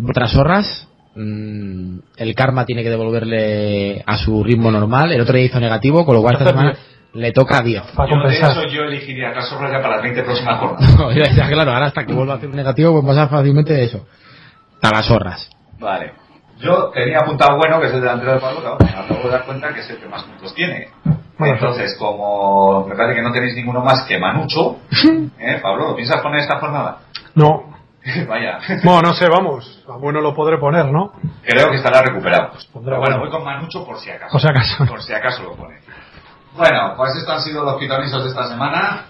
[SPEAKER 3] Otras horas, mm, el karma tiene que devolverle a su ritmo normal. El otro día hizo negativo, con lo cual esta semana le toca 10.
[SPEAKER 4] Para
[SPEAKER 6] Yo, de
[SPEAKER 4] compensar.
[SPEAKER 6] eso, yo elegiría a Casorra ya para las 20 próximas jornadas.
[SPEAKER 3] Ya, ya, claro, ahora hasta que vuelva a hacer un negativo, pues pasa fácilmente de eso. A las horas.
[SPEAKER 6] Vale. Yo tenía apuntado bueno, que es el delantero de Pablo, claro, me acabo de dar cuenta que es el que más puntos tiene.
[SPEAKER 4] Bueno,
[SPEAKER 6] Entonces, como me parece que no tenéis ninguno más que Manucho, ¿eh, Pablo? ¿Lo piensas poner esta jornada?
[SPEAKER 4] No.
[SPEAKER 6] Vaya,
[SPEAKER 4] Bueno, no sé, vamos. A bueno lo podré poner, ¿no?
[SPEAKER 6] creo que estará recuperado.
[SPEAKER 4] pondrá
[SPEAKER 6] Pero bueno,
[SPEAKER 4] bueno.
[SPEAKER 6] voy con Manucho por si acaso.
[SPEAKER 4] O sea, acaso.
[SPEAKER 6] Por si acaso lo pone. Bueno, pues estos han sido los pitonisos de esta semana.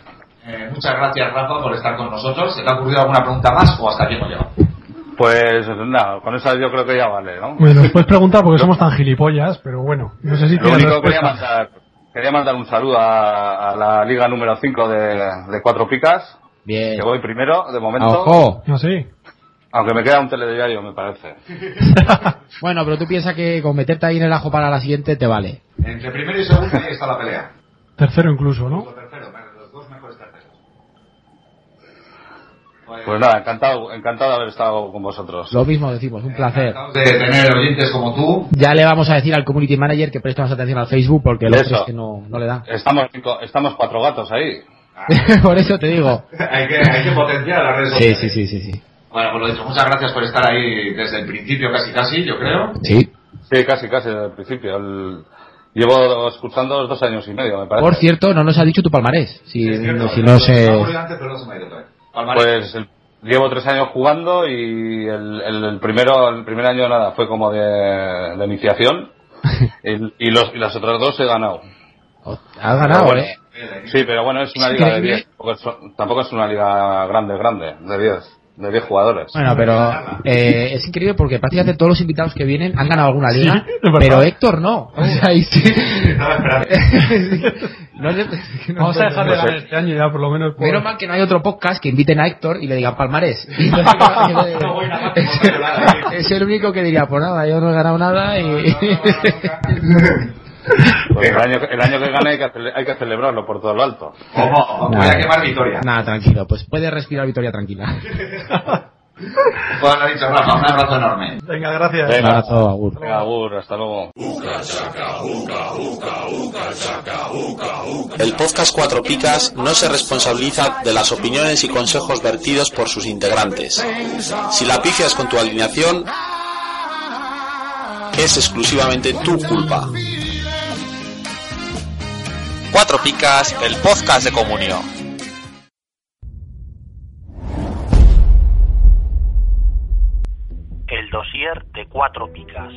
[SPEAKER 6] Eh, muchas gracias, Rafa, por estar con nosotros. ¿Se te ha ocurrido alguna pregunta más o hasta aquí hemos llegado?
[SPEAKER 1] Pues nada, con eso yo creo que ya vale, ¿no?
[SPEAKER 4] Bueno, nos puedes preguntar porque somos tan gilipollas, pero bueno, no sé si
[SPEAKER 1] Lo
[SPEAKER 4] tienes
[SPEAKER 1] único que quería
[SPEAKER 4] respuesta.
[SPEAKER 1] mandar, quería mandar un saludo a, a la liga número 5 de, de Cuatro Picas,
[SPEAKER 3] Bien.
[SPEAKER 1] que voy primero, de momento.
[SPEAKER 3] ¡Ojo!
[SPEAKER 4] No sé.
[SPEAKER 1] Aunque me queda un telediario, me parece.
[SPEAKER 3] Bueno, pero tú piensas que con meterte ahí en el ajo para la siguiente te vale.
[SPEAKER 6] Entre primero y segundo ahí está la pelea.
[SPEAKER 4] Tercero incluso, ¿no?
[SPEAKER 6] Lo tercero, los dos mejores terceros.
[SPEAKER 1] Pues nada, encantado, encantado de haber estado con vosotros.
[SPEAKER 3] Lo mismo decimos, un placer.
[SPEAKER 6] Encantados de tener oyentes como tú.
[SPEAKER 3] Ya le vamos a decir al community manager que preste más atención al Facebook porque lo
[SPEAKER 1] Eso.
[SPEAKER 3] otro es que no, no le da.
[SPEAKER 1] Estamos, cinco- estamos cuatro gatos ahí.
[SPEAKER 6] Ah,
[SPEAKER 3] Por eso te digo.
[SPEAKER 6] hay, que, hay que potenciar las redes
[SPEAKER 3] Sí,
[SPEAKER 6] sociales.
[SPEAKER 3] sí, sí, sí, sí.
[SPEAKER 11] Bueno, por lo dicho, muchas gracias por estar ahí desde el principio, casi casi, yo creo.
[SPEAKER 1] Sí. Sí, casi, casi, desde el principio. El- Llevo escuchando dos años y medio, me parece.
[SPEAKER 3] Por cierto, no nos ha dicho tu palmarés. Si, si
[SPEAKER 11] Lo
[SPEAKER 3] no
[SPEAKER 11] he
[SPEAKER 3] se...
[SPEAKER 11] oído antes, pero no se me ha ido otra vez. Palmarés.
[SPEAKER 1] Pues el- llevo tres años jugando y el, el- el primero, el primer año nada, fue como de, de iniciación. El- y, los, y las otras dos he ganado.
[SPEAKER 3] Has ganado,
[SPEAKER 1] Pero bueno,
[SPEAKER 3] ¿eh?
[SPEAKER 1] Sí, pero bueno, es una
[SPEAKER 3] Es
[SPEAKER 1] liga de
[SPEAKER 3] increíble.
[SPEAKER 1] 10. Tampoco es, tampoco es una liga grande, grande, de 10. De 10 jugadores.
[SPEAKER 3] Bueno, pero eh, es increíble porque prácticamente todos los invitados que vienen han ganado alguna liga,
[SPEAKER 1] es verdad.
[SPEAKER 3] pero Héctor no. O sea, ahí sí. No sé- no
[SPEAKER 4] Vamos a
[SPEAKER 3] sé-
[SPEAKER 4] dejar de ganar este año ya, por lo menos. por-
[SPEAKER 3] Menos mal que no hay otro podcast que inviten a Héctor y le digan palmarés. es el único que diría, pues nada, yo no he ganado nada y...
[SPEAKER 1] Pues el, año, el año que gane hay que, cele- hay que celebrarlo por todo lo alto.
[SPEAKER 11] Voy a quemar Vitoria.
[SPEAKER 3] Nada, tranquilo, pues puede respirar Victoria tranquila.
[SPEAKER 11] Pues lo dicho, Rafa, un abrazo enorme.
[SPEAKER 4] Venga, gracias.
[SPEAKER 1] Venga.
[SPEAKER 3] Un abrazo, Agur.
[SPEAKER 1] Venga, agur, hasta luego.
[SPEAKER 5] El podcast Cuatro Picas no se responsabiliza de las opiniones y consejos vertidos por sus integrantes. Si la pifias con tu alineación, es exclusivamente tu culpa.
[SPEAKER 13] Cuatro Picas, el podcast de comunión.
[SPEAKER 14] El dossier de cuatro picas.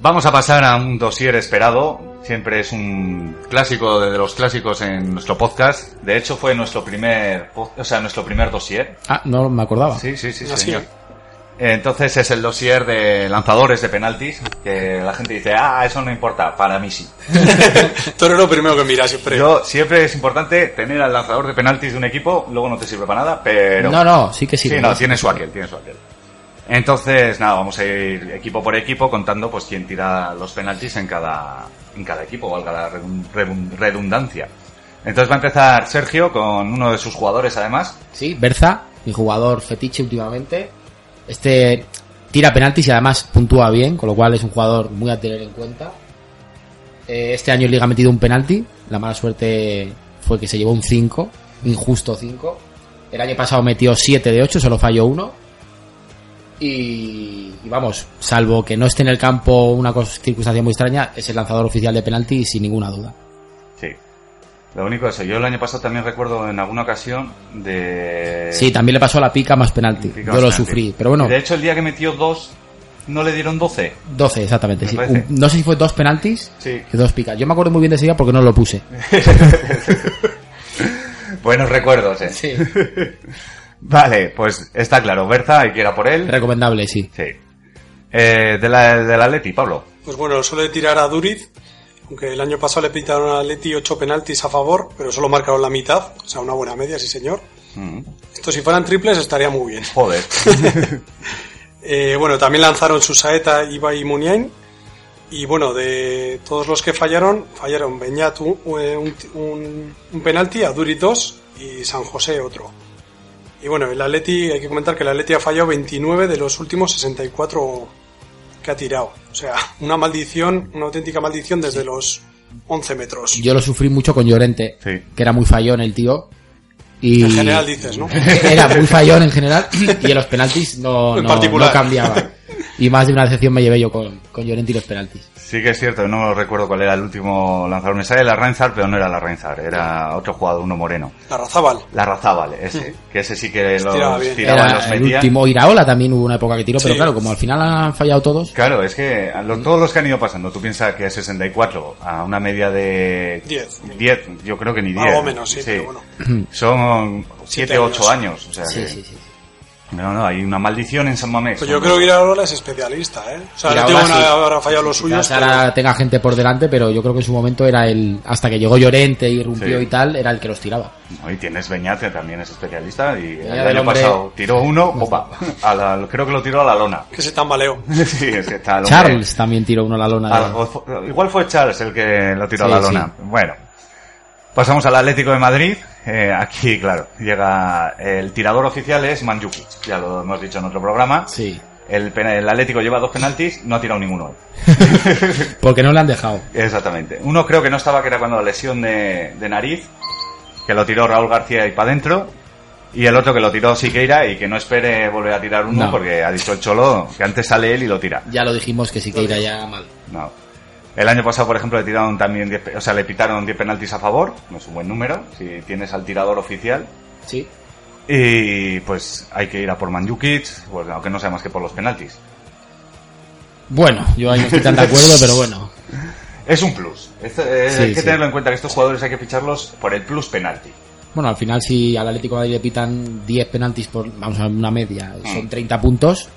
[SPEAKER 6] Vamos a pasar a un dossier esperado. Siempre es un clásico de los clásicos en nuestro podcast. De hecho, fue nuestro primer, po- o sea, nuestro primer dossier.
[SPEAKER 3] Ah, no me acordaba.
[SPEAKER 6] Sí, sí, sí,
[SPEAKER 3] Ah,
[SPEAKER 6] señor. Entonces es el dossier de lanzadores de penaltis, que la gente dice, ah, eso no importa, para mí sí.
[SPEAKER 11] Tú eres lo primero que miras siempre.
[SPEAKER 6] Yo, siempre es importante tener al lanzador de penaltis de un equipo, luego no te sirve para nada, pero...
[SPEAKER 3] No, no, sí que sí.
[SPEAKER 6] Sí, no, tiene su aquel, tiene su aquel. Entonces, nada, vamos a ir equipo por equipo contando pues quién tira los penaltis en cada, en cada equipo, valga la redun- redun- redundancia. Entonces va a empezar Sergio con uno de sus jugadores además.
[SPEAKER 3] Sí, Berza, mi jugador fetiche últimamente. Este tira penaltis y además puntúa bien, con lo cual es un jugador muy a tener en cuenta. Eh, Este año en Liga ha metido un penalti. La mala suerte fue que se llevó un 5, injusto 5. El año pasado metió 7 de 8, solo falló uno. Y, y vamos, salvo que no esté en el campo una cos- circunstancia muy extraña, es el lanzador oficial de penalti sin ninguna duda.
[SPEAKER 6] Sí. Lo único es eso, yo el año pasado también recuerdo en alguna ocasión de...
[SPEAKER 3] Sí, también le pasó a la pica más penalti.
[SPEAKER 6] Eh, Pica
[SPEAKER 3] Yo lo
[SPEAKER 6] bastante.
[SPEAKER 3] sufrí, pero bueno,
[SPEAKER 6] De hecho, el día que metió dos, ¿no le dieron 12?
[SPEAKER 3] 12, exactamente.
[SPEAKER 6] Me
[SPEAKER 3] sí.
[SPEAKER 6] parece.
[SPEAKER 3] Un- no sé si fue dos penaltis
[SPEAKER 6] Sí.
[SPEAKER 3] que dos picas. Yo me acuerdo muy bien de ese día porque no lo puse.
[SPEAKER 6] Buenos recuerdos, ¿eh? vale, pues está claro. Berza, hay que ir a por él.
[SPEAKER 3] Recomendable, sí.
[SPEAKER 6] Sí. Eh, de la, del Atleti, Pablo.
[SPEAKER 10] Pues bueno, suele tirar a Duriz, aunque el año pasado le pintaron al Atleti 8 penaltis a favor, pero solo marcaron la mitad, o sea, una buena media, sí señor.
[SPEAKER 3] Mm.
[SPEAKER 10] Esto si fueran triples estaría muy bien.
[SPEAKER 6] Joder.
[SPEAKER 10] Eh, bueno, también lanzaron su saeta Ibai y Muniain. Y bueno, de todos los que fallaron, fallaron Beñat un, eh, un- un- un penalti, Aduriz 2 y San José otro. Y bueno, el Atleti, hay que comentar que el Atleti ha fallado 29 de los últimos 64 que ha tirado. O sea, una maldición, una auténtica maldición desde los 11 metros.
[SPEAKER 3] Yo lo sufrí mucho con Llorente, que era muy fallón el tío. Y
[SPEAKER 10] En general dices, ¿no?
[SPEAKER 3] Era muy fallón en general y en los penaltis no,
[SPEAKER 10] En
[SPEAKER 3] no-
[SPEAKER 10] particular.
[SPEAKER 3] no cambiaba. Y más de una decepción me llevé yo con, con Llorente y los penaltis.
[SPEAKER 6] Sí que es cierto, no recuerdo cuál era el último lanzador. Me sale la Renzar, pero no era la Renzar, era otro jugador, uno moreno.
[SPEAKER 10] La Razábal.
[SPEAKER 6] La Razábal, ese. Que ese sí que los
[SPEAKER 10] Pues
[SPEAKER 6] tiraba,
[SPEAKER 10] Tiraba bien.
[SPEAKER 6] y
[SPEAKER 3] Era
[SPEAKER 6] los
[SPEAKER 3] el
[SPEAKER 6] metía.
[SPEAKER 3] último Iraola también hubo una época que tiró, pero
[SPEAKER 6] Sí.
[SPEAKER 3] claro, como al final han fallado todos,
[SPEAKER 6] Claro, es que a lo- todos los que han ido pasando, tú piensas que a 64, a una media de
[SPEAKER 10] 10,
[SPEAKER 6] 10 yo creo que ni 10.
[SPEAKER 10] Algo menos, sí, pero
[SPEAKER 6] Son 7
[SPEAKER 10] años.
[SPEAKER 6] 8 años. O sea
[SPEAKER 10] Sí,
[SPEAKER 6] que-
[SPEAKER 10] sí,
[SPEAKER 6] No, no, hay una maldición en San Mamés.
[SPEAKER 10] Pues yo creo que Iraola es especialista, ¿eh? O sea,
[SPEAKER 3] Iraola
[SPEAKER 10] no tengo
[SPEAKER 3] sí.
[SPEAKER 10] nada, habrá fallado los
[SPEAKER 6] Pues
[SPEAKER 10] suyos.
[SPEAKER 3] quizás ahora tenga gente por delante, pero yo creo que en su momento era el, hasta que llegó Llorente y irrumpió
[SPEAKER 6] Sí.
[SPEAKER 3] y tal, era el que los tiraba.
[SPEAKER 6] No, y tienes Beñat, que también es especialista, y el
[SPEAKER 3] Ya, el
[SPEAKER 6] año
[SPEAKER 3] hombre-
[SPEAKER 6] pasado tiró uno, popa, a la- creo que lo tiró a la lona.
[SPEAKER 10] Que se tambaleó.
[SPEAKER 6] sí, es que está el hombre-
[SPEAKER 3] Charles también tiró uno a la lona. de-
[SPEAKER 6] Algo fue- igual fue Charles el que lo tiró
[SPEAKER 3] Sí,
[SPEAKER 6] a la lona.
[SPEAKER 3] sí.
[SPEAKER 6] Bueno, pasamos al Atlético de Madrid, eh, aquí, claro, llega el tirador oficial es Manjuki, ya lo hemos dicho en otro programa.
[SPEAKER 3] Sí.
[SPEAKER 6] El, pena- el Atlético lleva dos penaltis, no ha tirado ninguno.
[SPEAKER 3] Porque no lo han dejado.
[SPEAKER 6] Exactamente. Uno creo que no estaba, que era cuando la lesión de, de nariz, que lo tiró Raúl García y para adentro. Y el otro que lo tiró Siqueira y que no espere volver a tirar uno
[SPEAKER 3] No.
[SPEAKER 6] porque ha dicho el Cholo que antes sale él y lo tira.
[SPEAKER 3] Ya lo dijimos que sí que irá ya mal.
[SPEAKER 6] No. El año pasado, por ejemplo, le tiraron también 10 pe- o sea, le pitaron 10 penaltis a favor, no es un buen número, si tienes al tirador oficial.
[SPEAKER 3] Sí.
[SPEAKER 6] Y pues hay que ir a por Manjukic, pues, aunque no sea más que por los penaltis.
[SPEAKER 3] Bueno, yo ahí no estoy tan de acuerdo, pero bueno.
[SPEAKER 6] Es un plus. Esto, eh,
[SPEAKER 3] Sí,
[SPEAKER 6] hay que
[SPEAKER 3] sí.
[SPEAKER 6] tenerlo en cuenta que estos jugadores hay que ficharlos por el plus penalti.
[SPEAKER 3] Bueno, al final si al Atlético de Madrid le pitan 10 penaltis por, vamos a ver, una media,
[SPEAKER 6] Mm.
[SPEAKER 3] son 30 puntos,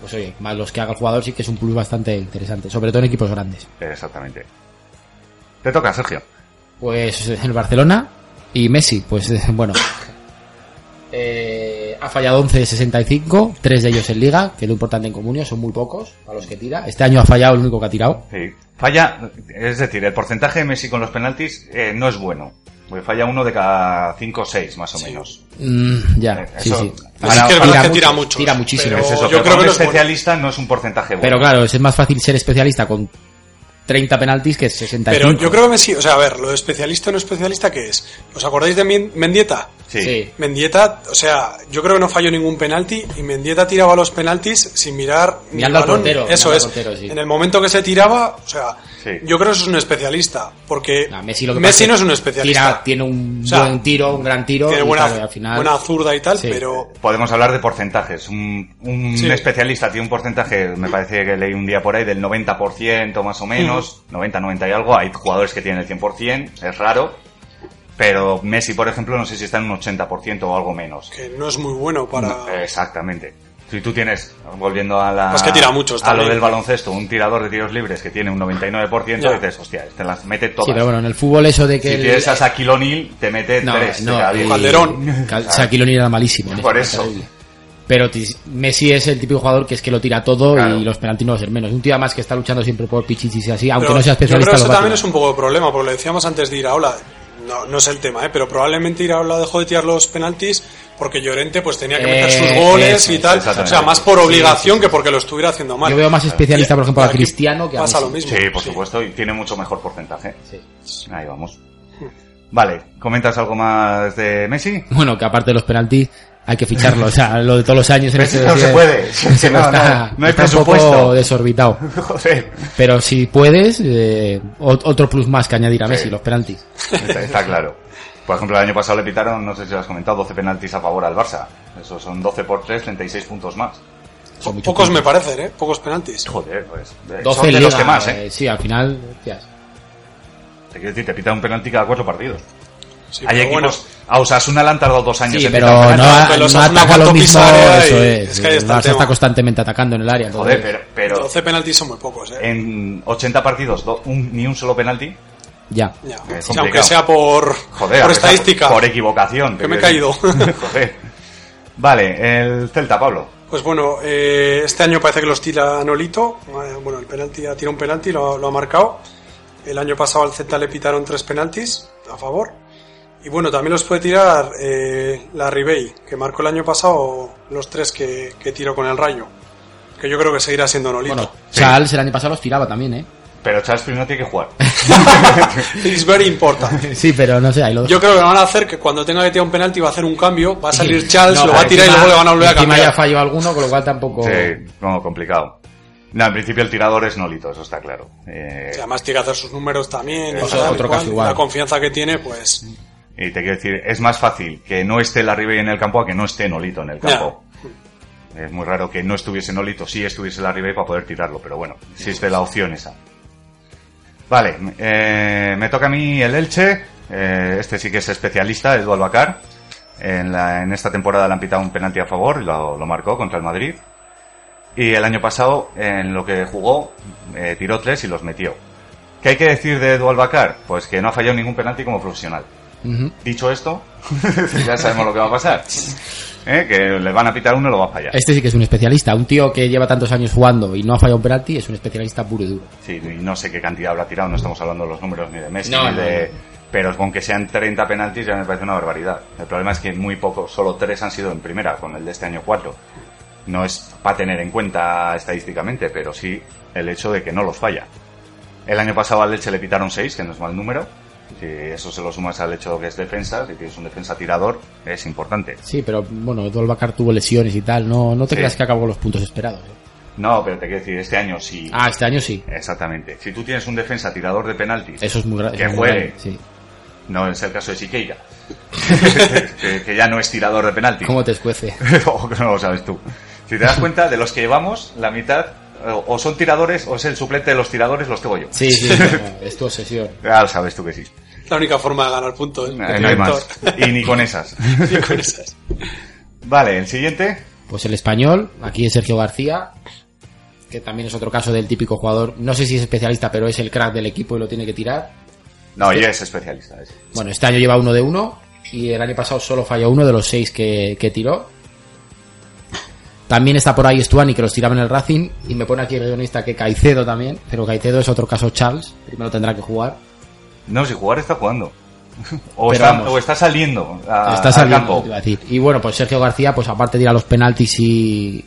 [SPEAKER 3] pues oye, más los que haga el jugador sí que es un plus bastante interesante, sobre todo en equipos grandes.
[SPEAKER 6] Exactamente. Te toca, Sergio.
[SPEAKER 3] Pues el Barcelona y Messi, pues eh, bueno. Eh, ha fallado 11 de 65, tres de ellos en liga, que es lo importante en comunio, son muy pocos a los que tira. Este año ha fallado el único que ha tirado.
[SPEAKER 6] Sí. Falla, es decir, el porcentaje de Messi con los penaltis eh, no es bueno. Porque falla uno de cada 5 o 6, más o menos.
[SPEAKER 3] Mm, ya,
[SPEAKER 6] Eh,
[SPEAKER 3] sí,
[SPEAKER 6] eso-
[SPEAKER 3] sí.
[SPEAKER 6] Así que es verdad que tira
[SPEAKER 3] mucho. Tira muchísimo.
[SPEAKER 6] es eso, pero para un especialista no es un porcentaje bueno.
[SPEAKER 3] Pero claro, es más fácil ser especialista con 30 penaltis que 65.
[SPEAKER 10] Pero yo creo que Messi, o sea, a ver, lo de especialista o no especialista, ¿qué es? ¿Os acordáis de Mien- Mendieta?
[SPEAKER 6] Sí.
[SPEAKER 10] Mendieta, o sea, yo creo que no falló ningún penalti y Mendieta tiraba los penaltis sin mirar ni el
[SPEAKER 3] Mirando al
[SPEAKER 10] balón.
[SPEAKER 3] portero,
[SPEAKER 10] eso
[SPEAKER 3] mirando
[SPEAKER 10] es.
[SPEAKER 3] al portero, sí.
[SPEAKER 10] En el momento que se tiraba, o sea,
[SPEAKER 6] Sí.
[SPEAKER 10] yo creo que eso es un especialista, porque
[SPEAKER 3] Ah, Messi, lo que pasa
[SPEAKER 10] Messi no
[SPEAKER 3] que
[SPEAKER 10] es un
[SPEAKER 3] tira-
[SPEAKER 10] especialista.
[SPEAKER 3] tiene un
[SPEAKER 10] O sea,
[SPEAKER 3] buen tiro, un gran tiro.
[SPEAKER 10] tiene
[SPEAKER 3] y
[SPEAKER 10] buena-
[SPEAKER 3] claro, al final,
[SPEAKER 10] buena zurda y tal, pero
[SPEAKER 6] Podemos hablar de porcentajes. Un, un
[SPEAKER 10] Sí.
[SPEAKER 6] especialista tiene un porcentaje, me parece que leí un día por ahí, del 90% más o menos, 90, 90 y algo. Hay jugadores que tienen el 100%, es raro. Pero Messi, por ejemplo, no sé si está en un 80% o algo menos.
[SPEAKER 10] que no es muy bueno para...
[SPEAKER 6] Exactamente. Si tú tienes, volviendo a la.
[SPEAKER 10] Pues que tira muchos
[SPEAKER 6] A lo
[SPEAKER 10] también.
[SPEAKER 6] del baloncesto, un tirador de tiros libres que tiene un 99%,
[SPEAKER 10] Ya.
[SPEAKER 6] dices, hostia, te las mete
[SPEAKER 3] Sí,
[SPEAKER 6] todas.
[SPEAKER 3] pero bueno, en el fútbol eso de que...
[SPEAKER 6] si
[SPEAKER 3] el-
[SPEAKER 6] tienes a Shaquille O'Neal, te mete
[SPEAKER 3] No,
[SPEAKER 6] tres.
[SPEAKER 3] no,
[SPEAKER 6] de cada diez.
[SPEAKER 3] y- Cal- Shaquille O'Neal era malísimo. en
[SPEAKER 6] Por
[SPEAKER 3] era
[SPEAKER 6] eso.
[SPEAKER 3] terrible. Pero ti- Messi es el típico jugador que es que lo tira todo y los penaltis no va a ser menos. Un tío más que está luchando siempre por pichichis y así, aunque
[SPEAKER 10] Pero
[SPEAKER 3] no sea especialista.
[SPEAKER 10] Yo creo que
[SPEAKER 3] lo
[SPEAKER 10] eso
[SPEAKER 3] va a
[SPEAKER 10] también
[SPEAKER 3] tirar.
[SPEAKER 10] es un poco de problema, porque lo decíamos antes de Iraola. No, no es el tema, ¿eh? pero probablemente Iraola dejó de tirar los penaltis porque Llorente pues tenía que meter
[SPEAKER 3] Eh,
[SPEAKER 10] sus goles
[SPEAKER 3] eso
[SPEAKER 10] y
[SPEAKER 3] es,
[SPEAKER 10] tal. O
[SPEAKER 6] exactamente.
[SPEAKER 10] sea, más por
[SPEAKER 6] Sí,
[SPEAKER 10] obligación que porque lo estuviera haciendo mal.
[SPEAKER 3] Yo veo más especialista, por ejemplo, a Cristiano que a
[SPEAKER 10] pasa
[SPEAKER 3] Messi.
[SPEAKER 10] lo mismo.
[SPEAKER 6] Sí, por
[SPEAKER 10] sí.
[SPEAKER 6] supuesto, y tiene mucho mejor porcentaje. Ahí vamos. Vale, ¿comentas algo más de Messi?
[SPEAKER 3] Bueno, que aparte de los penaltis hay que ficharlo. o sea, lo de todos los años... en
[SPEAKER 6] Messi
[SPEAKER 3] este
[SPEAKER 6] no
[SPEAKER 3] dossier-
[SPEAKER 6] se puede,
[SPEAKER 3] eso
[SPEAKER 6] es que no,
[SPEAKER 3] está-
[SPEAKER 6] no, no hay
[SPEAKER 3] está un poco
[SPEAKER 6] presupuesto.
[SPEAKER 3] desorbitado.
[SPEAKER 6] Joder,
[SPEAKER 3] Pero si puedes, eh, ot- otro plus más que añadir a Messi, los penaltis.
[SPEAKER 6] está, está claro. Por ejemplo, el año pasado le pitaron, no sé si lo has comentado, 12 penaltis a favor al Barça. Eso son 12 por 3, 36 puntos más.
[SPEAKER 10] Pocos me parecen, ¿eh? Pocos penaltis.
[SPEAKER 6] Joder, pues. eh,
[SPEAKER 3] 12
[SPEAKER 6] son de los
[SPEAKER 3] liga,
[SPEAKER 6] que más, ¿eh?
[SPEAKER 3] eh, Sí, al final... hostias.
[SPEAKER 6] Te quiero decir, te pitan un penalti cada cuatro partidos.
[SPEAKER 10] Sí,
[SPEAKER 6] Hay
[SPEAKER 10] pero
[SPEAKER 6] equipos.
[SPEAKER 10] bueno,
[SPEAKER 6] A Osasuna le han tardado dos años
[SPEAKER 3] Sí,
[SPEAKER 6] en
[SPEAKER 3] pero
[SPEAKER 6] pitar un penalti.
[SPEAKER 3] no,
[SPEAKER 10] pero
[SPEAKER 3] no
[SPEAKER 10] los Asuna
[SPEAKER 3] ataca
[SPEAKER 10] cuando
[SPEAKER 3] lo mismo,
[SPEAKER 10] pisa área
[SPEAKER 3] eso
[SPEAKER 10] y-
[SPEAKER 3] es.
[SPEAKER 10] es que ahí está
[SPEAKER 3] el
[SPEAKER 10] el
[SPEAKER 3] Barça
[SPEAKER 10] tema.
[SPEAKER 3] está constantemente atacando en el área. entonces-
[SPEAKER 6] Joder, pero, pero
[SPEAKER 10] 12 penaltis son muy pocos, ¿eh?
[SPEAKER 6] en 80 partidos, do- un- ni un solo penalti.
[SPEAKER 3] Ya.
[SPEAKER 10] Ya.
[SPEAKER 6] Es
[SPEAKER 10] O sea,
[SPEAKER 6] complicado.
[SPEAKER 10] aunque sea por,
[SPEAKER 6] Joder,
[SPEAKER 10] por
[SPEAKER 6] aunque sea
[SPEAKER 10] estadística.
[SPEAKER 6] Por, equivocación.
[SPEAKER 10] Que me he
[SPEAKER 6] quiero
[SPEAKER 10] caído.
[SPEAKER 6] decir. Joder. Vale, el Celta, Pablo.
[SPEAKER 10] Pues bueno, eh, este año parece que los tira Nolito. Eh, Bueno, el penalti ha tirado un penalti, lo, lo ha marcado. El año pasado al Z le pitaron tres penaltis a favor. Y bueno, también los puede tirar eh, la Ribey, que marcó el año pasado los tres que, que tiró con el Rayo. Que yo creo que seguirá siendo Nolito.
[SPEAKER 3] Charles el año pasado los tiraba también, ¿eh?
[SPEAKER 6] Pero Charles primero tiene que jugar.
[SPEAKER 10] It's very important.
[SPEAKER 3] Sí, pero no sé, ahí lo
[SPEAKER 10] Yo creo que van a hacer que cuando tenga que tirar un penalti va a hacer un cambio, va a salir Charles,
[SPEAKER 3] No,
[SPEAKER 10] lo va a tirar y
[SPEAKER 3] encima-
[SPEAKER 10] luego le van a volver a
[SPEAKER 3] encima
[SPEAKER 10] cambiar.
[SPEAKER 3] ya falló alguno, con lo cual tampoco...
[SPEAKER 6] Sí, no, complicado. No, en principio el tirador es Nolito, eso está claro. Eh,
[SPEAKER 10] Y Además tiene que hacer sus números también. y
[SPEAKER 6] Eso,
[SPEAKER 10] tal y
[SPEAKER 6] otro
[SPEAKER 10] cual.
[SPEAKER 6] caso igual.
[SPEAKER 10] La confianza que tiene, pues...
[SPEAKER 6] y te quiero decir, es más fácil que no esté la Ribey en el campo a que no esté Nolito en el campo. Es muy raro que no estuviese Nolito, sí estuviese la Ribey para poder tirarlo, pero bueno, existe la opción esa. Vale, eh, me toca a mí el Elche. eh, este sí que es especialista, Edu Albacar. En, la- en esta temporada le han pitado un penalti a favor, y lo, lo marcó contra el Madrid. Y el año pasado, en lo que jugó, eh, tiró tres y los metió. ¿Qué hay que decir de Edu Albacar? Pues que no ha fallado ningún penalti como profesional.
[SPEAKER 3] Ujú.
[SPEAKER 6] Dicho esto, ya sabemos lo que va a pasar. ¿Eh? Que le van a pitar uno y lo va a fallar.
[SPEAKER 3] Este sí que es un especialista. Un tío que lleva tantos años jugando y no ha fallado un penalti es un especialista puro y duro.
[SPEAKER 6] Sí, y no sé qué cantidad habrá tirado, no estamos hablando de los números ni de Messi,
[SPEAKER 3] No,
[SPEAKER 6] ni
[SPEAKER 3] no,
[SPEAKER 6] de... pero con que sean 30 penaltis ya me parece una barbaridad. El problema es que muy pocos, solo tres han sido en primera, con el de este año cuatro. No es para tener en cuenta estadísticamente, pero sí el hecho de que no los falla. El año pasado al Leche le pitaron seis, que no es mal número. Si eso se lo sumas al hecho que es defensa, si tienes un defensa tirador, es importante.
[SPEAKER 3] Sí, pero bueno, Dolbacar tuvo lesiones y tal. No, no te
[SPEAKER 6] Sí.
[SPEAKER 3] creas que acabó con los puntos esperados. ¿eh?
[SPEAKER 6] No, pero te quiero decir, este año sí.
[SPEAKER 3] Ah, este año sí.
[SPEAKER 6] Exactamente. Si tú tienes un defensa tirador de penaltis,
[SPEAKER 3] Eso es muy grave.
[SPEAKER 6] que juegue,
[SPEAKER 3] Sí.
[SPEAKER 6] no es el caso de Siqueira, que, que ya no es tirador de penaltis.
[SPEAKER 3] ¿Cómo te escuece?
[SPEAKER 6] o que no lo sabes tú. Si te das cuenta, de los que llevamos, la mitad o o son tiradores o es el suplente de los tiradores los tengo yo.
[SPEAKER 3] Sí, sí, no, es tu obsesión.
[SPEAKER 6] Ya lo sabes tú que sí.
[SPEAKER 10] La única forma de ganar ¿eh? puntos.
[SPEAKER 6] No, no hay más. Y ni con esas.
[SPEAKER 10] Ni con esas.
[SPEAKER 6] Vale, el siguiente.
[SPEAKER 3] Pues el español, aquí es Sergio García, que también es otro caso del típico jugador, no sé si es especialista, pero es el crack del equipo y lo tiene que tirar.
[SPEAKER 6] No,
[SPEAKER 3] Este-
[SPEAKER 6] ya es especialista. es-
[SPEAKER 3] Bueno, este año lleva uno de uno y el año pasado solo falló uno de los seis que, que tiró. También está por ahí Stuani que los tiraba en el Racing y me pone aquí el guionista que Caicedo también, pero Caicedo es otro caso Charles, primero tendrá que jugar.
[SPEAKER 6] No, si jugar está jugando. O,
[SPEAKER 3] Pero
[SPEAKER 6] está,
[SPEAKER 3] vamos.
[SPEAKER 6] o está saliendo a-
[SPEAKER 3] está
[SPEAKER 6] al
[SPEAKER 3] saliendo,
[SPEAKER 6] campo.
[SPEAKER 3] te iba a decir. Y bueno, pues Sergio García, pues aparte de ir a los penaltis y...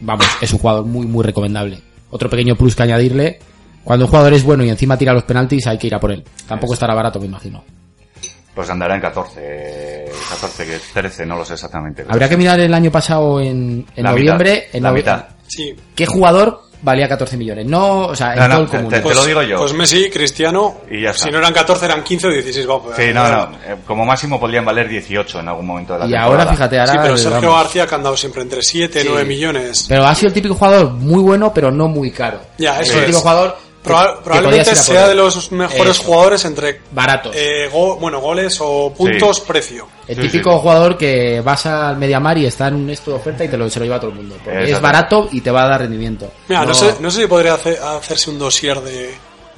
[SPEAKER 3] Vamos, es un jugador muy, muy recomendable. Otro pequeño plus que añadirle. Cuando un jugador es bueno y encima tira los penaltis, hay que ir a por él. Tampoco estará barato, me imagino.
[SPEAKER 6] Pues andará en 14, 14, que es 13, no lo sé exactamente.
[SPEAKER 3] Habría que mirar el año pasado en, en
[SPEAKER 6] La
[SPEAKER 3] noviembre.
[SPEAKER 6] mitad,
[SPEAKER 3] En
[SPEAKER 6] la
[SPEAKER 3] novie-
[SPEAKER 6] mitad.
[SPEAKER 10] Sí.
[SPEAKER 3] ¿Qué jugador valía 14 millones? No, o sea, en
[SPEAKER 6] No, no,
[SPEAKER 3] todo el
[SPEAKER 6] te-
[SPEAKER 3] común.
[SPEAKER 6] te- lo digo yo.
[SPEAKER 10] Pues Messi, Cristiano.
[SPEAKER 6] Y ya está.
[SPEAKER 10] Si no eran 14, eran 15 o 16. Vamos, pues,
[SPEAKER 6] Sí, no, no. eh, Como máximo podrían valer 18 en algún momento de la
[SPEAKER 3] Y
[SPEAKER 6] temporada.
[SPEAKER 3] ahora, fíjate, ahora-
[SPEAKER 10] Sí, pero Sergio
[SPEAKER 3] vamos.
[SPEAKER 10] García que ha andado siempre entre 7,
[SPEAKER 3] Sí.
[SPEAKER 10] 9 millones.
[SPEAKER 3] Pero ha sido el típico jugador muy bueno, pero no muy caro.
[SPEAKER 10] Ya,
[SPEAKER 3] Es
[SPEAKER 10] eso
[SPEAKER 3] el
[SPEAKER 10] es.
[SPEAKER 3] típico jugador que-
[SPEAKER 10] Proba-
[SPEAKER 3] que
[SPEAKER 10] probablemente
[SPEAKER 3] podías ir a por
[SPEAKER 10] sea
[SPEAKER 3] él.
[SPEAKER 10] de los mejores
[SPEAKER 3] Eso.
[SPEAKER 10] jugadores entre
[SPEAKER 3] Baratos.
[SPEAKER 10] eh, go- bueno, goles o puntos precio.
[SPEAKER 3] El típico jugador que vas al Mediamar y está en un esto de oferta y te lo, se lo lleva a todo el mundo. Porque es
[SPEAKER 10] Exacto.
[SPEAKER 3] barato y te va a dar rendimiento.
[SPEAKER 10] Mira, no.
[SPEAKER 3] No-
[SPEAKER 10] sé, no sé si podría hacer- hacerse un dossier de,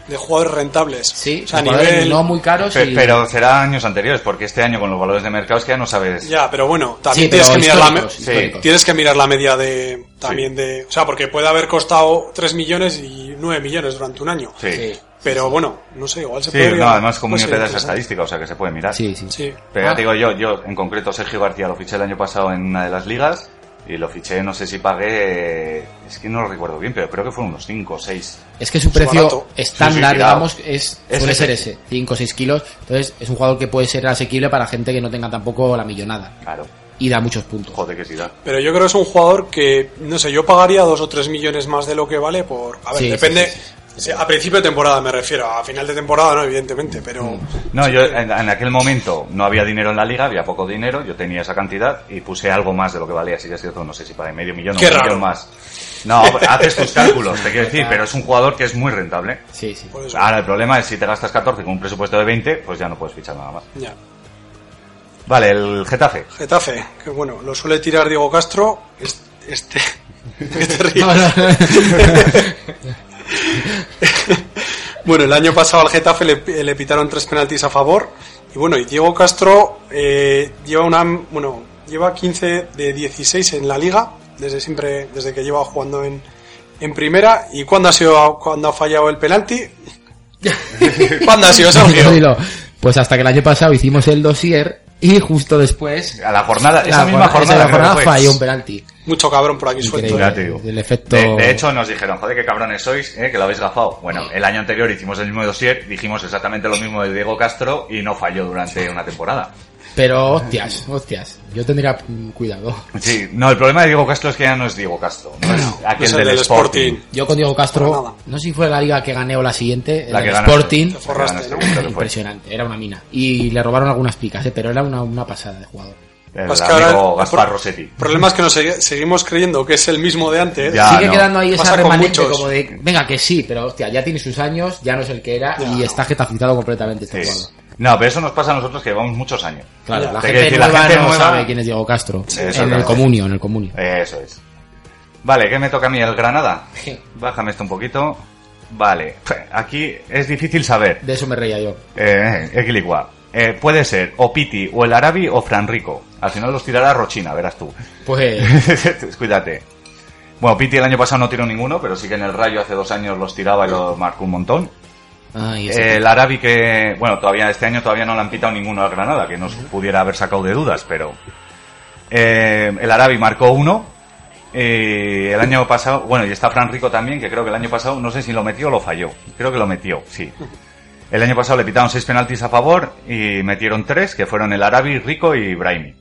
[SPEAKER 10] de jugadores rentables. Sí, o sea, a
[SPEAKER 3] jugadores
[SPEAKER 10] nivel...
[SPEAKER 3] no muy caros
[SPEAKER 6] Pe-
[SPEAKER 3] y-
[SPEAKER 6] Pero será años anteriores, porque este año con los valores de mercado es que ya no sabes.
[SPEAKER 10] Ya, pero bueno, también
[SPEAKER 6] Sí,
[SPEAKER 10] tienes,
[SPEAKER 6] pero
[SPEAKER 10] que mirar la me-
[SPEAKER 6] históricos, históricos.
[SPEAKER 10] tienes que mirar la media de también de, o sea, porque puede haber costado 3 millones y 9 millones durante un año.
[SPEAKER 6] Sí. Sí.
[SPEAKER 10] Pero bueno, no sé, igual se
[SPEAKER 6] pues Sí,
[SPEAKER 10] puede
[SPEAKER 6] no, además como
[SPEAKER 10] puede
[SPEAKER 6] te
[SPEAKER 10] ser
[SPEAKER 6] da esa
[SPEAKER 10] interesante.
[SPEAKER 6] estadística, o sea que se puede mirar.
[SPEAKER 3] Sí, sí.
[SPEAKER 10] Sí.
[SPEAKER 6] Pero
[SPEAKER 10] Ah.
[SPEAKER 6] ya te digo yo, yo en concreto Sergio García lo fiché el año pasado en una de las ligas y lo fiché, no sé si pagué, es que no lo recuerdo bien, pero creo que fueron unos 5 o 6.
[SPEAKER 3] Es que su precio estándar,
[SPEAKER 6] Sí, sí,
[SPEAKER 3] digamos,
[SPEAKER 6] cuidado.
[SPEAKER 3] es,
[SPEAKER 6] Es
[SPEAKER 3] suele
[SPEAKER 6] ese.
[SPEAKER 3] ser ese, 5 o 6 kilos. Entonces, es un jugador que puede ser asequible para gente que no tenga tampoco la millonada.
[SPEAKER 6] Claro.
[SPEAKER 3] Y da muchos puntos.
[SPEAKER 6] Joder, que sí da.
[SPEAKER 10] Pero yo creo que es un jugador que, no sé, yo pagaría 2 o 3 millones más de lo que vale por... A ver,
[SPEAKER 6] Sí,
[SPEAKER 10] depende... sí, A principio de temporada me refiero, a final de temporada no, evidentemente, pero...
[SPEAKER 6] No, yo en, en aquel momento no había dinero en la liga, había poco dinero, yo tenía esa cantidad y puse algo más de lo que valía, así que es cierto, no sé si pagué medio millón o
[SPEAKER 10] Qué
[SPEAKER 6] un
[SPEAKER 10] raro.
[SPEAKER 6] millón más. No, haces tus cálculos, te quiero decir, pero es un jugador que es muy rentable.
[SPEAKER 3] Sí, sí.
[SPEAKER 10] Pues
[SPEAKER 6] Ahora, el problema es si te gastas 14 con un presupuesto de 20, pues ya no puedes fichar nada más.
[SPEAKER 10] Ya.
[SPEAKER 6] Vale, el Getafe.
[SPEAKER 10] Getafe, que bueno, lo suele tirar Diego Castro. es- Este. que te ríes.
[SPEAKER 6] No, no.
[SPEAKER 10] bueno, el año pasado al Getafe le, le pitaron tres penaltis a favor. Y bueno, y Diego Castro eh, lleva una. Bueno, lleva 15 de 16 en la liga, desde siempre, desde que lleva jugando en, en primera. ¿Y cuándo ha sido cuando ha fallado el penalti? ¿Cuándo ha sido Sergio?
[SPEAKER 3] Dilo. Pues hasta que el año pasado hicimos el dossier y justo después...
[SPEAKER 6] A la jornada,
[SPEAKER 3] la
[SPEAKER 6] esa misma
[SPEAKER 3] jornada-
[SPEAKER 6] jornada,
[SPEAKER 3] esa
[SPEAKER 6] creo que
[SPEAKER 3] jornada
[SPEAKER 6] fue.
[SPEAKER 3] falló un penalti.
[SPEAKER 10] Mucho cabrón por aquí suelto.
[SPEAKER 6] Ya
[SPEAKER 10] ¿eh?
[SPEAKER 6] te digo.
[SPEAKER 3] El efecto...
[SPEAKER 6] De, de hecho, nos dijeron, joder, qué cabrones sois, eh, que lo habéis gafado. Bueno, el año anterior hicimos el mismo dossier, dijimos exactamente lo mismo de Diego Castro y no falló durante una temporada.
[SPEAKER 3] Pero hostias, hostias. Yo tendría mm, cuidado.
[SPEAKER 6] Sí, no, el problema de Diego Castro es que ya no es Diego Castro, no es aquel
[SPEAKER 10] es el
[SPEAKER 6] del,
[SPEAKER 10] del
[SPEAKER 6] Sporting.
[SPEAKER 3] Yo con Diego Castro, no sé si fue la liga que gané o la siguiente,
[SPEAKER 6] La
[SPEAKER 3] la
[SPEAKER 6] que ganaste.
[SPEAKER 3] Sporting.
[SPEAKER 6] Te forraste, ¿no? Creo que fue.
[SPEAKER 3] Impresionante, era una mina. Y le robaron algunas picas, eh, pero era una, una pasada de jugador.
[SPEAKER 6] El
[SPEAKER 10] Pues que
[SPEAKER 6] amigo
[SPEAKER 10] ahora-
[SPEAKER 6] Gaspar
[SPEAKER 10] por-
[SPEAKER 6] Rossetti.
[SPEAKER 10] El problema es que nos segui- seguimos creyendo que es el mismo de antes.
[SPEAKER 6] Ya,
[SPEAKER 3] Sigue quedando ahí
[SPEAKER 10] Pasa
[SPEAKER 3] esa
[SPEAKER 10] con
[SPEAKER 3] remanente
[SPEAKER 10] muchos.
[SPEAKER 3] como de, venga que sí, pero hostia, ya tiene sus años, ya no es el que era y está getaficado completamente este
[SPEAKER 6] Sí.
[SPEAKER 3] jugador.
[SPEAKER 6] No, pero eso nos pasa a nosotros que llevamos muchos años.
[SPEAKER 3] Claro, la
[SPEAKER 6] Te
[SPEAKER 3] gente,
[SPEAKER 6] quiero decir,
[SPEAKER 3] nueva no sabe quién es Diego Castro.
[SPEAKER 6] Sí,
[SPEAKER 3] en el
[SPEAKER 6] exactamente.
[SPEAKER 3] comunio, en el comunio.
[SPEAKER 6] Eso es. Vale, ¿qué me toca a mí? ¿El Granada? Bájame esto un poquito. Vale, aquí es difícil saber.
[SPEAKER 3] De eso me reía yo.
[SPEAKER 6] Eh, Equiligua. Eh, puede ser o Piti, o el Arabi, o Franrico. Al final los tirará Rochina, verás tú.
[SPEAKER 3] Pues
[SPEAKER 6] Cuídate. Bueno, Piti el año pasado no tiró ninguno, pero sí que en el Rayo hace dos años los tiraba y los marcó un montón. Eh, el Arabi que, bueno, todavía este año todavía no le han pitado ninguno al Granada, que nos pudiera haber sacado de dudas, pero eh, el Arabi marcó uno. eh, el año pasado, bueno, y está Fran Rico también, que creo que el año pasado, no sé si lo metió o lo falló. Creo que lo metió, sí. El año pasado le pitaron seis penaltis a favor y metieron tres, que fueron el Arabi, Rico y Brahimi.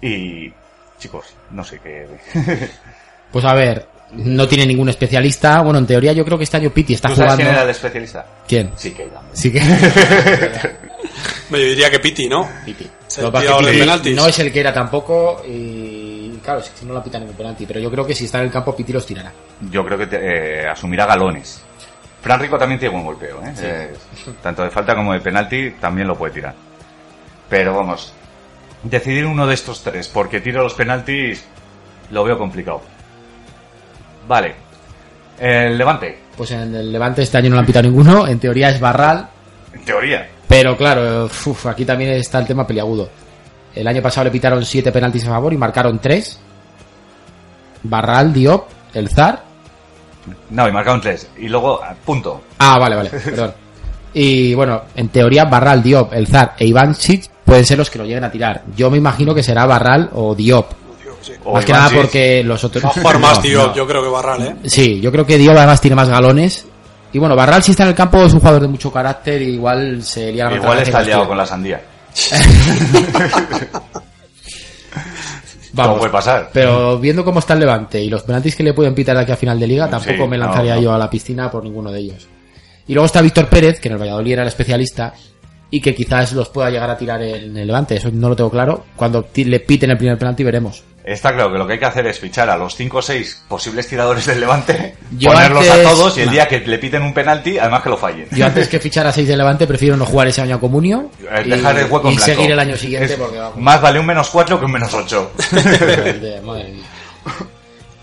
[SPEAKER 6] Y, chicos, no sé qué.
[SPEAKER 3] Pues a ver, no tiene ningún especialista. Bueno, en teoría yo creo que este año Piti está
[SPEAKER 6] ¿Tú sabes
[SPEAKER 3] jugando.
[SPEAKER 6] quién era el especialista?
[SPEAKER 3] ¿Quién?
[SPEAKER 6] Sí, que era.
[SPEAKER 3] Sí que.
[SPEAKER 10] Me diría que Piti, ¿no?
[SPEAKER 3] Piti.
[SPEAKER 10] Se
[SPEAKER 3] Lo
[SPEAKER 10] ha
[SPEAKER 3] que pasa es
[SPEAKER 10] pillado
[SPEAKER 3] que
[SPEAKER 10] los
[SPEAKER 3] Piti
[SPEAKER 10] penaltis.
[SPEAKER 3] no es el que era tampoco y claro, si no la pita ningún penalti, pero yo creo que si está en el campo Piti los tirará.
[SPEAKER 6] yo creo que te- eh, asumirá galones. Fran Rico también tiene buen golpeo, ¿eh?
[SPEAKER 3] Sí.
[SPEAKER 6] Eh, Tanto de falta como de penalti también lo puede tirar. Pero vamos, decidir uno de estos tres, porque tiro los penaltis lo veo complicado. Vale. El Levante,
[SPEAKER 3] Pues en el Levante este año no la han pitado ninguno, en teoría es Barral,
[SPEAKER 6] en teoría.
[SPEAKER 3] pero claro, eh, uf, aquí también está el tema peliagudo. El año pasado le pitaron siete penaltis a favor y marcaron tres. Barral, Diop, El Zar.
[SPEAKER 6] No, y marcaron tres. Y luego, a punto.
[SPEAKER 3] Ah, vale, vale, perdón. Y bueno, en teoría Barral, Diop, El Zar e Iván Sitch pueden ser los que lo lleguen a tirar. Yo me imagino que será Barral o Diop.
[SPEAKER 6] O
[SPEAKER 3] más que
[SPEAKER 6] Iván
[SPEAKER 3] nada
[SPEAKER 6] Gis.
[SPEAKER 3] porque los otros...
[SPEAKER 10] Va a jugar más,
[SPEAKER 3] No,
[SPEAKER 10] tío.
[SPEAKER 3] no.
[SPEAKER 10] Yo creo que Barral, ¿eh?
[SPEAKER 3] Sí, yo creo que Diop además tiene más galones. Y bueno, Barral si está en el campo es un jugador de mucho carácter y igual se lía la
[SPEAKER 6] Igual
[SPEAKER 3] contratación
[SPEAKER 6] está liado
[SPEAKER 3] hostia.
[SPEAKER 6] con la sandía.
[SPEAKER 3] Vamos.
[SPEAKER 6] Todo puede pasar.
[SPEAKER 3] Pero viendo cómo está el Levante y los penaltis que le pueden pitar de aquí a final de liga, tampoco
[SPEAKER 6] Sí,
[SPEAKER 3] me
[SPEAKER 6] no,
[SPEAKER 3] lanzaría
[SPEAKER 6] no.
[SPEAKER 3] yo a la piscina por ninguno de ellos. Y luego está Víctor Pérez, que en el Valladolid era el especialista y que quizás los pueda llegar a tirar en el Levante. Eso no lo tengo claro. Cuando ti- le piten el primer penalti veremos.
[SPEAKER 6] Está claro que lo que hay que hacer es fichar a los 5 o 6 posibles tiradores del Levante,
[SPEAKER 3] Yo
[SPEAKER 6] ponerlos
[SPEAKER 3] antes-
[SPEAKER 6] a todos y el
[SPEAKER 3] Nah.
[SPEAKER 6] día que le piten un penalti, además que lo fallen.
[SPEAKER 3] Yo antes que fichar a 6 del Levante prefiero no jugar ese año a Comunio
[SPEAKER 6] Eh,
[SPEAKER 3] y,
[SPEAKER 6] Dejar el hueco en
[SPEAKER 3] y
[SPEAKER 6] blanco.
[SPEAKER 3] seguir el año siguiente
[SPEAKER 6] Es-
[SPEAKER 3] porque vamos.
[SPEAKER 6] Más vale un menos 4 que un menos 8.
[SPEAKER 3] madre mía.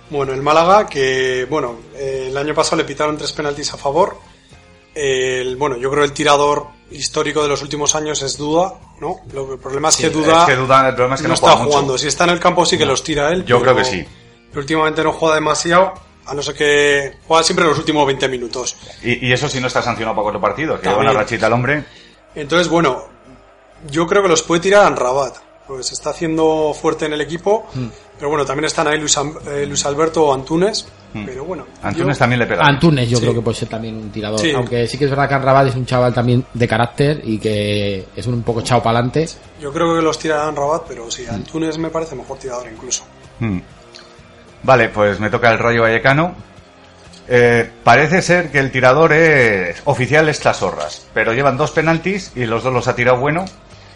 [SPEAKER 10] Bueno, el Málaga, que bueno, eh, el año pasado le pitaron tres penaltis a favor. El, bueno, yo creo el tirador histórico de los últimos años es Duda, ¿no? Lo que- el problema es que Duda
[SPEAKER 6] es que Duda, el problema es que
[SPEAKER 10] no,
[SPEAKER 6] no,
[SPEAKER 10] está
[SPEAKER 6] juega mucho.
[SPEAKER 10] jugando. Si está en el campo sí que los tira él.
[SPEAKER 6] Yo
[SPEAKER 10] pero-
[SPEAKER 6] creo que sí.
[SPEAKER 10] pero últimamente no juega demasiado, a no ser que juega siempre los últimos 20 minutos.
[SPEAKER 6] Y, y eso si no está sancionado para cuatro partidos, que lleva
[SPEAKER 10] También.
[SPEAKER 6] una rachita al hombre.
[SPEAKER 10] Entonces, bueno, yo creo que los puede tirar Anrabat, porque se está haciendo fuerte en el equipo.
[SPEAKER 6] Mm.
[SPEAKER 10] Pero bueno, también están ahí Luis, Am- eh, Luis Alberto Antunes.
[SPEAKER 6] Mm.
[SPEAKER 10] Pero bueno,
[SPEAKER 6] Antunes
[SPEAKER 10] yo-
[SPEAKER 6] también le pega.
[SPEAKER 3] Antunes yo
[SPEAKER 10] Sí.
[SPEAKER 3] creo que puede ser también un tirador.
[SPEAKER 10] Sí.
[SPEAKER 3] Aunque sí que es verdad que Anrabat es un chaval también de carácter y que es un poco chao para adelante.
[SPEAKER 10] Yo creo que los tirarán Rabat, pero sí, Antunes me parece mejor tirador incluso.
[SPEAKER 6] Mm. Vale, pues me toca el Rayo Vallecano. Eh, parece ser que el tirador es oficial es Tasorras, pero llevan dos penaltis y los dos los ha tirado bueno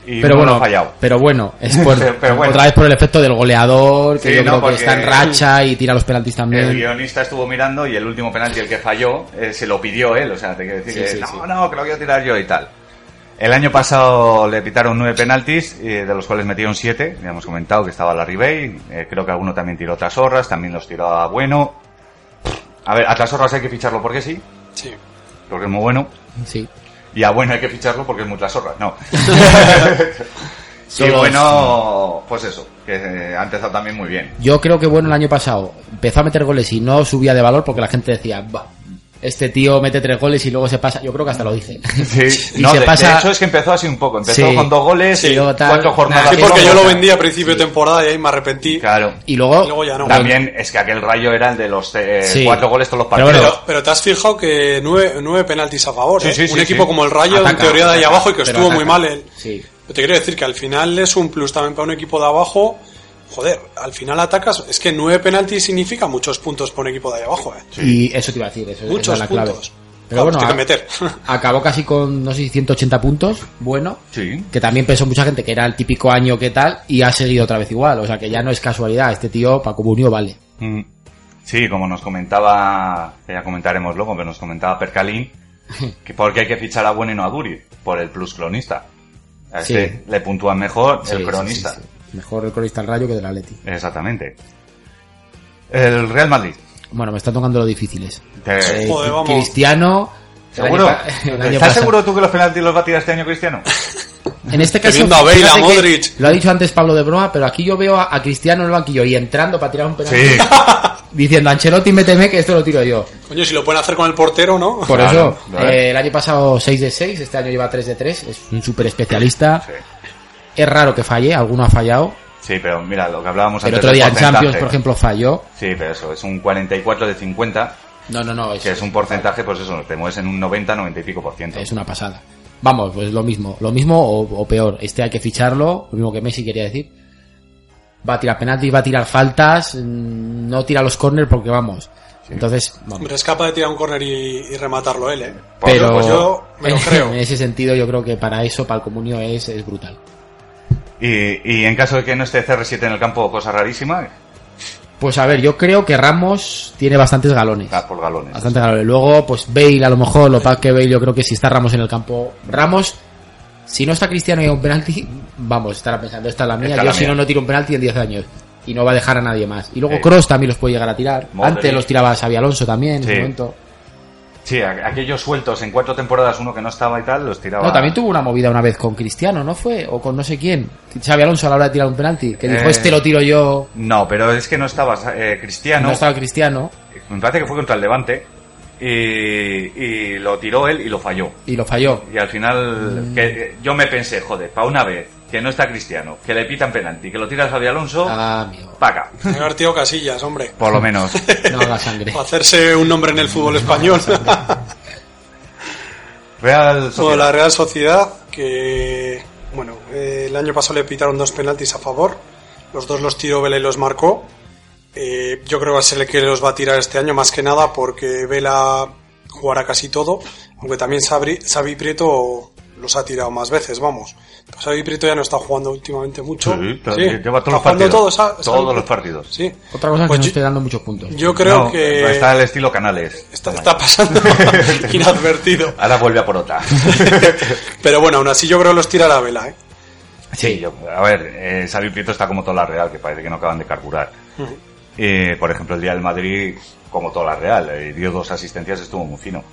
[SPEAKER 6] y
[SPEAKER 3] pero
[SPEAKER 6] uno
[SPEAKER 3] bueno,
[SPEAKER 6] ha fallado.
[SPEAKER 3] pero bueno, es por-
[SPEAKER 6] Pero- pero bueno.
[SPEAKER 3] otra vez por el efecto del goleador que
[SPEAKER 6] Sí,
[SPEAKER 3] yo
[SPEAKER 6] no,
[SPEAKER 3] creo que
[SPEAKER 6] porque-
[SPEAKER 3] está en racha y tira los penaltis
[SPEAKER 6] El
[SPEAKER 3] también.
[SPEAKER 6] guionista estuvo mirando y el último penalti, el que falló, eh, se lo pidió él. O sea, te quiero decir
[SPEAKER 3] Sí,
[SPEAKER 6] que
[SPEAKER 3] sí,
[SPEAKER 6] no,
[SPEAKER 3] sí.
[SPEAKER 6] no, que lo voy a tirar yo y tal. El año pasado le pitaron nueve penaltis, eh, de los cuales metieron siete. Ya hemos comentado que estaba la Ribey. eh, creo que alguno también tiró otras horras, también los tiró a Bueno. A ver, a Trasorras hay que ficharlo porque sí,
[SPEAKER 10] Sí.
[SPEAKER 6] porque es muy bueno.
[SPEAKER 3] Sí.
[SPEAKER 6] Y a Bueno hay que ficharlo porque es muy Trasorras, no. y
[SPEAKER 3] Todos-
[SPEAKER 6] bueno, pues eso, que eh, ha empezado también muy bien.
[SPEAKER 3] Yo creo que bueno el año pasado empezó a meter goles y no subía de valor porque la gente decía, "Bah, este tío mete tres goles y luego se pasa. Yo creo que hasta lo dije.
[SPEAKER 6] Sí,
[SPEAKER 3] Y
[SPEAKER 6] no,
[SPEAKER 3] se
[SPEAKER 6] de, de
[SPEAKER 3] pasa-
[SPEAKER 6] hecho es que empezó así un poco. Empezó
[SPEAKER 3] Sí.
[SPEAKER 6] con dos goles
[SPEAKER 3] Sí,
[SPEAKER 6] y
[SPEAKER 3] luego tal.
[SPEAKER 6] cuatro jornadas.
[SPEAKER 10] Sí, porque yo lo
[SPEAKER 6] luego-
[SPEAKER 10] vendí a principio de temporada y ahí me arrepentí.
[SPEAKER 6] Claro.
[SPEAKER 3] Y luego,
[SPEAKER 10] Luego ya no.
[SPEAKER 6] También es que aquel rayo era el de los eh,
[SPEAKER 3] Sí.
[SPEAKER 6] cuatro goles todos los
[SPEAKER 3] Pero
[SPEAKER 6] partidos.
[SPEAKER 10] Pero, pero te has fijado que nueve, nueve penaltis a favor.
[SPEAKER 6] Sí,
[SPEAKER 10] ¿eh?
[SPEAKER 6] sí, sí,
[SPEAKER 10] un equipo
[SPEAKER 6] sí.
[SPEAKER 10] como el Rayo, en
[SPEAKER 6] Ataca,
[SPEAKER 10] teoría de ahí
[SPEAKER 6] ataca,
[SPEAKER 10] abajo, y que
[SPEAKER 6] pero
[SPEAKER 10] estuvo muy
[SPEAKER 6] ataca.
[SPEAKER 10] mal. él.
[SPEAKER 3] Sí.
[SPEAKER 10] Pero te quiero decir que al final es un plus también para un equipo de abajo. Joder, al final atacas. Es que nueve penaltis significa muchos puntos para un equipo de ahí abajo. ¿eh?
[SPEAKER 3] Y eso te iba a decir, eso esa
[SPEAKER 10] Muchos
[SPEAKER 3] es la clave.
[SPEAKER 10] puntos.
[SPEAKER 3] Pero
[SPEAKER 10] Claro,
[SPEAKER 3] bueno,
[SPEAKER 10] los
[SPEAKER 3] a-
[SPEAKER 10] tiene que meter.
[SPEAKER 3] acabó casi con, no sé si 180 puntos, bueno,
[SPEAKER 6] Sí.
[SPEAKER 3] que también pensó mucha gente que era el típico año que tal, y ha seguido otra vez igual, o sea que ya no es casualidad, este tío para Comunio vale.
[SPEAKER 6] Mm. Sí, como nos comentaba, que ya comentaremos luego, pero nos comentaba Percalín, que porque hay que fichar a Bueno y no a Duri, por el plus cronista. A
[SPEAKER 3] Sí.
[SPEAKER 6] este le puntúan mejor
[SPEAKER 3] Sí, sí,
[SPEAKER 6] el cronista.
[SPEAKER 3] sí, sí. Mejor el cronista del Rayo que del Atleti.
[SPEAKER 6] Exactamente. El Real Madrid.
[SPEAKER 3] Bueno, me están tocando los difíciles.
[SPEAKER 6] Te-
[SPEAKER 3] Eh,
[SPEAKER 10] Joder, vamos.
[SPEAKER 3] Cristiano. el
[SPEAKER 6] ¿Seguro?
[SPEAKER 3] año pa- el año
[SPEAKER 6] ¿Estás
[SPEAKER 3] pasado-
[SPEAKER 6] seguro tú que los penaltis los va a tirar este año Cristiano?
[SPEAKER 3] en este caso,
[SPEAKER 5] Teniendo a Bale,
[SPEAKER 3] fíjate
[SPEAKER 5] a
[SPEAKER 3] que
[SPEAKER 5] Modric.
[SPEAKER 3] lo ha dicho antes Pablo de broma, pero aquí yo veo a, a Cristiano en el banquillo y entrando para tirar un penalti.
[SPEAKER 10] Sí.
[SPEAKER 3] Diciendo, Ancelotti, méteme que esto lo tiro yo.
[SPEAKER 10] Coño, si lo pueden hacer con el portero, ¿no?
[SPEAKER 3] Por eso, eh, el año pasado 6 de 6, este año lleva 3 de 3, es un súper especialista. Es raro que falle, alguno ha fallado.
[SPEAKER 6] Sí, pero mira, lo que hablábamos
[SPEAKER 3] Pero
[SPEAKER 6] antes
[SPEAKER 3] otro
[SPEAKER 6] del
[SPEAKER 3] día en
[SPEAKER 6] porcentaje.
[SPEAKER 3] Champions, por ejemplo, falló.
[SPEAKER 6] Sí, pero eso, es un 44 de 50.
[SPEAKER 3] No, no, no.
[SPEAKER 6] que es un porcentaje, pues eso, te mueves en un 90, 90 y pico por ciento.
[SPEAKER 3] Es una pasada. Vamos, pues lo mismo, lo mismo o, o peor. Este hay que ficharlo, lo mismo que Messi quería decir. Va a tirar penaltis, va a tirar faltas, mm, no tira los corners porque vamos. Entonces, vamos.
[SPEAKER 10] Hombre, es capaz de tirar un corner y, y rematarlo él, ¿eh?
[SPEAKER 3] Pero
[SPEAKER 10] Pues yo me lo creo.
[SPEAKER 3] en ese sentido yo creo que para eso, para el comunio es, es brutal.
[SPEAKER 6] Y, y en caso de que no esté CR7 en el campo, cosa rarísima,
[SPEAKER 3] Pues a ver, yo creo que Ramos tiene bastantes galones.
[SPEAKER 6] ah, por galones.
[SPEAKER 3] Bastante galones. Luego, pues Bale, a lo mejor, lo para que Bale, yo creo que si está Ramos en el campo. Ramos, si no está Cristiano y hay un penalti, vamos, estará pensando, esta es la mía.
[SPEAKER 6] Esta es
[SPEAKER 3] yo
[SPEAKER 6] la
[SPEAKER 3] si
[SPEAKER 6] mía.
[SPEAKER 3] no, no tiro un penalti en 10 años. Y no va a dejar a nadie más. Y luego
[SPEAKER 6] Sí.
[SPEAKER 3] Cross también los puede llegar a tirar.
[SPEAKER 6] Modric.
[SPEAKER 3] Antes los tiraba Xavi Alonso también, en
[SPEAKER 6] Sí.
[SPEAKER 3] ese momento.
[SPEAKER 6] Sí, a- aquellos sueltos en cuatro temporadas, uno que no estaba y tal, los tiraba.
[SPEAKER 3] No, también tuvo una movida una vez con Cristiano, ¿no fue? O con no sé quién. Xavi Alonso a la hora de tirar un penalti. Que dijo,
[SPEAKER 6] Eh,
[SPEAKER 3] este lo tiro yo.
[SPEAKER 6] No, pero es que no estaba eh, Cristiano. Eh,
[SPEAKER 3] No estaba Cristiano.
[SPEAKER 6] Me parece que fue contra el Levante. Y, y lo tiró él y lo falló.
[SPEAKER 3] Y lo falló.
[SPEAKER 6] Y al final,
[SPEAKER 3] Mm.
[SPEAKER 6] que, yo me pensé, joder, para una vez que no está Cristiano, que le pitan penalti, que lo tira Xavi Alonso,
[SPEAKER 3] Ah.
[SPEAKER 6] paga.
[SPEAKER 10] Debe haber tirado casillas, hombre.
[SPEAKER 6] Por lo menos.
[SPEAKER 3] No la sangre.
[SPEAKER 10] Para hacerse un nombre en el fútbol español.
[SPEAKER 6] Real
[SPEAKER 10] Bueno,
[SPEAKER 6] Sociedad.
[SPEAKER 10] la Real Sociedad, que bueno, eh, el año pasado le pitaron dos penaltis a favor, los dos los tiró Vela y los marcó. Eh, yo creo que va a ser el que los va a tirar este año, más que nada porque Vela jugará casi todo, aunque también Sabri- Xavi Prieto los ha tirado más veces, vamos. Pues Xavi Prieto ya no está jugando últimamente mucho.
[SPEAKER 6] Sí,
[SPEAKER 10] Sí,
[SPEAKER 6] lleva todos
[SPEAKER 10] está
[SPEAKER 6] los
[SPEAKER 10] jugando
[SPEAKER 6] partidos.
[SPEAKER 10] todo, Sa-
[SPEAKER 6] todos
[SPEAKER 10] Xavi-
[SPEAKER 6] los partidos.
[SPEAKER 10] Sí.
[SPEAKER 3] Otra cosa es que
[SPEAKER 10] Pues
[SPEAKER 3] no
[SPEAKER 10] yo-
[SPEAKER 3] esté dando muchos puntos.
[SPEAKER 10] Yo creo
[SPEAKER 6] No,
[SPEAKER 10] que
[SPEAKER 6] Está el estilo Canales.
[SPEAKER 10] está, está pasando inadvertido.
[SPEAKER 6] Ahora vuelve a por otra.
[SPEAKER 10] Pero bueno, aún así yo creo que los tirará Vela, ¿eh?
[SPEAKER 6] Sí, yo- a ver, eh, Xavi Prieto está como toda la Real, que parece que no acaban de carburar. Eh, por ejemplo, el día del Madrid, como toda la Real, eh, dio dos asistencias, estuvo muy fino.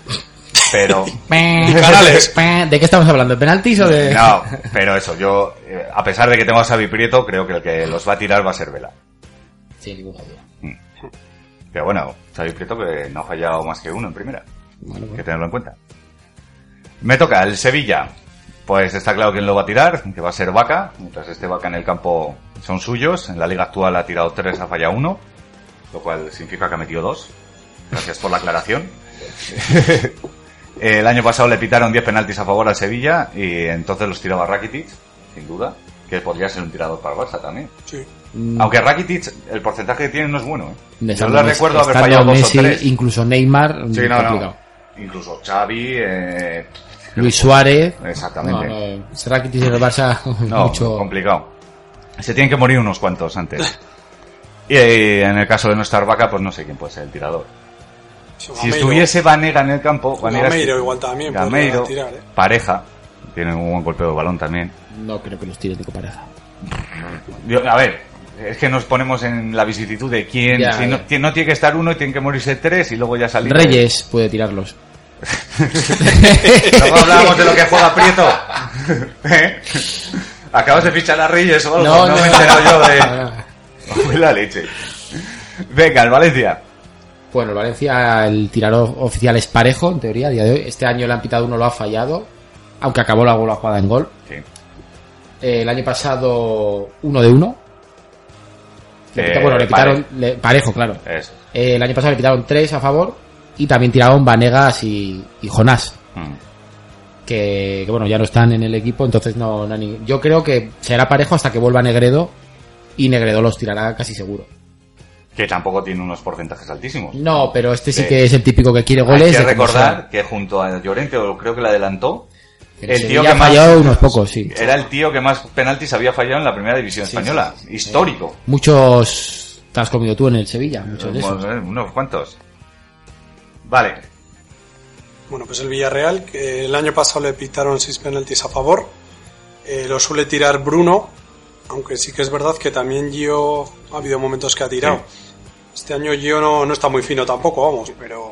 [SPEAKER 6] Pero, Canales.
[SPEAKER 3] Pues, ¿De qué estamos hablando? ¿De penaltis o de.?
[SPEAKER 6] no, pero eso, yo, eh, a pesar de que tengo a Xavi Prieto, creo que el que los va a tirar va a ser Vela.
[SPEAKER 3] Sí, ninguna duda.
[SPEAKER 6] Pero bueno, Xavi Prieto que no ha fallado más que uno en primera. Hay que tenerlo en cuenta. Me toca el Sevilla. Pues está claro quién lo va a tirar, que va a ser Vaca. Mientras este Vaca en el campo son suyos. En la liga actual ha tirado tres, ha fallado uno. Lo cual significa que ha metido dos. Gracias por la aclaración. el año pasado le pitaron 10 penaltis a favor al Sevilla y entonces los tiraba Rakitic, sin duda. Que podría ser un tirador para el Barça también.
[SPEAKER 3] Mm.
[SPEAKER 6] Aunque Rakitic, el porcentaje que tiene no es bueno. ¿eh? Ah, Yo
[SPEAKER 3] Estando
[SPEAKER 6] le
[SPEAKER 3] Messi-
[SPEAKER 6] recuerdo haber
[SPEAKER 3] estando
[SPEAKER 6] fallado dos
[SPEAKER 3] Messi,
[SPEAKER 6] o tres.
[SPEAKER 3] Incluso Neymar.
[SPEAKER 6] Sí,
[SPEAKER 3] mm,
[SPEAKER 6] no, no.
[SPEAKER 3] complicado.
[SPEAKER 6] Incluso Xavi, eh,
[SPEAKER 3] Luis Suárez.
[SPEAKER 6] Exactamente.
[SPEAKER 3] No, no, Rakitic en el Barça.
[SPEAKER 6] no,
[SPEAKER 3] mucho.
[SPEAKER 6] complicado. Se tienen que morir unos cuantos antes. Y eh, en el caso de no estar vaca, pues no sé quién puede ser el tirador. Si
[SPEAKER 10] Gameiro.
[SPEAKER 6] estuviese Vanega en el campo, Vanega
[SPEAKER 10] Gameiro igual también podría
[SPEAKER 6] Gameiro,
[SPEAKER 10] tirar, ¿eh?
[SPEAKER 6] pareja, tiene un buen golpeo de balón también.
[SPEAKER 3] No creo que los tires de pareja.
[SPEAKER 6] Yo- a ver, es que nos ponemos en la vicisitud de quién,
[SPEAKER 3] Ya,
[SPEAKER 6] si No,
[SPEAKER 3] ya.
[SPEAKER 6] quién no tiene que estar uno y tienen que morirse tres y luego ya salir.
[SPEAKER 3] Reyes puede tirarlos.
[SPEAKER 6] Luego hablamos de lo que juega Prieto. ¿Eh? Acabas de fichar a Reyes o algo.
[SPEAKER 3] No,
[SPEAKER 6] No,
[SPEAKER 3] no.
[SPEAKER 6] me he enterado yo de. Fue la leche. Venga, el Valencia.
[SPEAKER 3] Bueno, el Valencia, el tirador oficial es parejo, en teoría, a día de hoy. Este año le han pitado uno, lo ha fallado. Aunque acabó la bola jugada en gol.
[SPEAKER 6] Sí.
[SPEAKER 3] Eh, el año pasado, uno de uno. Le
[SPEAKER 6] Eh,
[SPEAKER 3] pita- bueno, le pitaron le- parejo, claro.
[SPEAKER 6] Eso.
[SPEAKER 3] Eh, el año pasado le pitaron tres a favor y también tiraron Vanegas y, y Jonás.
[SPEAKER 6] Mm.
[SPEAKER 3] Que, que, bueno, ya no están en el equipo, entonces no, no hay ni- Yo creo que será parejo hasta que vuelva Negredo y Negredo los tirará casi seguro.
[SPEAKER 6] Que tampoco tiene unos porcentajes altísimos.
[SPEAKER 3] No, pero este sí
[SPEAKER 6] Eh,
[SPEAKER 3] que es el típico que quiere goles.
[SPEAKER 6] Hay que
[SPEAKER 3] de como
[SPEAKER 6] recordar que junto a Llorente, o creo que le adelantó,
[SPEAKER 3] sea.
[SPEAKER 6] el tío
[SPEAKER 3] Sevilla
[SPEAKER 6] que
[SPEAKER 3] ha fallado
[SPEAKER 6] más.
[SPEAKER 3] unos pocos, sí.
[SPEAKER 6] Era el tío que más penaltis había fallado en la primera división española. Histórico.
[SPEAKER 3] Muchos te has comido tú en el Sevilla, muchos de esos.
[SPEAKER 6] Eh, Bueno, unos cuantos. Vale.
[SPEAKER 10] Bueno, pues el Villarreal, que el año pasado le pitaron seis penaltis a favor. Eh, lo suele tirar Bruno, aunque sí que es verdad que también Gio ha habido momentos que ha tirado. Este año Gio no, no está muy fino tampoco, vamos, pero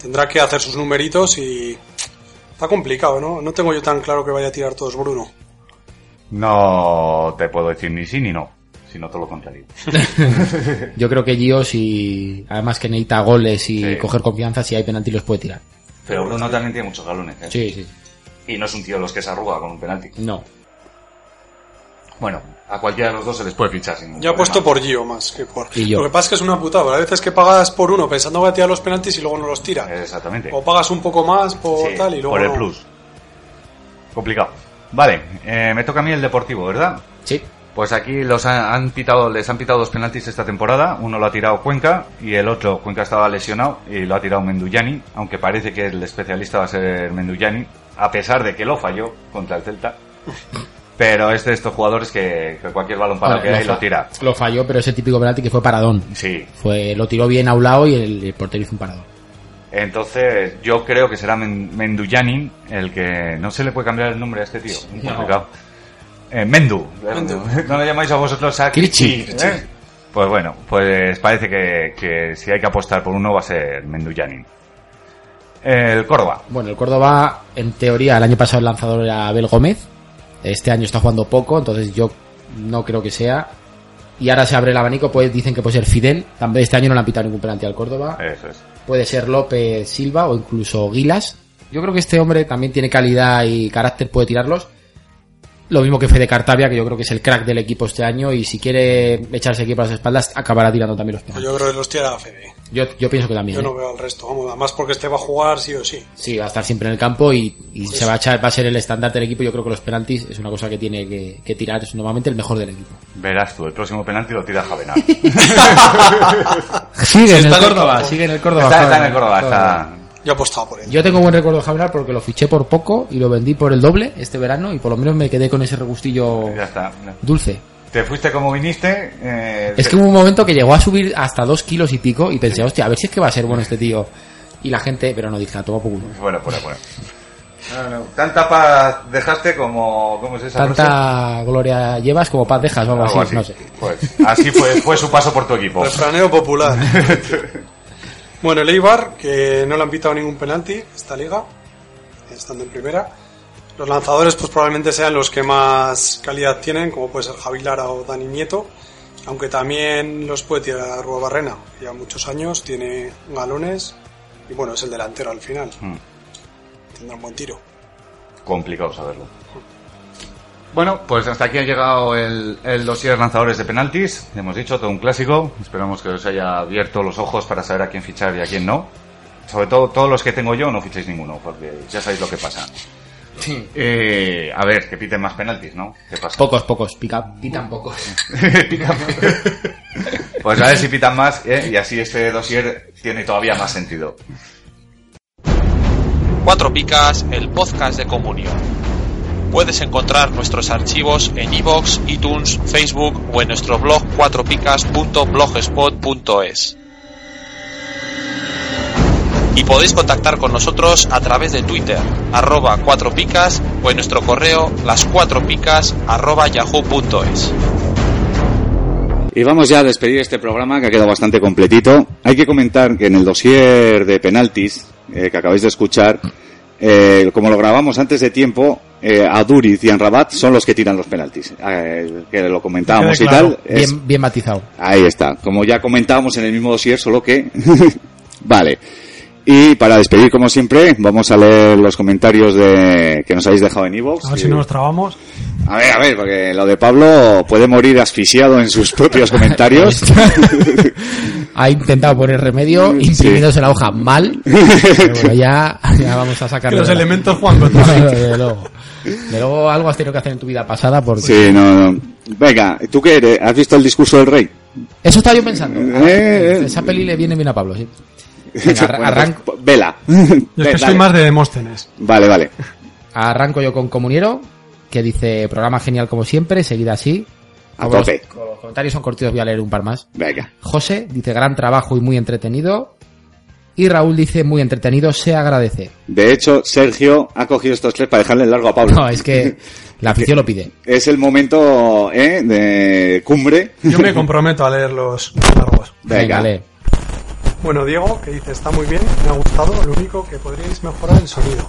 [SPEAKER 10] tendrá que hacer sus numeritos y está complicado, ¿no? No tengo yo tan claro que vaya a tirar todos Bruno.
[SPEAKER 6] No te puedo decir ni sí ni no, sino todo lo contrario.
[SPEAKER 3] Yo creo que Gio, si, además que necesita goles y coger confianza, si hay penalti los puede tirar.
[SPEAKER 6] Pero Bruno también tiene muchos galones, ¿eh?
[SPEAKER 3] Sí, sí.
[SPEAKER 6] Y no es un tío de los que se arruga con un penalti.
[SPEAKER 3] No.
[SPEAKER 6] Bueno, a cualquiera de los dos se les puede fichar sin ningún
[SPEAKER 10] Yo
[SPEAKER 6] problema.
[SPEAKER 10] apuesto por Gio más que por.
[SPEAKER 6] Y yo.
[SPEAKER 10] Lo que pasa es que es una putada. porque A veces que pagas por uno pensando que va a tirar los penaltis y luego no los tira.
[SPEAKER 6] Exactamente.
[SPEAKER 10] O pagas un poco más por
[SPEAKER 6] Eh, Sí,
[SPEAKER 10] tal y luego.
[SPEAKER 6] por el
[SPEAKER 10] no.
[SPEAKER 6] plus. Complicado. Vale, eh, me toca a mí el deportivo, ¿verdad?
[SPEAKER 3] Sí.
[SPEAKER 6] Pues aquí los han, han pitado, les han pitado dos penaltis esta temporada. Uno lo ha tirado Cuenca y el otro, Cuenca estaba lesionado y lo ha tirado Menduyani, aunque parece que el especialista va a ser Menduyani, a pesar de que lo falló contra el Celta. Pero es de estos jugadores que, que cualquier balón para
[SPEAKER 3] Vale,
[SPEAKER 6] que hay
[SPEAKER 3] fa-
[SPEAKER 6] lo tira.
[SPEAKER 3] Lo falló, pero es el típico penalti que fue paradón.
[SPEAKER 6] Sí.
[SPEAKER 3] Fue, lo tiró bien a un lado y el, el portero hizo un paradón.
[SPEAKER 6] Entonces, yo creo que será Men- Menduyanin el que. No se le puede cambiar el nombre a este tío. Muy
[SPEAKER 3] No.
[SPEAKER 6] complicado. Eh, Mendu.
[SPEAKER 3] Mendu.
[SPEAKER 6] No le llamáis a vosotros a
[SPEAKER 3] Kirchi.
[SPEAKER 6] Kirchi, ¿eh? Pues bueno, pues parece que, que si hay que apostar por uno va a ser Menduyanin. El Córdoba.
[SPEAKER 3] Bueno, el Córdoba, en teoría, el año pasado el lanzador era Abel Gómez. Este año está jugando poco, entonces yo no creo que sea. Y ahora se abre el abanico, pues dicen que puede ser Fidel. También este año no le han pitado ningún penalti al Córdoba.
[SPEAKER 6] Eso es.
[SPEAKER 3] Puede ser López Silva o incluso Guilas. Yo creo que este hombre también tiene calidad y carácter, puede tirarlos. Lo mismo que Fede Cartavia, que yo creo que es el crack del equipo este año. Y si quiere echarse aquí para las espaldas, acabará tirando también los penaltis.
[SPEAKER 10] Yo creo que los tira a Fede.
[SPEAKER 3] Yo, yo pienso que también.
[SPEAKER 10] Yo
[SPEAKER 3] ¿eh?
[SPEAKER 10] no veo al resto. Vamos, además porque este va a jugar sí o sí.
[SPEAKER 3] Sí, va a estar siempre en el campo y, y se va a echar, va a ser el estandarte del equipo. Yo creo que los penaltis es una cosa que tiene que, que tirar, es normalmente el mejor del equipo.
[SPEAKER 6] Verás tú, el próximo penalti lo tira Javenar.
[SPEAKER 3] Sigue en el
[SPEAKER 6] está en el
[SPEAKER 3] Córdoba,
[SPEAKER 6] campo.
[SPEAKER 3] sigue en el Córdoba.
[SPEAKER 6] Está- está
[SPEAKER 3] Javier.
[SPEAKER 6] en el Córdoba, está-
[SPEAKER 10] Yo apostaba por él.
[SPEAKER 3] Yo tengo buen recuerdo de Javier porque lo fiché por poco y lo vendí por el doble este verano y por lo menos me quedé con ese regustillo
[SPEAKER 6] Ya está.
[SPEAKER 3] dulce.
[SPEAKER 6] Te fuiste como viniste. eh,
[SPEAKER 3] Es
[SPEAKER 6] te-
[SPEAKER 3] que hubo un momento que llegó a subir hasta dos kilos y pico y pensé, hostia, a ver si es que va a ser bueno este tío. Y la gente, pero no dije, "Ah, toma poco.
[SPEAKER 6] Fuera, fuera, fuera. No, no, Tanta paz dejaste como. ¿Cómo es esa frase?
[SPEAKER 3] Tanta gloria llevas como paz dejas o algo
[SPEAKER 6] Algo
[SPEAKER 3] así, no
[SPEAKER 6] así.
[SPEAKER 3] sé.
[SPEAKER 6] Pues así fue, fue su paso por tu equipo.
[SPEAKER 10] Refraneo popular. bueno, el Eibar, que no le han pitado ningún penalti esta liga, estando en primera. Los lanzadores, pues probablemente sean los que más calidad tienen, como puede ser Javi Lara o Dani Nieto, aunque también los puede tirar Rua Barrena, que lleva muchos años, tiene galones y bueno, es el delantero al final.
[SPEAKER 6] Mm.
[SPEAKER 10] Tendrá un buen tiro.
[SPEAKER 6] Complicado saberlo. Bueno, pues hasta aquí ha llegado el, el dossier lanzadores de penaltis. Hemos dicho todo un clásico. Esperamos que os haya abierto los ojos para saber a quién fichar y a quién no. Sobre todo, todos los que tengo yo no fichéis ninguno, porque ya sabéis lo que pasa. Eh, a ver, que piten más penaltis, ¿no? ¿Qué pasa?
[SPEAKER 3] Pocos, pocos, pica, pitan pocos.
[SPEAKER 6] Pues a ver si pitan más, ¿eh? y así este dossier tiene todavía más sentido.
[SPEAKER 5] Cuatro Picas, el podcast de Comunio. Puedes encontrar nuestros archivos en iVoox, iTunes, Facebook o en nuestro blog cuatropicas.blogspot.es. Y podéis contactar con nosotros a través de Twitter, arroba cuatro picas o en nuestro correo las cuatro picas arroba yahoo.es.
[SPEAKER 6] Y vamos ya a despedir este programa que ha quedado bastante completito. Hay que comentar que en el dossier de penaltis eh, que acabáis de escuchar, eh, como lo grabamos antes de tiempo, eh, Aduriz y Anrabat son los que tiran los penaltis. Eh, que lo comentábamos y tal. es-
[SPEAKER 3] Bien, bien matizado.
[SPEAKER 6] Ahí está. Como ya comentábamos en el mismo dossier, solo que. vale. Y para despedir, como siempre, vamos a leer los comentarios de... que nos habéis dejado en Evox.
[SPEAKER 4] A ver si no nos trabamos.
[SPEAKER 6] A ver, a ver, porque lo de Pablo puede morir asfixiado en sus propios comentarios.
[SPEAKER 3] Ha intentado poner remedio imprimiéndose la hoja mal. Pero bueno, ya, ya vamos a sacar.
[SPEAKER 10] Que los elementos juegan contra mí.
[SPEAKER 3] de luego. De luego algo has tenido que hacer en tu vida pasada porque.
[SPEAKER 6] Sí, no, no. Venga, ¿tú qué eres? ¿Has visto el discurso del rey?
[SPEAKER 3] Eso estaba yo pensando.
[SPEAKER 6] Eh,
[SPEAKER 3] Esa peli le viene bien a Pablo, sí. Venga, arra-
[SPEAKER 6] Bueno,
[SPEAKER 3] arranco,
[SPEAKER 6] pues, Vela.
[SPEAKER 10] Yo
[SPEAKER 6] Ve,
[SPEAKER 10] es que soy
[SPEAKER 6] dale.
[SPEAKER 10] más de Demóstenes.
[SPEAKER 6] Vale, vale.
[SPEAKER 3] arranco yo con Comuniero, que dice programa genial como siempre, seguida así.
[SPEAKER 6] A
[SPEAKER 3] Como los-
[SPEAKER 6] tope.
[SPEAKER 3] como los comentarios son cortitos, voy a leer un par más.
[SPEAKER 6] Venga.
[SPEAKER 3] José dice gran trabajo y muy entretenido. Y Raúl dice muy entretenido, se agradece.
[SPEAKER 6] De hecho, Sergio ha cogido estos tres para dejarle el largo a Pablo.
[SPEAKER 3] No, es que la afición lo pide.
[SPEAKER 6] Es el momento ¿eh? de cumbre.
[SPEAKER 10] Yo me comprometo a leer los largos.
[SPEAKER 6] Venga.
[SPEAKER 10] Bueno, Diego, que dice, está muy bien, me ha gustado, lo único que podríais mejorar el sonido.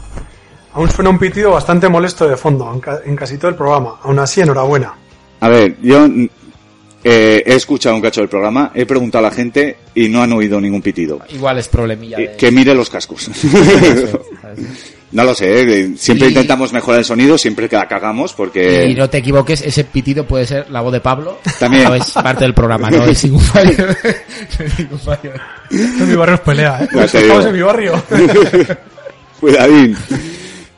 [SPEAKER 10] Aún suena un pitido bastante molesto de fondo en, ca- en casi todo el programa. Aún así, enhorabuena.
[SPEAKER 6] A ver, yo mm, eh, he escuchado un cacho del programa, he preguntado a la gente y no han oído ningún pitido.
[SPEAKER 3] Igual es problemilla.
[SPEAKER 6] Eh, Que mire los cascos. No lo sé, eh, siempre
[SPEAKER 3] Y-
[SPEAKER 6] intentamos mejorar el sonido, siempre que la cagamos,
[SPEAKER 3] Y
[SPEAKER 6] porque
[SPEAKER 3] no te equivoques, ese pitido puede ser la voz de Pablo.
[SPEAKER 6] También.
[SPEAKER 3] No es parte del programa, no es ningún fallo.
[SPEAKER 10] mi barrio es pelea, ¿eh?
[SPEAKER 6] Ya te digo.
[SPEAKER 10] Estamos en mi barrio.
[SPEAKER 6] Cuidadín.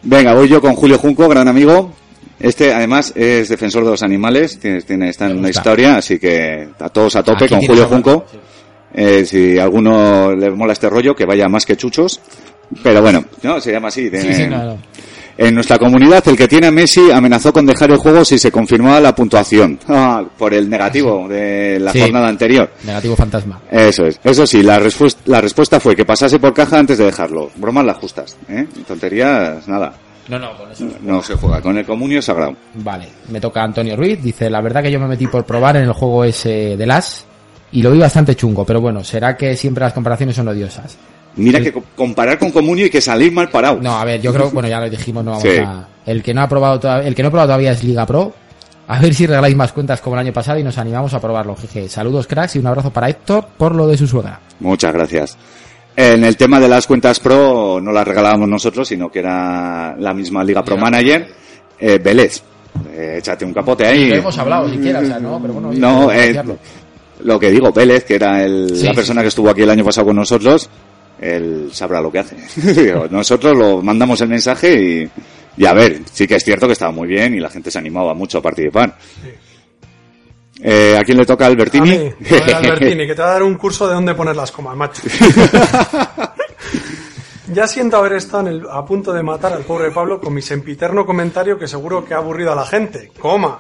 [SPEAKER 6] Venga, voy yo con Julio Junco, gran amigo. Este, además, es defensor de los animales, tiene, tiene- está en una historia, así que a todos a tope
[SPEAKER 15] Aquí
[SPEAKER 6] con
[SPEAKER 15] tiene
[SPEAKER 6] Julio
[SPEAKER 15] que hablar,
[SPEAKER 6] Junco. Eh, si a alguno le mola este rollo, que vaya más que chuchos. Pero bueno, no, se llama así. tiene-
[SPEAKER 15] sí, no, no.
[SPEAKER 6] En nuestra comunidad, el que tiene a Messi amenazó con dejar el juego si se confirmaba la puntuación. Ah, por el negativo de la
[SPEAKER 3] Sí.
[SPEAKER 6] jornada anterior.
[SPEAKER 3] Negativo fantasma.
[SPEAKER 6] Eso es. Eso sí, la, respues- la respuesta fue que pasase por caja antes de dejarlo. Bromas las justas, ¿eh? Tonterías, nada.
[SPEAKER 3] No, no, con eso.
[SPEAKER 6] No se juega. Con el comunio sagrado.
[SPEAKER 3] Vale, me toca Antonio Ruiz. Dice, la verdad que yo me metí por probar en el juego ese de las y lo vi bastante chungo, pero bueno, será que siempre las comparaciones son odiosas.
[SPEAKER 6] Mira que co- comparar con comunio y que salir mal parado.
[SPEAKER 3] No, a ver, yo creo, bueno, ya lo dijimos, no vamos
[SPEAKER 6] Sí.
[SPEAKER 3] a... El que no ha probado todavía, el que no ha probado todavía es Liga Pro. A ver si regaláis más cuentas como el año pasado y nos animamos a probarlo, jeje. Saludos, cracks, y un abrazo para Héctor por lo de su suegra.
[SPEAKER 6] Muchas gracias. En el tema de las cuentas pro no las regalábamos nosotros, sino que era la misma Liga Pro Manager. Eh, Vélez, eh, échate un capote ahí.
[SPEAKER 3] Lo hemos hablado siquiera, o sea, no, pero bueno...
[SPEAKER 6] No,
[SPEAKER 3] yo-
[SPEAKER 6] eh, lo que digo, Vélez, que era el-
[SPEAKER 3] Sí,
[SPEAKER 6] la persona que estuvo aquí el año pasado con nosotros, él sabrá lo que hace. Digo, nosotros lo mandamos el mensaje y, y a ver, sí que es cierto que estaba muy bien y la gente se animaba mucho a participar. Eh, ¿A quién le toca Albertini?
[SPEAKER 10] Vale, joder, Albertini, que te va a dar un curso de dónde poner las comas, macho. ya siento haber estado en el- a punto de matar al pobre Pablo con mi sempiterno comentario que seguro que ha aburrido a la gente. Coma.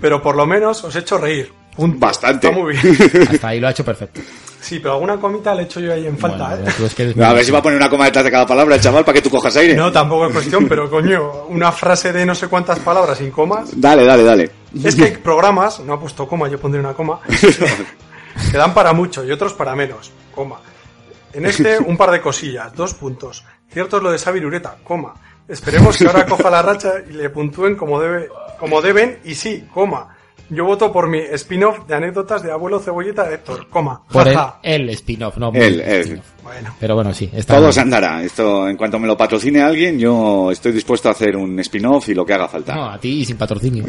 [SPEAKER 10] Pero por lo menos os he hecho reír.
[SPEAKER 6] Bastante.
[SPEAKER 10] Está muy bien.
[SPEAKER 3] Hasta ahí lo ha hecho perfecto.
[SPEAKER 10] Sí, pero alguna comita le he hecho yo ahí en falta, ¿eh?
[SPEAKER 6] a ver si va a poner una coma detrás de cada palabra, chaval, para que tú cojas aire.
[SPEAKER 10] No, tampoco es cuestión, pero coño, una frase de no sé cuántas palabras sin comas.
[SPEAKER 6] Dale, dale, dale.
[SPEAKER 10] Es que hay programas, no ha puesto coma, yo pondré una coma, que dan para mucho y otros para menos, coma. En este, un par de cosillas, dos puntos. Cierto es lo de Xavi Ureta, coma. Esperemos que ahora coja la racha y le puntúen como, debe, como deben y sí, coma. Yo voto por mi spin-off de anécdotas de abuelo cebolleta de Héctor, coma.
[SPEAKER 3] Por el,
[SPEAKER 10] Jaja.
[SPEAKER 3] el spin-off, no.
[SPEAKER 6] Él, él.
[SPEAKER 3] Pero bueno, sí. Está
[SPEAKER 6] Todo
[SPEAKER 3] bien.
[SPEAKER 6] se andará. Esto, en cuanto me lo patrocine alguien, yo estoy dispuesto a hacer un spin-off y lo que haga falta.
[SPEAKER 3] No, a ti y sin patrocinio.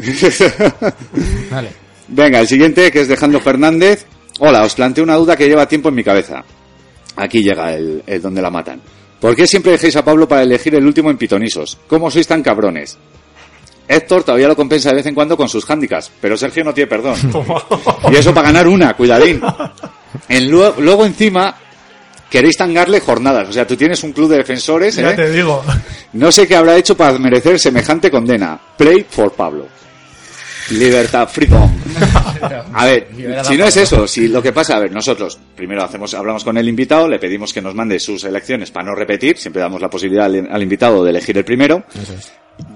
[SPEAKER 3] vale.
[SPEAKER 6] Venga, el siguiente que es Dejando Fernández. Hola, os planteo una duda que lleva tiempo en mi cabeza. Aquí llega el, el donde la matan. ¿Por qué siempre dejáis a Pablo para elegir el último en pitonisos? ¿Cómo sois tan cabrones? Héctor todavía lo compensa de vez en cuando con sus hándicaps, pero Sergio no tiene perdón. y eso para ganar una, cuidadín. En lu- luego encima queréis tangarle jornadas. O sea, tú tienes un club de defensores.
[SPEAKER 10] Ya
[SPEAKER 6] ¿eh?
[SPEAKER 10] te digo.
[SPEAKER 6] No sé qué habrá hecho para merecer semejante condena. Play for Pablo. Libertad, freedom. A ver, si no es eso, si lo que pasa, a ver, nosotros primero hacemos, hablamos con el invitado, le pedimos que nos mande sus elecciones para no repetir, siempre damos la posibilidad al, al invitado de elegir el primero.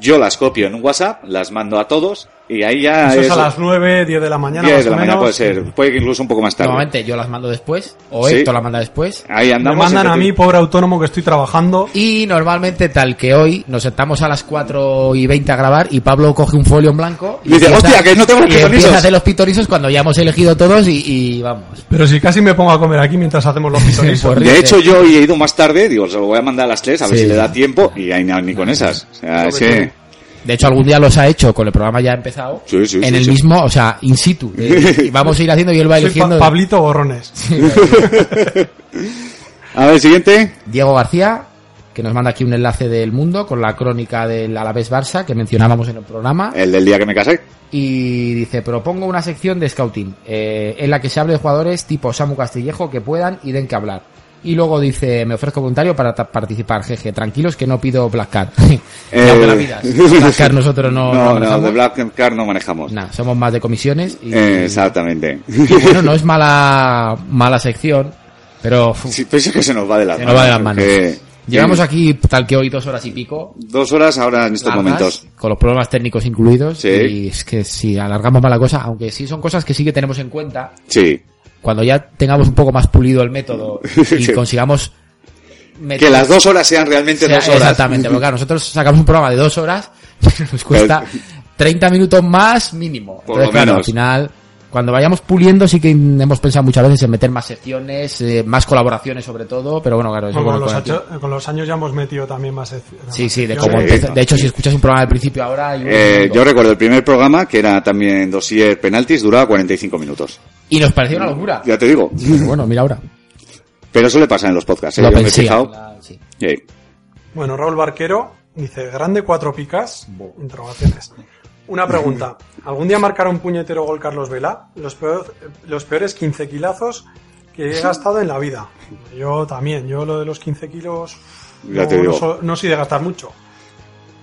[SPEAKER 6] Yo las copio en un WhatsApp, las mando a todos y ahí ya
[SPEAKER 10] Eso es
[SPEAKER 6] es
[SPEAKER 10] a las 9, 10 de la mañana.
[SPEAKER 6] 10
[SPEAKER 10] más
[SPEAKER 6] de
[SPEAKER 10] o
[SPEAKER 6] la mañana
[SPEAKER 10] menos.
[SPEAKER 6] puede ser, puede que incluso un poco más tarde.
[SPEAKER 3] Normalmente yo las mando después, o
[SPEAKER 6] Sí.
[SPEAKER 3] Héctor las manda después.
[SPEAKER 6] Ahí andamos.
[SPEAKER 10] Me mandan
[SPEAKER 6] siempre
[SPEAKER 10] a
[SPEAKER 6] te-
[SPEAKER 10] mí, pobre autónomo, que estoy trabajando.
[SPEAKER 3] Y normalmente, tal que hoy, nos sentamos a las 4 y 20 a grabar y Pablo coge un folio en blanco y
[SPEAKER 6] Dice, "Hostia, que no tengo los
[SPEAKER 3] y empieza
[SPEAKER 10] pitorizos".
[SPEAKER 3] a hacer los pitorizos cuando ya hemos elegido todos y, y vamos.
[SPEAKER 10] Pero si casi me pongo a comer aquí mientras hacemos los pitonisos.
[SPEAKER 6] De hecho, yo hoy he ido más tarde, digo, se lo voy a mandar a las 3, a ver
[SPEAKER 3] ¿eh? Sí.
[SPEAKER 6] si le da tiempo, y ahí no, ni con esas. O sea, es que-
[SPEAKER 3] De hecho, algún día los ha hecho con el programa ya empezado.
[SPEAKER 6] Sí, sí,
[SPEAKER 3] en
[SPEAKER 6] sí,
[SPEAKER 3] el
[SPEAKER 6] sí.
[SPEAKER 3] mismo, o sea, in situ. de- y vamos a ir haciendo y él va
[SPEAKER 10] Soy
[SPEAKER 3] eligiendo.
[SPEAKER 10] Pa- Pablito Borrones.
[SPEAKER 6] A ver, siguiente.
[SPEAKER 3] Diego García, que nos manda aquí un enlace del mundo con la crónica del Alavés Barça que mencionábamos en el programa.
[SPEAKER 6] El del día que me casé.
[SPEAKER 3] Y dice, propongo una sección de scouting, eh, en la que se hable de jugadores tipo Samu Castillejo que puedan y den que hablar. Y luego dice, me ofrezco voluntario para ta- participar, jeje, tranquilos que no pido Black Card. Y
[SPEAKER 6] Eh,
[SPEAKER 3] aunque la pidas, Black Card nosotros no, no
[SPEAKER 6] No, no,
[SPEAKER 3] manejamos.
[SPEAKER 6] de Black Card no manejamos.
[SPEAKER 3] Nah, somos más de comisiones. Y,
[SPEAKER 6] Eh, exactamente.
[SPEAKER 3] y bueno, no es mala, mala sección, pero uf,
[SPEAKER 6] Sí, pero eso que se nos va de las
[SPEAKER 3] se
[SPEAKER 6] manos.
[SPEAKER 3] nos va de las manos.
[SPEAKER 6] porque-
[SPEAKER 3] Llevamos
[SPEAKER 6] Sí.
[SPEAKER 3] aquí tal que hoy dos horas y pico.
[SPEAKER 6] Dos horas ahora en estos
[SPEAKER 3] largas,
[SPEAKER 6] momentos.
[SPEAKER 3] Con los problemas técnicos incluidos.
[SPEAKER 6] Sí.
[SPEAKER 3] Y es que si alargamos más la cosa, aunque sí son cosas que sí que tenemos en cuenta,
[SPEAKER 6] Sí.
[SPEAKER 3] cuando ya tengamos un poco más pulido el método y
[SPEAKER 6] Sí.
[SPEAKER 3] consigamos
[SPEAKER 6] que las dos horas sean realmente
[SPEAKER 3] O sea,
[SPEAKER 6] dos horas.
[SPEAKER 3] Exactamente, porque claro, nosotros sacamos un programa de dos horas que nos cuesta 30 minutos más mínimo.
[SPEAKER 6] Por lo
[SPEAKER 3] Entonces, claro,
[SPEAKER 6] menos.
[SPEAKER 3] al final, cuando vayamos puliendo, sí que hemos pensado muchas veces en meter más secciones, eh, más colaboraciones sobre todo, pero bueno, claro, eso
[SPEAKER 10] Con
[SPEAKER 3] bueno,
[SPEAKER 10] los,
[SPEAKER 3] con el
[SPEAKER 10] acho- con los años ya hemos metido también más.
[SPEAKER 3] tiempo. Sí, sí, de,
[SPEAKER 10] Yo
[SPEAKER 3] cómo
[SPEAKER 6] sé.
[SPEAKER 3] empezó- de hecho, si escuchas un programa al principio ahora... hay un
[SPEAKER 6] Eh,
[SPEAKER 3] minuto.
[SPEAKER 6] yo recuerdo el primer programa, que era también dosier penaltis, duraba 45 minutos.
[SPEAKER 3] Y nos pareció una locura.
[SPEAKER 6] Ya te digo.
[SPEAKER 3] Pero bueno, mira ahora.
[SPEAKER 6] Pero eso le pasa en los podcasts. ¿eh?
[SPEAKER 3] Lo
[SPEAKER 6] Yo me he
[SPEAKER 3] pensé,
[SPEAKER 6] fijado. Sí.
[SPEAKER 10] Bueno, Raúl Barquero dice, grande cuatro picas, interrogaciones. Una pregunta, ¿algún día marcará un puñetero gol Carlos Vela? Los, peor- los peores 15 kilazos que he gastado en la vida. Yo también, yo lo de los 15 kilos
[SPEAKER 6] Ya
[SPEAKER 10] no,
[SPEAKER 6] te digo.
[SPEAKER 10] no so- no soy de gastar mucho.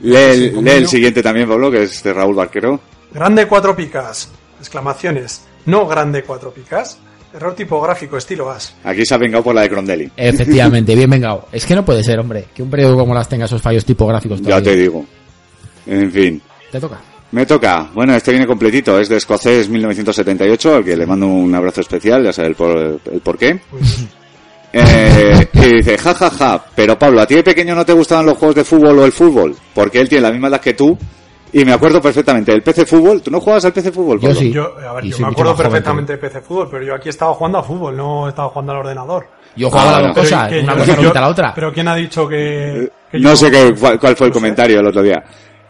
[SPEAKER 6] Lee, el-
[SPEAKER 10] conmigo.
[SPEAKER 6] lee el siguiente también, Pablo, que es de Raúl Barquero.
[SPEAKER 10] Grande cuatro picas, exclamaciones. No grande cuatro picas, error tipográfico, estilo as.
[SPEAKER 6] Aquí se ha vengado por la de Crondelli.
[SPEAKER 3] Efectivamente, bien vengado. Es que no puede ser, hombre, que un periódico como las tenga esos fallos tipográficos
[SPEAKER 6] Ya
[SPEAKER 3] todavía.
[SPEAKER 6] te digo. En fin.
[SPEAKER 3] Te toca.
[SPEAKER 6] Me toca. Bueno, este viene completito. Es de escocés 1978, al que le mando un abrazo especial, ya sabe el por, el por qué. Eh, y dice, ja, ja, ja, pero Pablo, ¿a ti de pequeño no te gustaban los juegos de fútbol o el fútbol? Porque él tiene la misma edad que tú. Y me acuerdo perfectamente del PC Fútbol. ¿Tú no jugabas al PC Fútbol, Pablo?
[SPEAKER 10] Yo, a ver, yo me acuerdo perfectamente de PC Fútbol, pero yo aquí estaba jugando a fútbol, no estaba jugando al ordenador.
[SPEAKER 3] Yo jugaba a las dos
[SPEAKER 10] Pero
[SPEAKER 3] cosas,
[SPEAKER 10] que
[SPEAKER 3] una
[SPEAKER 10] yo-
[SPEAKER 3] cosa no
[SPEAKER 10] yo-
[SPEAKER 3] quita la otra.
[SPEAKER 10] Pero ¿quién ha dicho que, que
[SPEAKER 6] No
[SPEAKER 10] yo-
[SPEAKER 6] sé qué- cuál, cuál fue el comentario el otro día.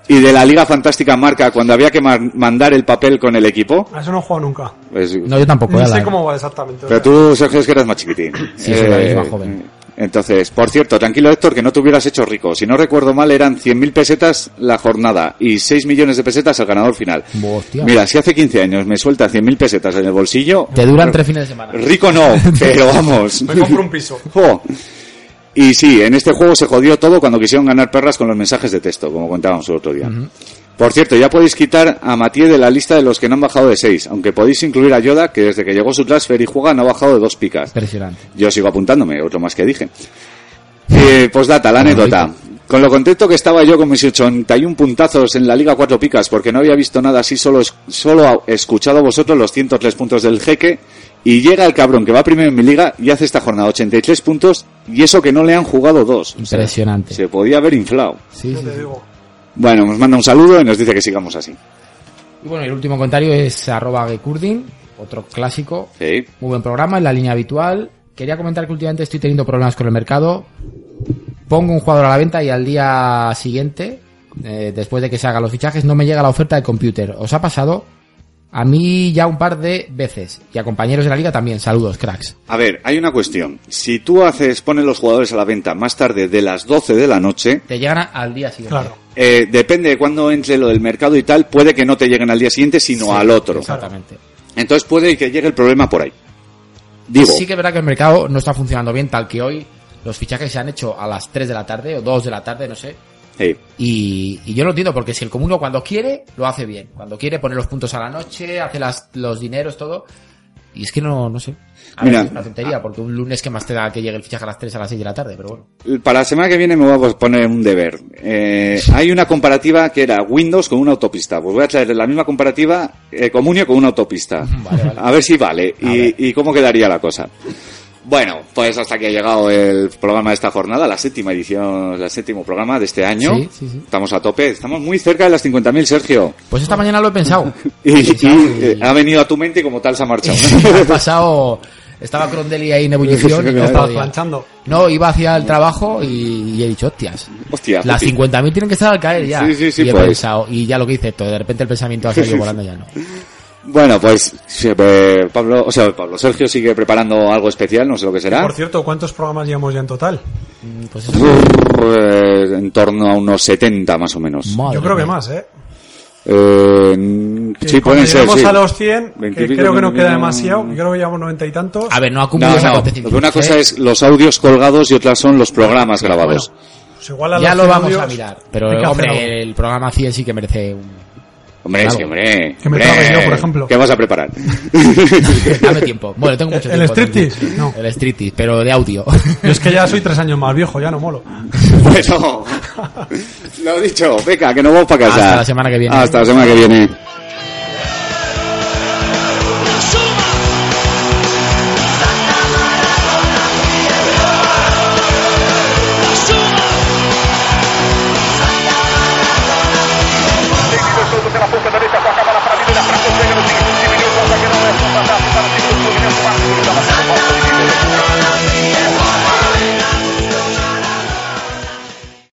[SPEAKER 6] Y de la Liga Fantástica Marca, cuando había que man- mandar el papel con el equipo.
[SPEAKER 10] A eso no he jugado nunca.
[SPEAKER 6] pues-
[SPEAKER 3] No, yo tampoco,
[SPEAKER 10] No
[SPEAKER 3] ya
[SPEAKER 10] sé
[SPEAKER 3] la-
[SPEAKER 10] cómo va exactamente. o
[SPEAKER 6] Pero
[SPEAKER 10] sea,
[SPEAKER 6] tú, Sergio, es que eras más chiquitín. Eh,
[SPEAKER 3] Sí, soy la misma joven.
[SPEAKER 6] Entonces, por cierto, tranquilo Héctor, que no te hubieras hecho rico. Si no recuerdo mal, eran 100.000 pesetas la jornada y 6 millones de pesetas al ganador final.
[SPEAKER 3] Buah, hostia.
[SPEAKER 6] Mira, si hace 15 años me suelta 100.000 pesetas en el bolsillo...
[SPEAKER 3] Te duran tres fines de semana.
[SPEAKER 6] Rico no, pero vamos.
[SPEAKER 10] Me compro un piso.
[SPEAKER 6] Jo. Y sí, en este juego se jodió todo cuando quisieron ganar perras con los mensajes de texto, como contábamos el otro día. Por cierto, ya podéis quitar a Mathieu de la lista de los que no han bajado de 6, aunque podéis incluir a Yoda, que desde que llegó su transfer y juega no ha bajado de dos picas.
[SPEAKER 3] Impresionante.
[SPEAKER 6] Yo sigo apuntándome, otro más que dije. Eh, postdata, la anécdota. Con lo contento que estaba yo con mis 81 puntazos en la Liga Cuatro Picas, porque no había visto nada así, solo, es- solo he escuchado vosotros los 103 puntos del jeque, y llega el cabrón que va primero en mi liga y hace esta jornada 83 puntos, y eso que no le han jugado dos. O sea,
[SPEAKER 3] Impresionante.
[SPEAKER 6] se podía haber inflado.
[SPEAKER 3] Sí, sí, sí.
[SPEAKER 6] Bueno, nos manda un saludo y nos dice que sigamos así.
[SPEAKER 3] Y bueno, el último comentario es arroba Gekurdin, otro clásico. Muy buen programa, en la línea habitual. Quería comentar que últimamente estoy teniendo problemas con el mercado. Pongo un jugador a la venta y al día siguiente, eh, después de que se hagan los fichajes, no me llega la oferta de computer. ¿Os ha pasado? A mí ya un par de veces. Y a compañeros de la liga también. Saludos, cracks.
[SPEAKER 6] A ver, hay una cuestión. Si tú haces, pones los jugadores a la venta más tarde de las 12 de la noche,
[SPEAKER 3] Te llegan a- al día siguiente. Claro.
[SPEAKER 6] Eh, depende de cuándo entre lo del mercado y tal, puede que no te lleguen al día siguiente, sino al otro.
[SPEAKER 3] Exactamente.
[SPEAKER 6] Entonces puede que llegue el problema por ahí. Digo,
[SPEAKER 3] Sí que es verdad que el mercado no está funcionando bien, tal que hoy los fichajes se han hecho a las 3 de la tarde o 2 de la tarde, no sé.
[SPEAKER 6] sí.
[SPEAKER 3] Y, y yo lo entiendo, porque si el comuno cuando quiere, lo hace bien. Cuando quiere, pone los puntos a la noche, hace las, los dineros, todo. Y es que no, no sé. A
[SPEAKER 6] Mira.
[SPEAKER 3] ver, es una tontería, porque un lunes que más te da que llegue el fichaje a las 3 a las 6 de la tarde, pero bueno.
[SPEAKER 6] para la semana que viene me voy a poner un deber. Eh, hay una comparativa que era Windows con una autopista. Pues voy a traer la misma comparativa, eh, Comunio con una autopista. A ver si vale y, y cómo quedaría la cosa. Bueno, pues hasta que ha llegado el programa de esta jornada, la séptima edición, el séptimo programa de este año.
[SPEAKER 3] Sí, sí, sí.
[SPEAKER 6] Estamos a tope, estamos muy cerca de las 50.000, Sergio.
[SPEAKER 3] Pues esta mañana lo he pensado.
[SPEAKER 6] Y, y, eh, ha venido a tu mente y como tal se ha marchado.
[SPEAKER 3] ha pasado. Estaba Crondelli ahí en ebullición. y no
[SPEAKER 6] Estaba
[SPEAKER 3] podía. No, iba hacia el trabajo y, y he dicho, hostias.
[SPEAKER 6] Hostia,
[SPEAKER 3] Las
[SPEAKER 6] Putin.
[SPEAKER 3] 50.000 tienen que estar al caer ya.
[SPEAKER 6] Sí, sí, sí,
[SPEAKER 3] y he
[SPEAKER 6] pues.
[SPEAKER 3] pensado, y ya lo que hice todo, de repente el pensamiento ha salido volando ya no.
[SPEAKER 6] Bueno, pues sí, eh, Pablo, o sea, Pablo Sergio sigue preparando algo especial, no sé lo que será.
[SPEAKER 10] Por cierto, ¿cuántos programas llevamos ya en total?
[SPEAKER 3] Mm, pues
[SPEAKER 6] Brrr, eh, en torno a unos 70 más o menos.
[SPEAKER 10] Yo creo que más, ¿eh?
[SPEAKER 6] Eh, mm,
[SPEAKER 10] Que
[SPEAKER 6] sí,
[SPEAKER 10] cuando
[SPEAKER 6] pueden ser.
[SPEAKER 10] lleguemos
[SPEAKER 6] sí.
[SPEAKER 10] a los 100, que
[SPEAKER 6] 20 y pico,
[SPEAKER 10] creo que no queda
[SPEAKER 6] 21.
[SPEAKER 10] demasiado, que creo que llevamos 90 y tantos.
[SPEAKER 3] A ver, no
[SPEAKER 6] No,
[SPEAKER 3] acumules
[SPEAKER 6] no, porque una cosa
[SPEAKER 3] Eh,
[SPEAKER 6] es los audios colgados y otra son los programas
[SPEAKER 10] eh,
[SPEAKER 6] grabados.
[SPEAKER 10] Pues igual a
[SPEAKER 3] Ya
[SPEAKER 10] los
[SPEAKER 3] lo
[SPEAKER 10] 100
[SPEAKER 3] vamos
[SPEAKER 10] audios
[SPEAKER 3] a mirar. Pero,
[SPEAKER 10] hay que hacer algo.
[SPEAKER 3] hombre, el programa 100 sí que merece un...
[SPEAKER 6] Hombre, es que
[SPEAKER 3] Claro.
[SPEAKER 6] hombre.
[SPEAKER 3] Que me
[SPEAKER 6] hombre,
[SPEAKER 3] trague yo, por ejemplo.
[SPEAKER 6] ¿Qué vas a preparar?
[SPEAKER 3] Dame tiempo. Bueno, tengo mucho
[SPEAKER 10] ¿El
[SPEAKER 3] tiempo.
[SPEAKER 10] striptease?
[SPEAKER 3] No. El striptease, pero de audio.
[SPEAKER 10] Yo es que ya soy tres años más viejo, ya no molo.
[SPEAKER 6] bueno, lo dicho, venga, que nos vamos para casa.
[SPEAKER 3] Hasta la semana que viene.
[SPEAKER 6] Hasta la semana que viene.